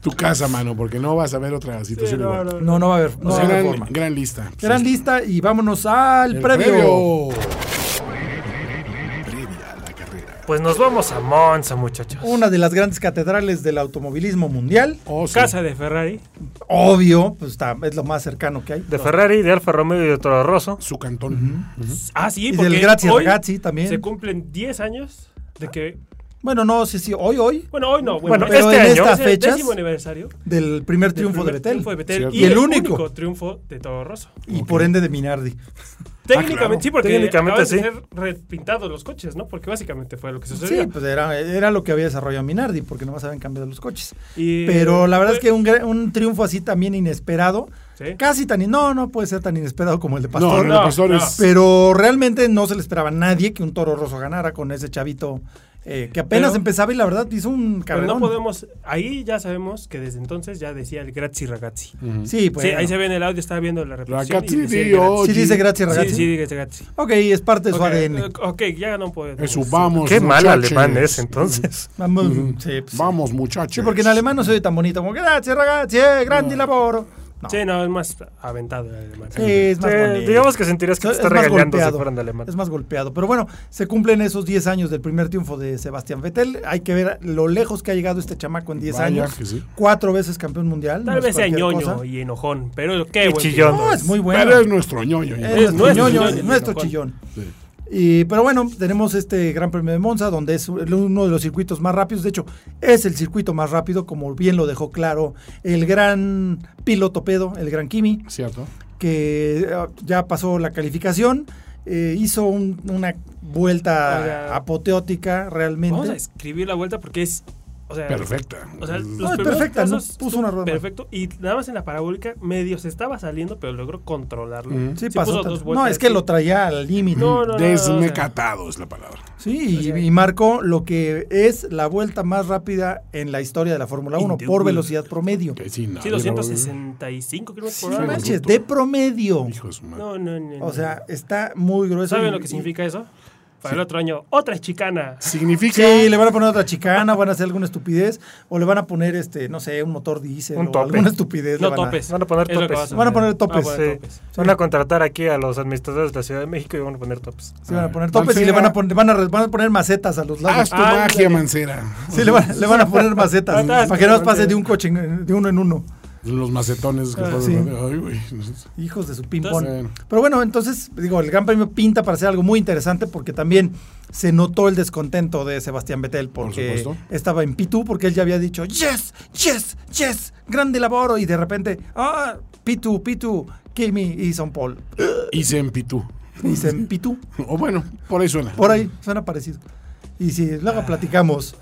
Speaker 3: tu casa, mano, porque no vas a ver otra situación
Speaker 4: no,
Speaker 3: igual.
Speaker 4: no.
Speaker 2: No, no va a haber, no
Speaker 3: O
Speaker 2: va a
Speaker 3: sea,
Speaker 2: haber
Speaker 3: gran,
Speaker 2: forma.
Speaker 3: gran lista.
Speaker 2: Gran lista y vámonos al
Speaker 3: El
Speaker 2: previo.
Speaker 3: previo.
Speaker 5: Pues nos vamos a Monza, muchachos.
Speaker 2: Una de las grandes catedrales del automovilismo mundial.
Speaker 3: Oh, sí.
Speaker 4: Casa de Ferrari.
Speaker 2: Obvio, pues está, es lo más cercano que hay.
Speaker 5: De Ferrari, de Alfa Romeo y de Toro Rosso.
Speaker 3: Su cantón.
Speaker 4: Ah, sí,
Speaker 2: Y
Speaker 4: porque
Speaker 2: del Grazie
Speaker 4: hoy
Speaker 2: Ragazzi también. Ah.
Speaker 4: Se cumplen 10 años de que.
Speaker 2: Bueno, no, sí, sí, hoy, hoy,
Speaker 4: Bueno, hoy no. Bueno,
Speaker 5: Bueno, pero
Speaker 4: este
Speaker 5: en
Speaker 4: año
Speaker 2: estas
Speaker 4: es el
Speaker 2: fechas,
Speaker 4: décimo aniversario. del
Speaker 2: del primer triunfo
Speaker 4: primer
Speaker 2: de Betel.
Speaker 4: triuncio de Vettel
Speaker 3: Cierto.
Speaker 4: Y, el único. triunfo de Toro Rosso.
Speaker 2: Y por ende de Minardi.
Speaker 4: Técnicamente, sí, porque
Speaker 5: Ah, Técnicamente
Speaker 4: acaban de
Speaker 5: sí.
Speaker 4: ser repintados los coches, ¿no? Porque básicamente fue lo que sucedió.
Speaker 2: Sí, pues era, era lo que había desarrollado Minardi, porque nomás habían cambiado los coches.
Speaker 4: Y-
Speaker 2: Pero la verdad es
Speaker 4: fue-
Speaker 2: que un, gra- un triunfo así también inesperado,
Speaker 4: Sí.
Speaker 2: casi tan... in- No, no puede ser tan inesperado como el de Pastor.
Speaker 3: No, no,
Speaker 4: no,
Speaker 3: pastores.
Speaker 2: Pero realmente no se le esperaba a nadie que un toro roso ganara con ese chavito eh, que apenas
Speaker 4: Pero-
Speaker 2: empezaba y la verdad hizo un
Speaker 4: Pero no
Speaker 2: carrerón.
Speaker 4: podemos. Ahí ya sabemos que desde entonces ya decía el Grazie Ragazzi.
Speaker 2: Sí, pues.
Speaker 4: Sí, ahí se ve en el audio, estaba viendo la repetición.
Speaker 3: Ragazzi
Speaker 4: y decía
Speaker 3: di
Speaker 4: el Grazie.
Speaker 3: oggi.
Speaker 2: Sí dice gracias,
Speaker 4: Sí,
Speaker 2: ragazzi.
Speaker 4: sí, diga Ragazzi.
Speaker 2: Ok, es parte de su
Speaker 4: Ok, eh,
Speaker 2: ADN.
Speaker 4: Ok, ya no puedo.
Speaker 3: Eso, vamos,
Speaker 5: Qué mal
Speaker 3: muchachos.
Speaker 5: alemán es entonces.
Speaker 2: Vamos, sí, pues,
Speaker 3: Vamos, muchachos.
Speaker 2: sí, porque en alemán no se oye tan bonito como gracias, ragazzi, grande laboro. No,
Speaker 4: Sí, no, es más aventado el alemán.
Speaker 2: sí, es más
Speaker 5: Eh,
Speaker 2: bonito.
Speaker 5: digamos que sentirías que te
Speaker 2: Es
Speaker 5: está
Speaker 2: más
Speaker 5: regañando si
Speaker 2: golpeado.
Speaker 5: fueran de alemán.
Speaker 2: Es más golpeado. Pero bueno, se cumplen esos 10 años del primer triunfo de Sebastián Vettel. Hay que ver lo lejos que ha llegado este chamaco en 10
Speaker 3: Vaya
Speaker 2: años.
Speaker 3: que sí.
Speaker 2: Cuatro veces campeón mundial.
Speaker 4: Tal
Speaker 2: no es
Speaker 4: vez sea
Speaker 2: pues, cualquier
Speaker 4: ñoño
Speaker 2: cosa.
Speaker 4: y enojón, pero qué
Speaker 5: Y
Speaker 4: buen
Speaker 5: chillón.
Speaker 4: piloto
Speaker 2: No, es muy bueno.
Speaker 3: Pero es nuestro ñoño.
Speaker 2: Es
Speaker 3: ya.
Speaker 4: Es
Speaker 2: nuestro
Speaker 4: Eh, nuestro
Speaker 2: ñoño,
Speaker 4: ñoño,
Speaker 2: es nuestro
Speaker 4: ñoño.
Speaker 2: chillón.
Speaker 3: Sí.
Speaker 2: Y, pero bueno, tenemos este Gran Premio de Monza, donde es uno de los circuitos más rápidos. De hecho, es el circuito más rápido, como bien lo dejó claro el gran piloto pedo, el gran Kimi,
Speaker 3: Cierto.
Speaker 2: que eh, ya pasó la calificación. eh, hizo un- una vuelta
Speaker 4: O sea,
Speaker 2: apoteótica realmente.
Speaker 4: Vamos a escribir la vuelta porque es. O sea,
Speaker 3: Perfecta.
Speaker 4: O sea, los
Speaker 3: Mm.
Speaker 2: es
Speaker 4: primeros
Speaker 2: perfecta, ¿no?
Speaker 4: pasos,
Speaker 2: Puso una rueda más.
Speaker 4: Perfecto. Y nada más en la parabólica, medio se estaba saliendo, pero logró controlarlo.
Speaker 3: Mm.
Speaker 2: Sí,
Speaker 4: Sí
Speaker 2: pasó
Speaker 4: puso
Speaker 2: tan-
Speaker 4: dos vueltas,
Speaker 2: No, es que
Speaker 4: sí.
Speaker 2: lo traía al límite.
Speaker 4: No, no, no, no, o sea,
Speaker 3: Desmecatado es la palabra.
Speaker 2: Sí, y, y marcó lo que es la vuelta más rápida en la historia de la Fórmula 1 por
Speaker 4: Indudable.
Speaker 2: velocidad promedio.
Speaker 3: Que sí, nadie
Speaker 4: Sí,
Speaker 3: lo-
Speaker 4: 265 kilómetros por
Speaker 2: No
Speaker 4: hora.
Speaker 2: manches, de promedio.
Speaker 3: Hijo de su madre.
Speaker 4: No, no, no. no.
Speaker 2: O sea, está muy grueso.
Speaker 4: ¿saben
Speaker 2: y-
Speaker 4: lo que significa eso? Para
Speaker 3: Sí.
Speaker 4: el otro año, otra chicana.
Speaker 3: Significa.
Speaker 2: Sí, le van a poner otra chicana, van a hacer alguna estupidez, o le van a poner, este, no sé, un motor diésel
Speaker 5: Un
Speaker 2: o
Speaker 5: tope.
Speaker 2: alguna estupidez. le
Speaker 4: No
Speaker 2: van a-
Speaker 4: topes.
Speaker 5: van a poner
Speaker 4: Es lo que
Speaker 5: topes.
Speaker 4: vas
Speaker 2: Van a poner
Speaker 4: hacer.
Speaker 2: topes.
Speaker 4: Ah,
Speaker 5: Sí.
Speaker 4: bueno, topes.
Speaker 5: Van a contratar aquí a los administradores de la Ciudad de México y van a poner tops.
Speaker 2: Sí, van a poner
Speaker 3: Van
Speaker 2: topes y
Speaker 3: a-
Speaker 2: le
Speaker 4: ah.
Speaker 2: van a poner, van a, re- van a poner macetas a los lados.
Speaker 3: Haz tu
Speaker 4: Ándale.
Speaker 3: magia, Mancera.
Speaker 2: Sí, le van, le van a poner macetas
Speaker 4: Fantástico,
Speaker 2: para que no pase
Speaker 4: porque-
Speaker 2: de un coche, en- de uno en uno.
Speaker 3: Los macetones que
Speaker 2: Ah,
Speaker 3: ponen-
Speaker 2: sí.
Speaker 3: Ay, güey.
Speaker 2: Hijos de su ping-pong.
Speaker 3: Entonces- Bueno.
Speaker 2: Pero bueno, entonces, digo, el Gran Premio pinta para ser algo muy interesante porque también se notó el descontento de Sebastián Vettel porque
Speaker 3: supuesto.
Speaker 2: estaba en P2 porque él ya había dicho, yes, yes, yes, grande laboro. Y de repente, ah, P2, P2, kill me y son Paul.
Speaker 3: Y se empitú.
Speaker 2: Dicen P2.
Speaker 3: O bueno, por ahí suena.
Speaker 2: Por ahí, suena parecido. Y si luego platicamos.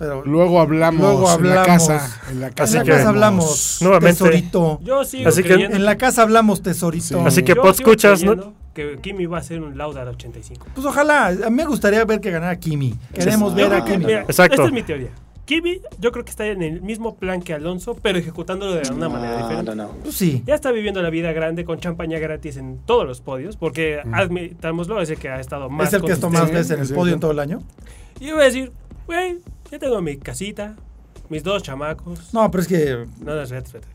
Speaker 2: Pero
Speaker 3: Luego hablamos,
Speaker 2: Luego
Speaker 3: en la
Speaker 2: hablamos.
Speaker 3: casa. En la casa,
Speaker 2: en la
Speaker 5: que-
Speaker 2: casa hablamos,
Speaker 5: Nuevamente.
Speaker 2: tesorito.
Speaker 4: Yo sigo
Speaker 5: Así que-
Speaker 4: creyendo
Speaker 2: En la casa hablamos, tesorito.
Speaker 5: Así que
Speaker 4: yo
Speaker 5: pod
Speaker 4: sigo
Speaker 5: escuchas, ¿no?
Speaker 4: creyendo Que Kimi va a ser un Lauda al 85.
Speaker 2: Pues ojalá, a mí me gustaría ver que ganara Kimi. Queremos
Speaker 4: Yo
Speaker 2: ver
Speaker 4: creo
Speaker 2: a
Speaker 4: que-
Speaker 2: Kimi.
Speaker 4: mira,
Speaker 5: Exacto.
Speaker 4: Esta es mi teoría. Kimi, yo creo que está en el mismo plan que Alonso, pero ejecutándolo de una manera diferente.
Speaker 2: Pues sí.
Speaker 4: Ya está viviendo la vida grande con champaña gratis en todos los podios, porque admitámoslo, es el que ha estado más.
Speaker 2: Es el que está más
Speaker 4: consistente.
Speaker 2: veces en el
Speaker 3: sí,
Speaker 2: podio
Speaker 3: sí.
Speaker 2: en todo el año.
Speaker 4: Y voy a decir, güey, ya tengo mi casita, mis dos chamacos. No,
Speaker 2: No, pero es que.
Speaker 4: no, espérate, espérate.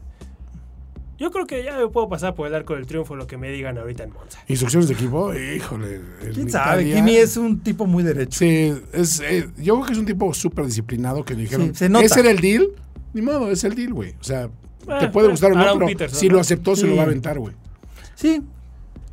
Speaker 4: Yo creo que ya me puedo pasar por el arco del triunfo lo que me digan ahorita en Monza.
Speaker 3: Instrucciones de equipo, híjole. en
Speaker 2: ¿Quién sabe?
Speaker 3: Italia-
Speaker 2: Kimi es un tipo muy derecho.
Speaker 3: Sí, es, eh, yo creo que es un tipo súper disciplinado que le dijeron.
Speaker 2: Sí, se nota.
Speaker 3: Ese era el deal. Ni modo, es el deal, güey. O sea, te
Speaker 4: Ah,
Speaker 2: pues,
Speaker 3: puede gustar o no,
Speaker 4: Aaron
Speaker 3: pero
Speaker 4: Peterson,
Speaker 3: si
Speaker 4: ¿no?
Speaker 3: lo aceptó, se
Speaker 2: Sí.
Speaker 3: lo va a aventar, güey.
Speaker 2: Sí.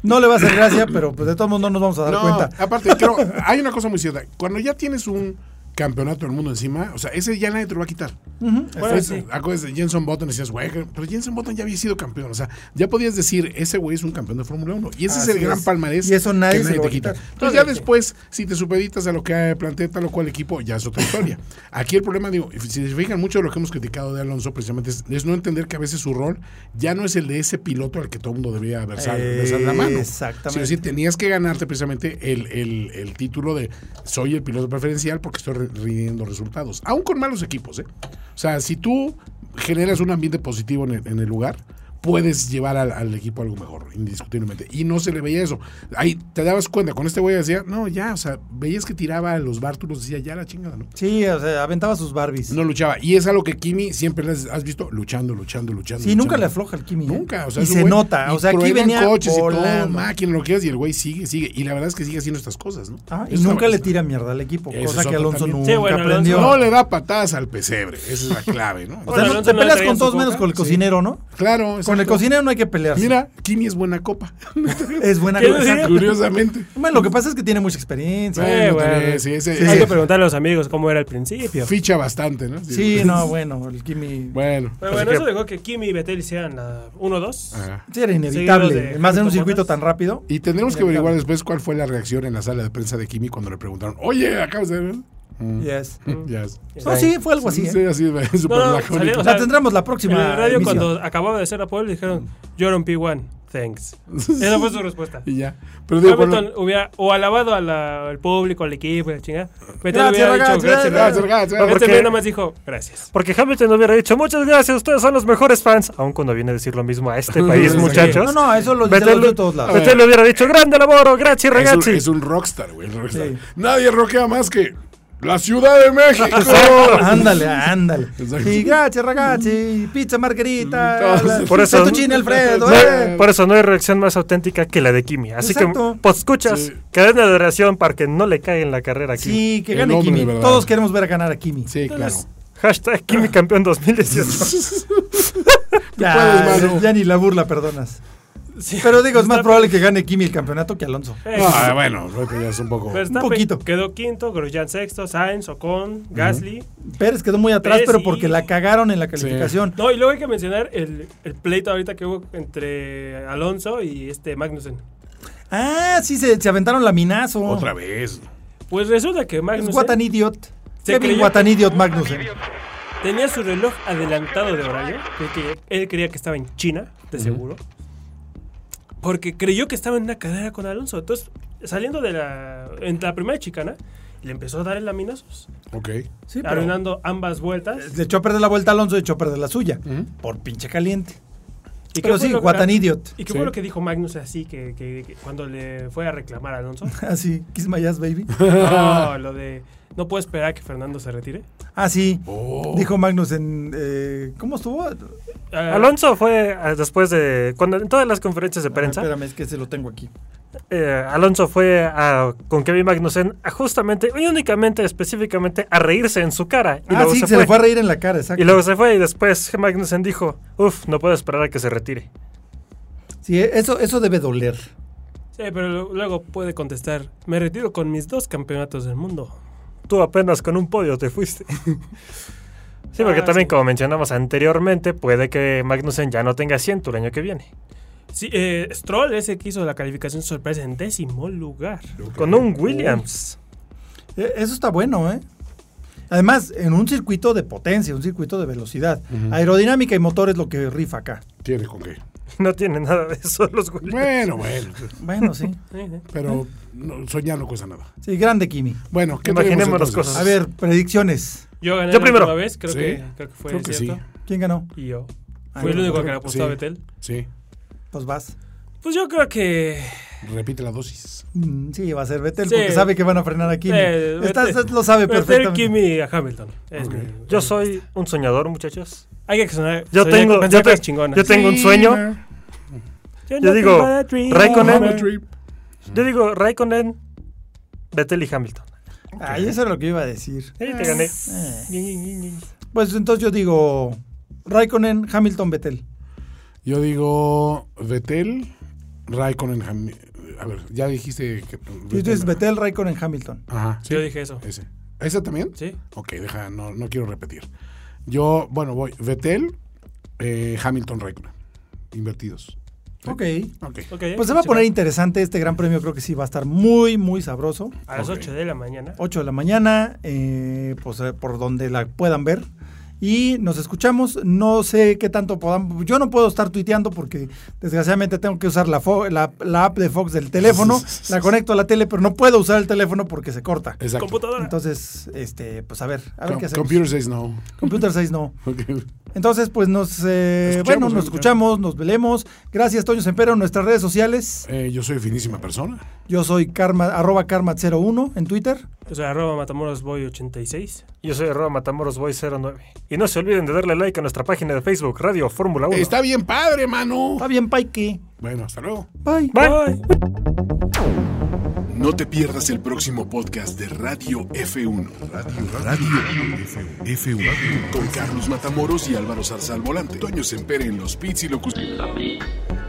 Speaker 2: No le va a hacer gracia, pero pues de todos modos no nos vamos a dar
Speaker 3: No,
Speaker 2: cuenta.
Speaker 3: aparte, creo, hay una cosa muy cierta. Cuando ya tienes un campeonato del mundo encima, o sea, ese ya nadie te lo va a quitar.
Speaker 4: Bueno,
Speaker 3: Es-
Speaker 4: sí.
Speaker 3: Acuérdate, Jenson Button decías, güey, pero Jenson Button ya había sido campeón. O sea, ya podías decir, ese güey es un campeón de Fórmula 1. Y ese
Speaker 2: Así
Speaker 3: es el gran
Speaker 2: es.
Speaker 3: palmarés.
Speaker 2: Y eso nadie
Speaker 3: que
Speaker 2: se lo va a
Speaker 3: te quita.
Speaker 2: quitar.
Speaker 3: Entonces, ya después, si te supeditas a lo que plantea tal o cual equipo, ya es otra historia. Aquí el problema, digo, si se fijan, mucho de lo que hemos criticado de Alonso precisamente es, es no entender que a veces su rol ya no es el de ese piloto al que todo el mundo debería versar, versar la mano.
Speaker 2: Exactamente.
Speaker 3: Sino decir, tenías que ganarte precisamente el, el- el título de soy el piloto preferencial porque estoy re- rindiendo resultados, aún con malos equipos. ¿eh? O sea, si tú generas un ambiente positivo en el, en el lugar, puedes llevar al, al equipo algo mejor, indiscutiblemente. Y no se le veía eso. Ahí te dabas cuenta, con este güey decía, no, ya, o sea, veías que tiraba a los bártulos, decía, ya la chingada, ¿no?
Speaker 2: Sí, o sea, aventaba sus Barbies.
Speaker 3: No luchaba. Y es algo que Kimi siempre les has visto luchando, luchando, luchando.
Speaker 2: sí, nunca
Speaker 3: luchando.
Speaker 2: le afloja el Kimi. ¿eh?
Speaker 3: Nunca, o sea,
Speaker 2: y
Speaker 3: es un
Speaker 2: se
Speaker 3: güey-
Speaker 2: nota.
Speaker 3: y
Speaker 2: O sea, aquí
Speaker 3: truenan
Speaker 2: venía
Speaker 3: coches y todo,
Speaker 2: volando.
Speaker 3: máquina, lo que quieras, y el güey sigue, sigue. Y la verdad es que sigue haciendo estas cosas, ¿no?
Speaker 2: Ah, y
Speaker 3: Eso
Speaker 2: nunca
Speaker 3: es-
Speaker 2: le tira mierda al equipo,
Speaker 3: Eso es
Speaker 2: cosa que
Speaker 3: otro
Speaker 2: Alonso
Speaker 3: también.
Speaker 2: nunca
Speaker 4: Sí, bueno, Alonso-
Speaker 2: aprendió.
Speaker 3: No le da patadas al pesebre, esa es la clave, ¿no?
Speaker 2: o sea, no,
Speaker 4: Alonso
Speaker 2: te
Speaker 4: no le
Speaker 2: peleas
Speaker 4: traía
Speaker 2: con
Speaker 4: su
Speaker 2: todos
Speaker 4: coca.
Speaker 2: menos con el cocinero, ¿no?
Speaker 3: claro,
Speaker 2: Con el
Speaker 3: exacto.
Speaker 2: cocinero no hay que pelearse.
Speaker 3: Mira, Kimi es buena copa,
Speaker 2: Es buena
Speaker 4: ¿Qué
Speaker 2: cosa.
Speaker 3: curiosamente.
Speaker 2: Bueno, lo que pasa es que tiene mucha experiencia.
Speaker 4: Eh,
Speaker 3: Bueno,
Speaker 4: bueno.
Speaker 3: también, sí, ese-
Speaker 4: Hay
Speaker 3: ese
Speaker 4: que preguntarle a los amigos cómo era al principio.
Speaker 3: ficha bastante, ¿no?
Speaker 2: Sí, no, bueno, el Kimi.
Speaker 3: Bueno,
Speaker 4: Pero
Speaker 5: Así
Speaker 4: bueno,
Speaker 5: que-
Speaker 4: eso dejó que Kimi y Vettel sean la 1-2.
Speaker 3: ajá.
Speaker 2: Sí, era inevitable.
Speaker 4: Seguido de
Speaker 2: más en un
Speaker 4: Hamilton
Speaker 2: circuito
Speaker 4: Bottas.
Speaker 2: tan rápido.
Speaker 3: Y tendremos que averiguar después cuál fue la reacción en la sala de prensa de Kimi cuando le preguntaron, oye, acabas de... Mm,
Speaker 2: Yes.
Speaker 3: ya es-
Speaker 2: No, sí, fue algo así.
Speaker 3: Sí,
Speaker 2: ¿eh?
Speaker 3: sí, así, súper
Speaker 4: No, no,
Speaker 3: lacónico.
Speaker 4: salió- o sea,
Speaker 2: la tendremos la próxima.
Speaker 4: En el radio,
Speaker 2: emisión.
Speaker 4: cuando acababa de ser Apolo, le dijeron, You're on P1, thanks. Esa fue su respuesta.
Speaker 3: Y ya. Pero digo, bueno,
Speaker 4: Hamilton hubiera o alabado a la- al público, al equipo, la chingada. Vettel
Speaker 2: Gracias,
Speaker 4: hubiera
Speaker 2: ragazzi,
Speaker 4: dicho, gracias,
Speaker 3: gracias,
Speaker 4: gracias.
Speaker 3: gracias,
Speaker 4: Este
Speaker 5: Porque-
Speaker 4: güey nada más dijo, gracias.
Speaker 5: Porque Hamilton hubiera dicho, muchas gracias, ustedes son los mejores fans, aun cuando viene a decir lo mismo a este país,
Speaker 3: Sí.
Speaker 5: muchachos.
Speaker 2: No, no, eso lo dice
Speaker 5: Vettel-
Speaker 2: Alonso de todos lados.
Speaker 5: Vettel le hubiera dicho, grande laboro, gracias,
Speaker 3: Es un,
Speaker 5: ragazzi.
Speaker 3: es un rockstar, güey. el rockstar.
Speaker 2: Sí.
Speaker 3: Nadie rockea más que la Ciudad de México.
Speaker 2: Ándale, ándale.
Speaker 3: Exacto.
Speaker 2: Y gracias, ragazzi. Pizza margarita.
Speaker 3: Todos.
Speaker 2: la-
Speaker 5: Por eso-
Speaker 2: fettuccine Alfredo.
Speaker 5: No hay-
Speaker 2: eh.
Speaker 5: por eso no hay reacción más auténtica que la de Kimi. Así
Speaker 2: Exacto.
Speaker 5: que, pues escuchas,
Speaker 3: Sí.
Speaker 5: cadena de oración para que no le caiga en la carrera aquí.
Speaker 2: Sí, que
Speaker 3: El
Speaker 2: gane
Speaker 3: hombre de
Speaker 2: Kimi.
Speaker 3: verdad.
Speaker 2: Todos queremos ver a ganar a Kimi.
Speaker 3: Sí, claro.
Speaker 5: Hashtag Kimi campeón 2018.
Speaker 2: Ya,
Speaker 3: puedes, mano.
Speaker 2: ya ni la burla perdonas.
Speaker 4: Sí.
Speaker 2: Pero digo, es más probable que gane Kimi el campeonato que Alonso.
Speaker 4: Eh,
Speaker 3: Ah, bueno, creo que ya es un poco.
Speaker 4: Verstappen
Speaker 2: poquito.
Speaker 4: Quedó quinto, Grosjean sexto, Sainz, Ocon, Gasly.
Speaker 2: Pérez quedó muy atrás,
Speaker 4: Pérez,
Speaker 2: pero
Speaker 4: sí.
Speaker 2: porque la cagaron en la calificación.
Speaker 4: No, y luego hay que mencionar el, el pleito ahorita que hubo entre Alonso y este Magnussen.
Speaker 2: Ah, sí, se, se aventaron laminazo.
Speaker 3: Otra vez.
Speaker 4: Pues resulta que
Speaker 2: Es
Speaker 4: Magnussen
Speaker 2: Guatan Idiot.
Speaker 4: Se
Speaker 2: Kevin
Speaker 4: creyó
Speaker 2: Guatan
Speaker 4: que-
Speaker 2: Idiot Magnussen.
Speaker 4: tenía su reloj adelantado de horario, porque él creía que estaba en China, de seguro, porque creyó que estaba en una carrera con Alonso. Entonces, saliendo de la, en la primera chicana, le empezó a dar el laminazos,
Speaker 3: Ok.
Speaker 2: Sí, pero
Speaker 4: arruinando ambas
Speaker 5: Eh,
Speaker 4: vueltas.
Speaker 2: le echó a perder la vuelta a Alonso y echó a perder la suya. Por pinche caliente.
Speaker 4: ¿Y
Speaker 2: pero
Speaker 4: qué fue
Speaker 2: sí,
Speaker 4: lo que-
Speaker 2: Guatan Idiot.
Speaker 4: ¿Y qué
Speaker 3: Sí.
Speaker 4: fue lo que dijo Magnus así que, que- que cuando le fue a reclamar a Alonso?
Speaker 2: Así, Kiss My Ass Baby.
Speaker 4: No, lo de no puedo esperar a que Fernando se retire.
Speaker 2: Ah, sí.
Speaker 3: Oh.
Speaker 2: Dijo Magnussen. eh, ¿Cómo estuvo?
Speaker 4: Ah,
Speaker 5: Alonso fue ah, después de. cuando En todas las conferencias de prensa,
Speaker 2: Espérame, es que se lo tengo aquí.
Speaker 5: eh, Alonso fue a- con Kevin Magnussen a justamente, y únicamente, específicamente, a reírse en su cara. Y
Speaker 2: ah,
Speaker 5: luego
Speaker 2: sí, se,
Speaker 5: se,
Speaker 2: le fue
Speaker 5: fue.
Speaker 2: a reír en la cara, exacto.
Speaker 5: y luego se fue y después Magnussen dijo, uff, no puedo esperar a que se retire.
Speaker 2: Sí, eso, eso debe doler.
Speaker 4: Sí, pero lo- luego puede contestar, me retiro con mis dos campeonatos del mundo.
Speaker 5: Tú apenas con un podio te fuiste. sí, porque
Speaker 4: Ah,
Speaker 5: también,
Speaker 4: sí.
Speaker 5: como mencionamos anteriormente, puede que Magnussen ya no tenga asiento el año que viene.
Speaker 4: Sí, eh, Stroll ese que hizo la calificación sorpresa en décimo lugar.
Speaker 5: Con un Williams.
Speaker 2: Eh, Eso está bueno, ¿eh? Además, en un circuito de potencia, un circuito de velocidad. Aerodinámica y motor es lo que rifa acá.
Speaker 3: Tiene con qué.
Speaker 5: No tiene nada de eso los Williams.
Speaker 3: Bueno, bueno.
Speaker 2: Bueno, sí.
Speaker 3: Pero no, soñar no cuesta nada.
Speaker 2: Sí, grande Kimi.
Speaker 3: Bueno, ¿qué
Speaker 5: Imaginemos
Speaker 3: tenemos
Speaker 5: las
Speaker 3: entonces?
Speaker 5: cosas.
Speaker 4: Pues
Speaker 2: A ver, predicciones.
Speaker 4: Yo gané
Speaker 5: Yo
Speaker 4: la
Speaker 5: primero.
Speaker 4: última vez, creo,
Speaker 3: Sí,
Speaker 4: que, creo que fue
Speaker 3: creo que
Speaker 4: cierto.
Speaker 2: ¿Quién ganó?
Speaker 4: Y yo.
Speaker 2: Ah,
Speaker 4: Fui el
Speaker 2: yo
Speaker 4: único
Speaker 3: creo
Speaker 4: que le
Speaker 3: que
Speaker 4: apostó
Speaker 3: sí.
Speaker 4: a Betel.
Speaker 3: Sí,
Speaker 2: Pues vas.
Speaker 4: Pues yo creo que
Speaker 3: repite la dosis.
Speaker 2: Mm, Sí, va a ser Vettel
Speaker 4: Sí.
Speaker 2: porque sabe que van a frenar a Kimi.
Speaker 4: Eh,
Speaker 2: Esta-
Speaker 4: Vettel-
Speaker 2: esta lo sabe
Speaker 4: Vettel,
Speaker 2: perfectamente.
Speaker 4: Kimi a Hamilton. Es
Speaker 3: Ok.
Speaker 4: mi-
Speaker 5: Yo soy un soñador, muchachos.
Speaker 4: Hay que sonar.
Speaker 5: Yo
Speaker 4: soñar
Speaker 5: tengo-
Speaker 4: con
Speaker 5: yo
Speaker 4: canciones
Speaker 5: te-
Speaker 4: chingonas.
Speaker 5: yo tengo un sueño. Yo digo, Raikkonen,
Speaker 2: Mm.
Speaker 5: yo digo Raikkonen, Vettel y Hamilton.
Speaker 2: Ay, eso era lo que iba a decir.
Speaker 5: Eh, te gané.
Speaker 2: Pues entonces yo digo Raikkonen, Hamilton, Vettel.
Speaker 3: Yo digo Vettel, Raikkonen, Ham- a ver, ya dijiste que...
Speaker 2: Y tú dices Vettel, Raikkonen, Hamilton.
Speaker 3: Ajá, sí,
Speaker 4: Yo dije eso.
Speaker 3: ese. ¿Ese también?
Speaker 4: Sí.
Speaker 3: Ok, deja, no, no quiero repetir. Yo, bueno, voy Vettel, eh, Hamilton, Raikkonen. Invertidos.
Speaker 2: Ok.
Speaker 3: Ok.
Speaker 4: Ok,
Speaker 2: Pues se va a poner interesante este gran premio. Creo que sí va a estar muy, muy sabroso.
Speaker 4: A las
Speaker 3: Ok.
Speaker 4: 8 de la mañana.
Speaker 2: 8 de la mañana, eh, pues eh, por donde la puedan ver. Y nos escuchamos, no sé qué tanto podamos, yo no puedo estar tuiteando porque desgraciadamente tengo que usar la, fo- la, la app de Fox del teléfono, la conecto a la tele, pero no puedo usar el teléfono porque se corta.
Speaker 3: Exacto.
Speaker 4: Computadora.
Speaker 2: Entonces, este, pues a ver, a ver
Speaker 3: Com-
Speaker 2: qué hacemos.
Speaker 3: Computer says no.
Speaker 2: Computer 6 no.
Speaker 3: Ok.
Speaker 2: Entonces, pues nos, eh,
Speaker 3: Escuchamos,
Speaker 2: bueno, nos
Speaker 3: escuchamos.
Speaker 2: escuchamos, nos velemos. Gracias, Toño Sempero, en nuestras redes sociales.
Speaker 3: Eh, yo soy finísima persona.
Speaker 2: Yo soy karma, arroba karma01 en Twitter.
Speaker 4: O sea, arroba Matamoros Boy 86.
Speaker 5: Yo soy arroba Matamoros Boy 09. Y no se olviden de darle like a nuestra página de Facebook, Radio Fórmula 1.
Speaker 3: Está bien padre, mano.
Speaker 2: Está bien, Paike.
Speaker 3: Bueno, hasta luego.
Speaker 2: Bye.
Speaker 5: Bye.
Speaker 1: No te pierdas el próximo podcast de Radio F1. Radio, Radio F1. Con Carlos Matamoros y Álvaro Zarzal Volante. Toño Sempere en los pits y locución.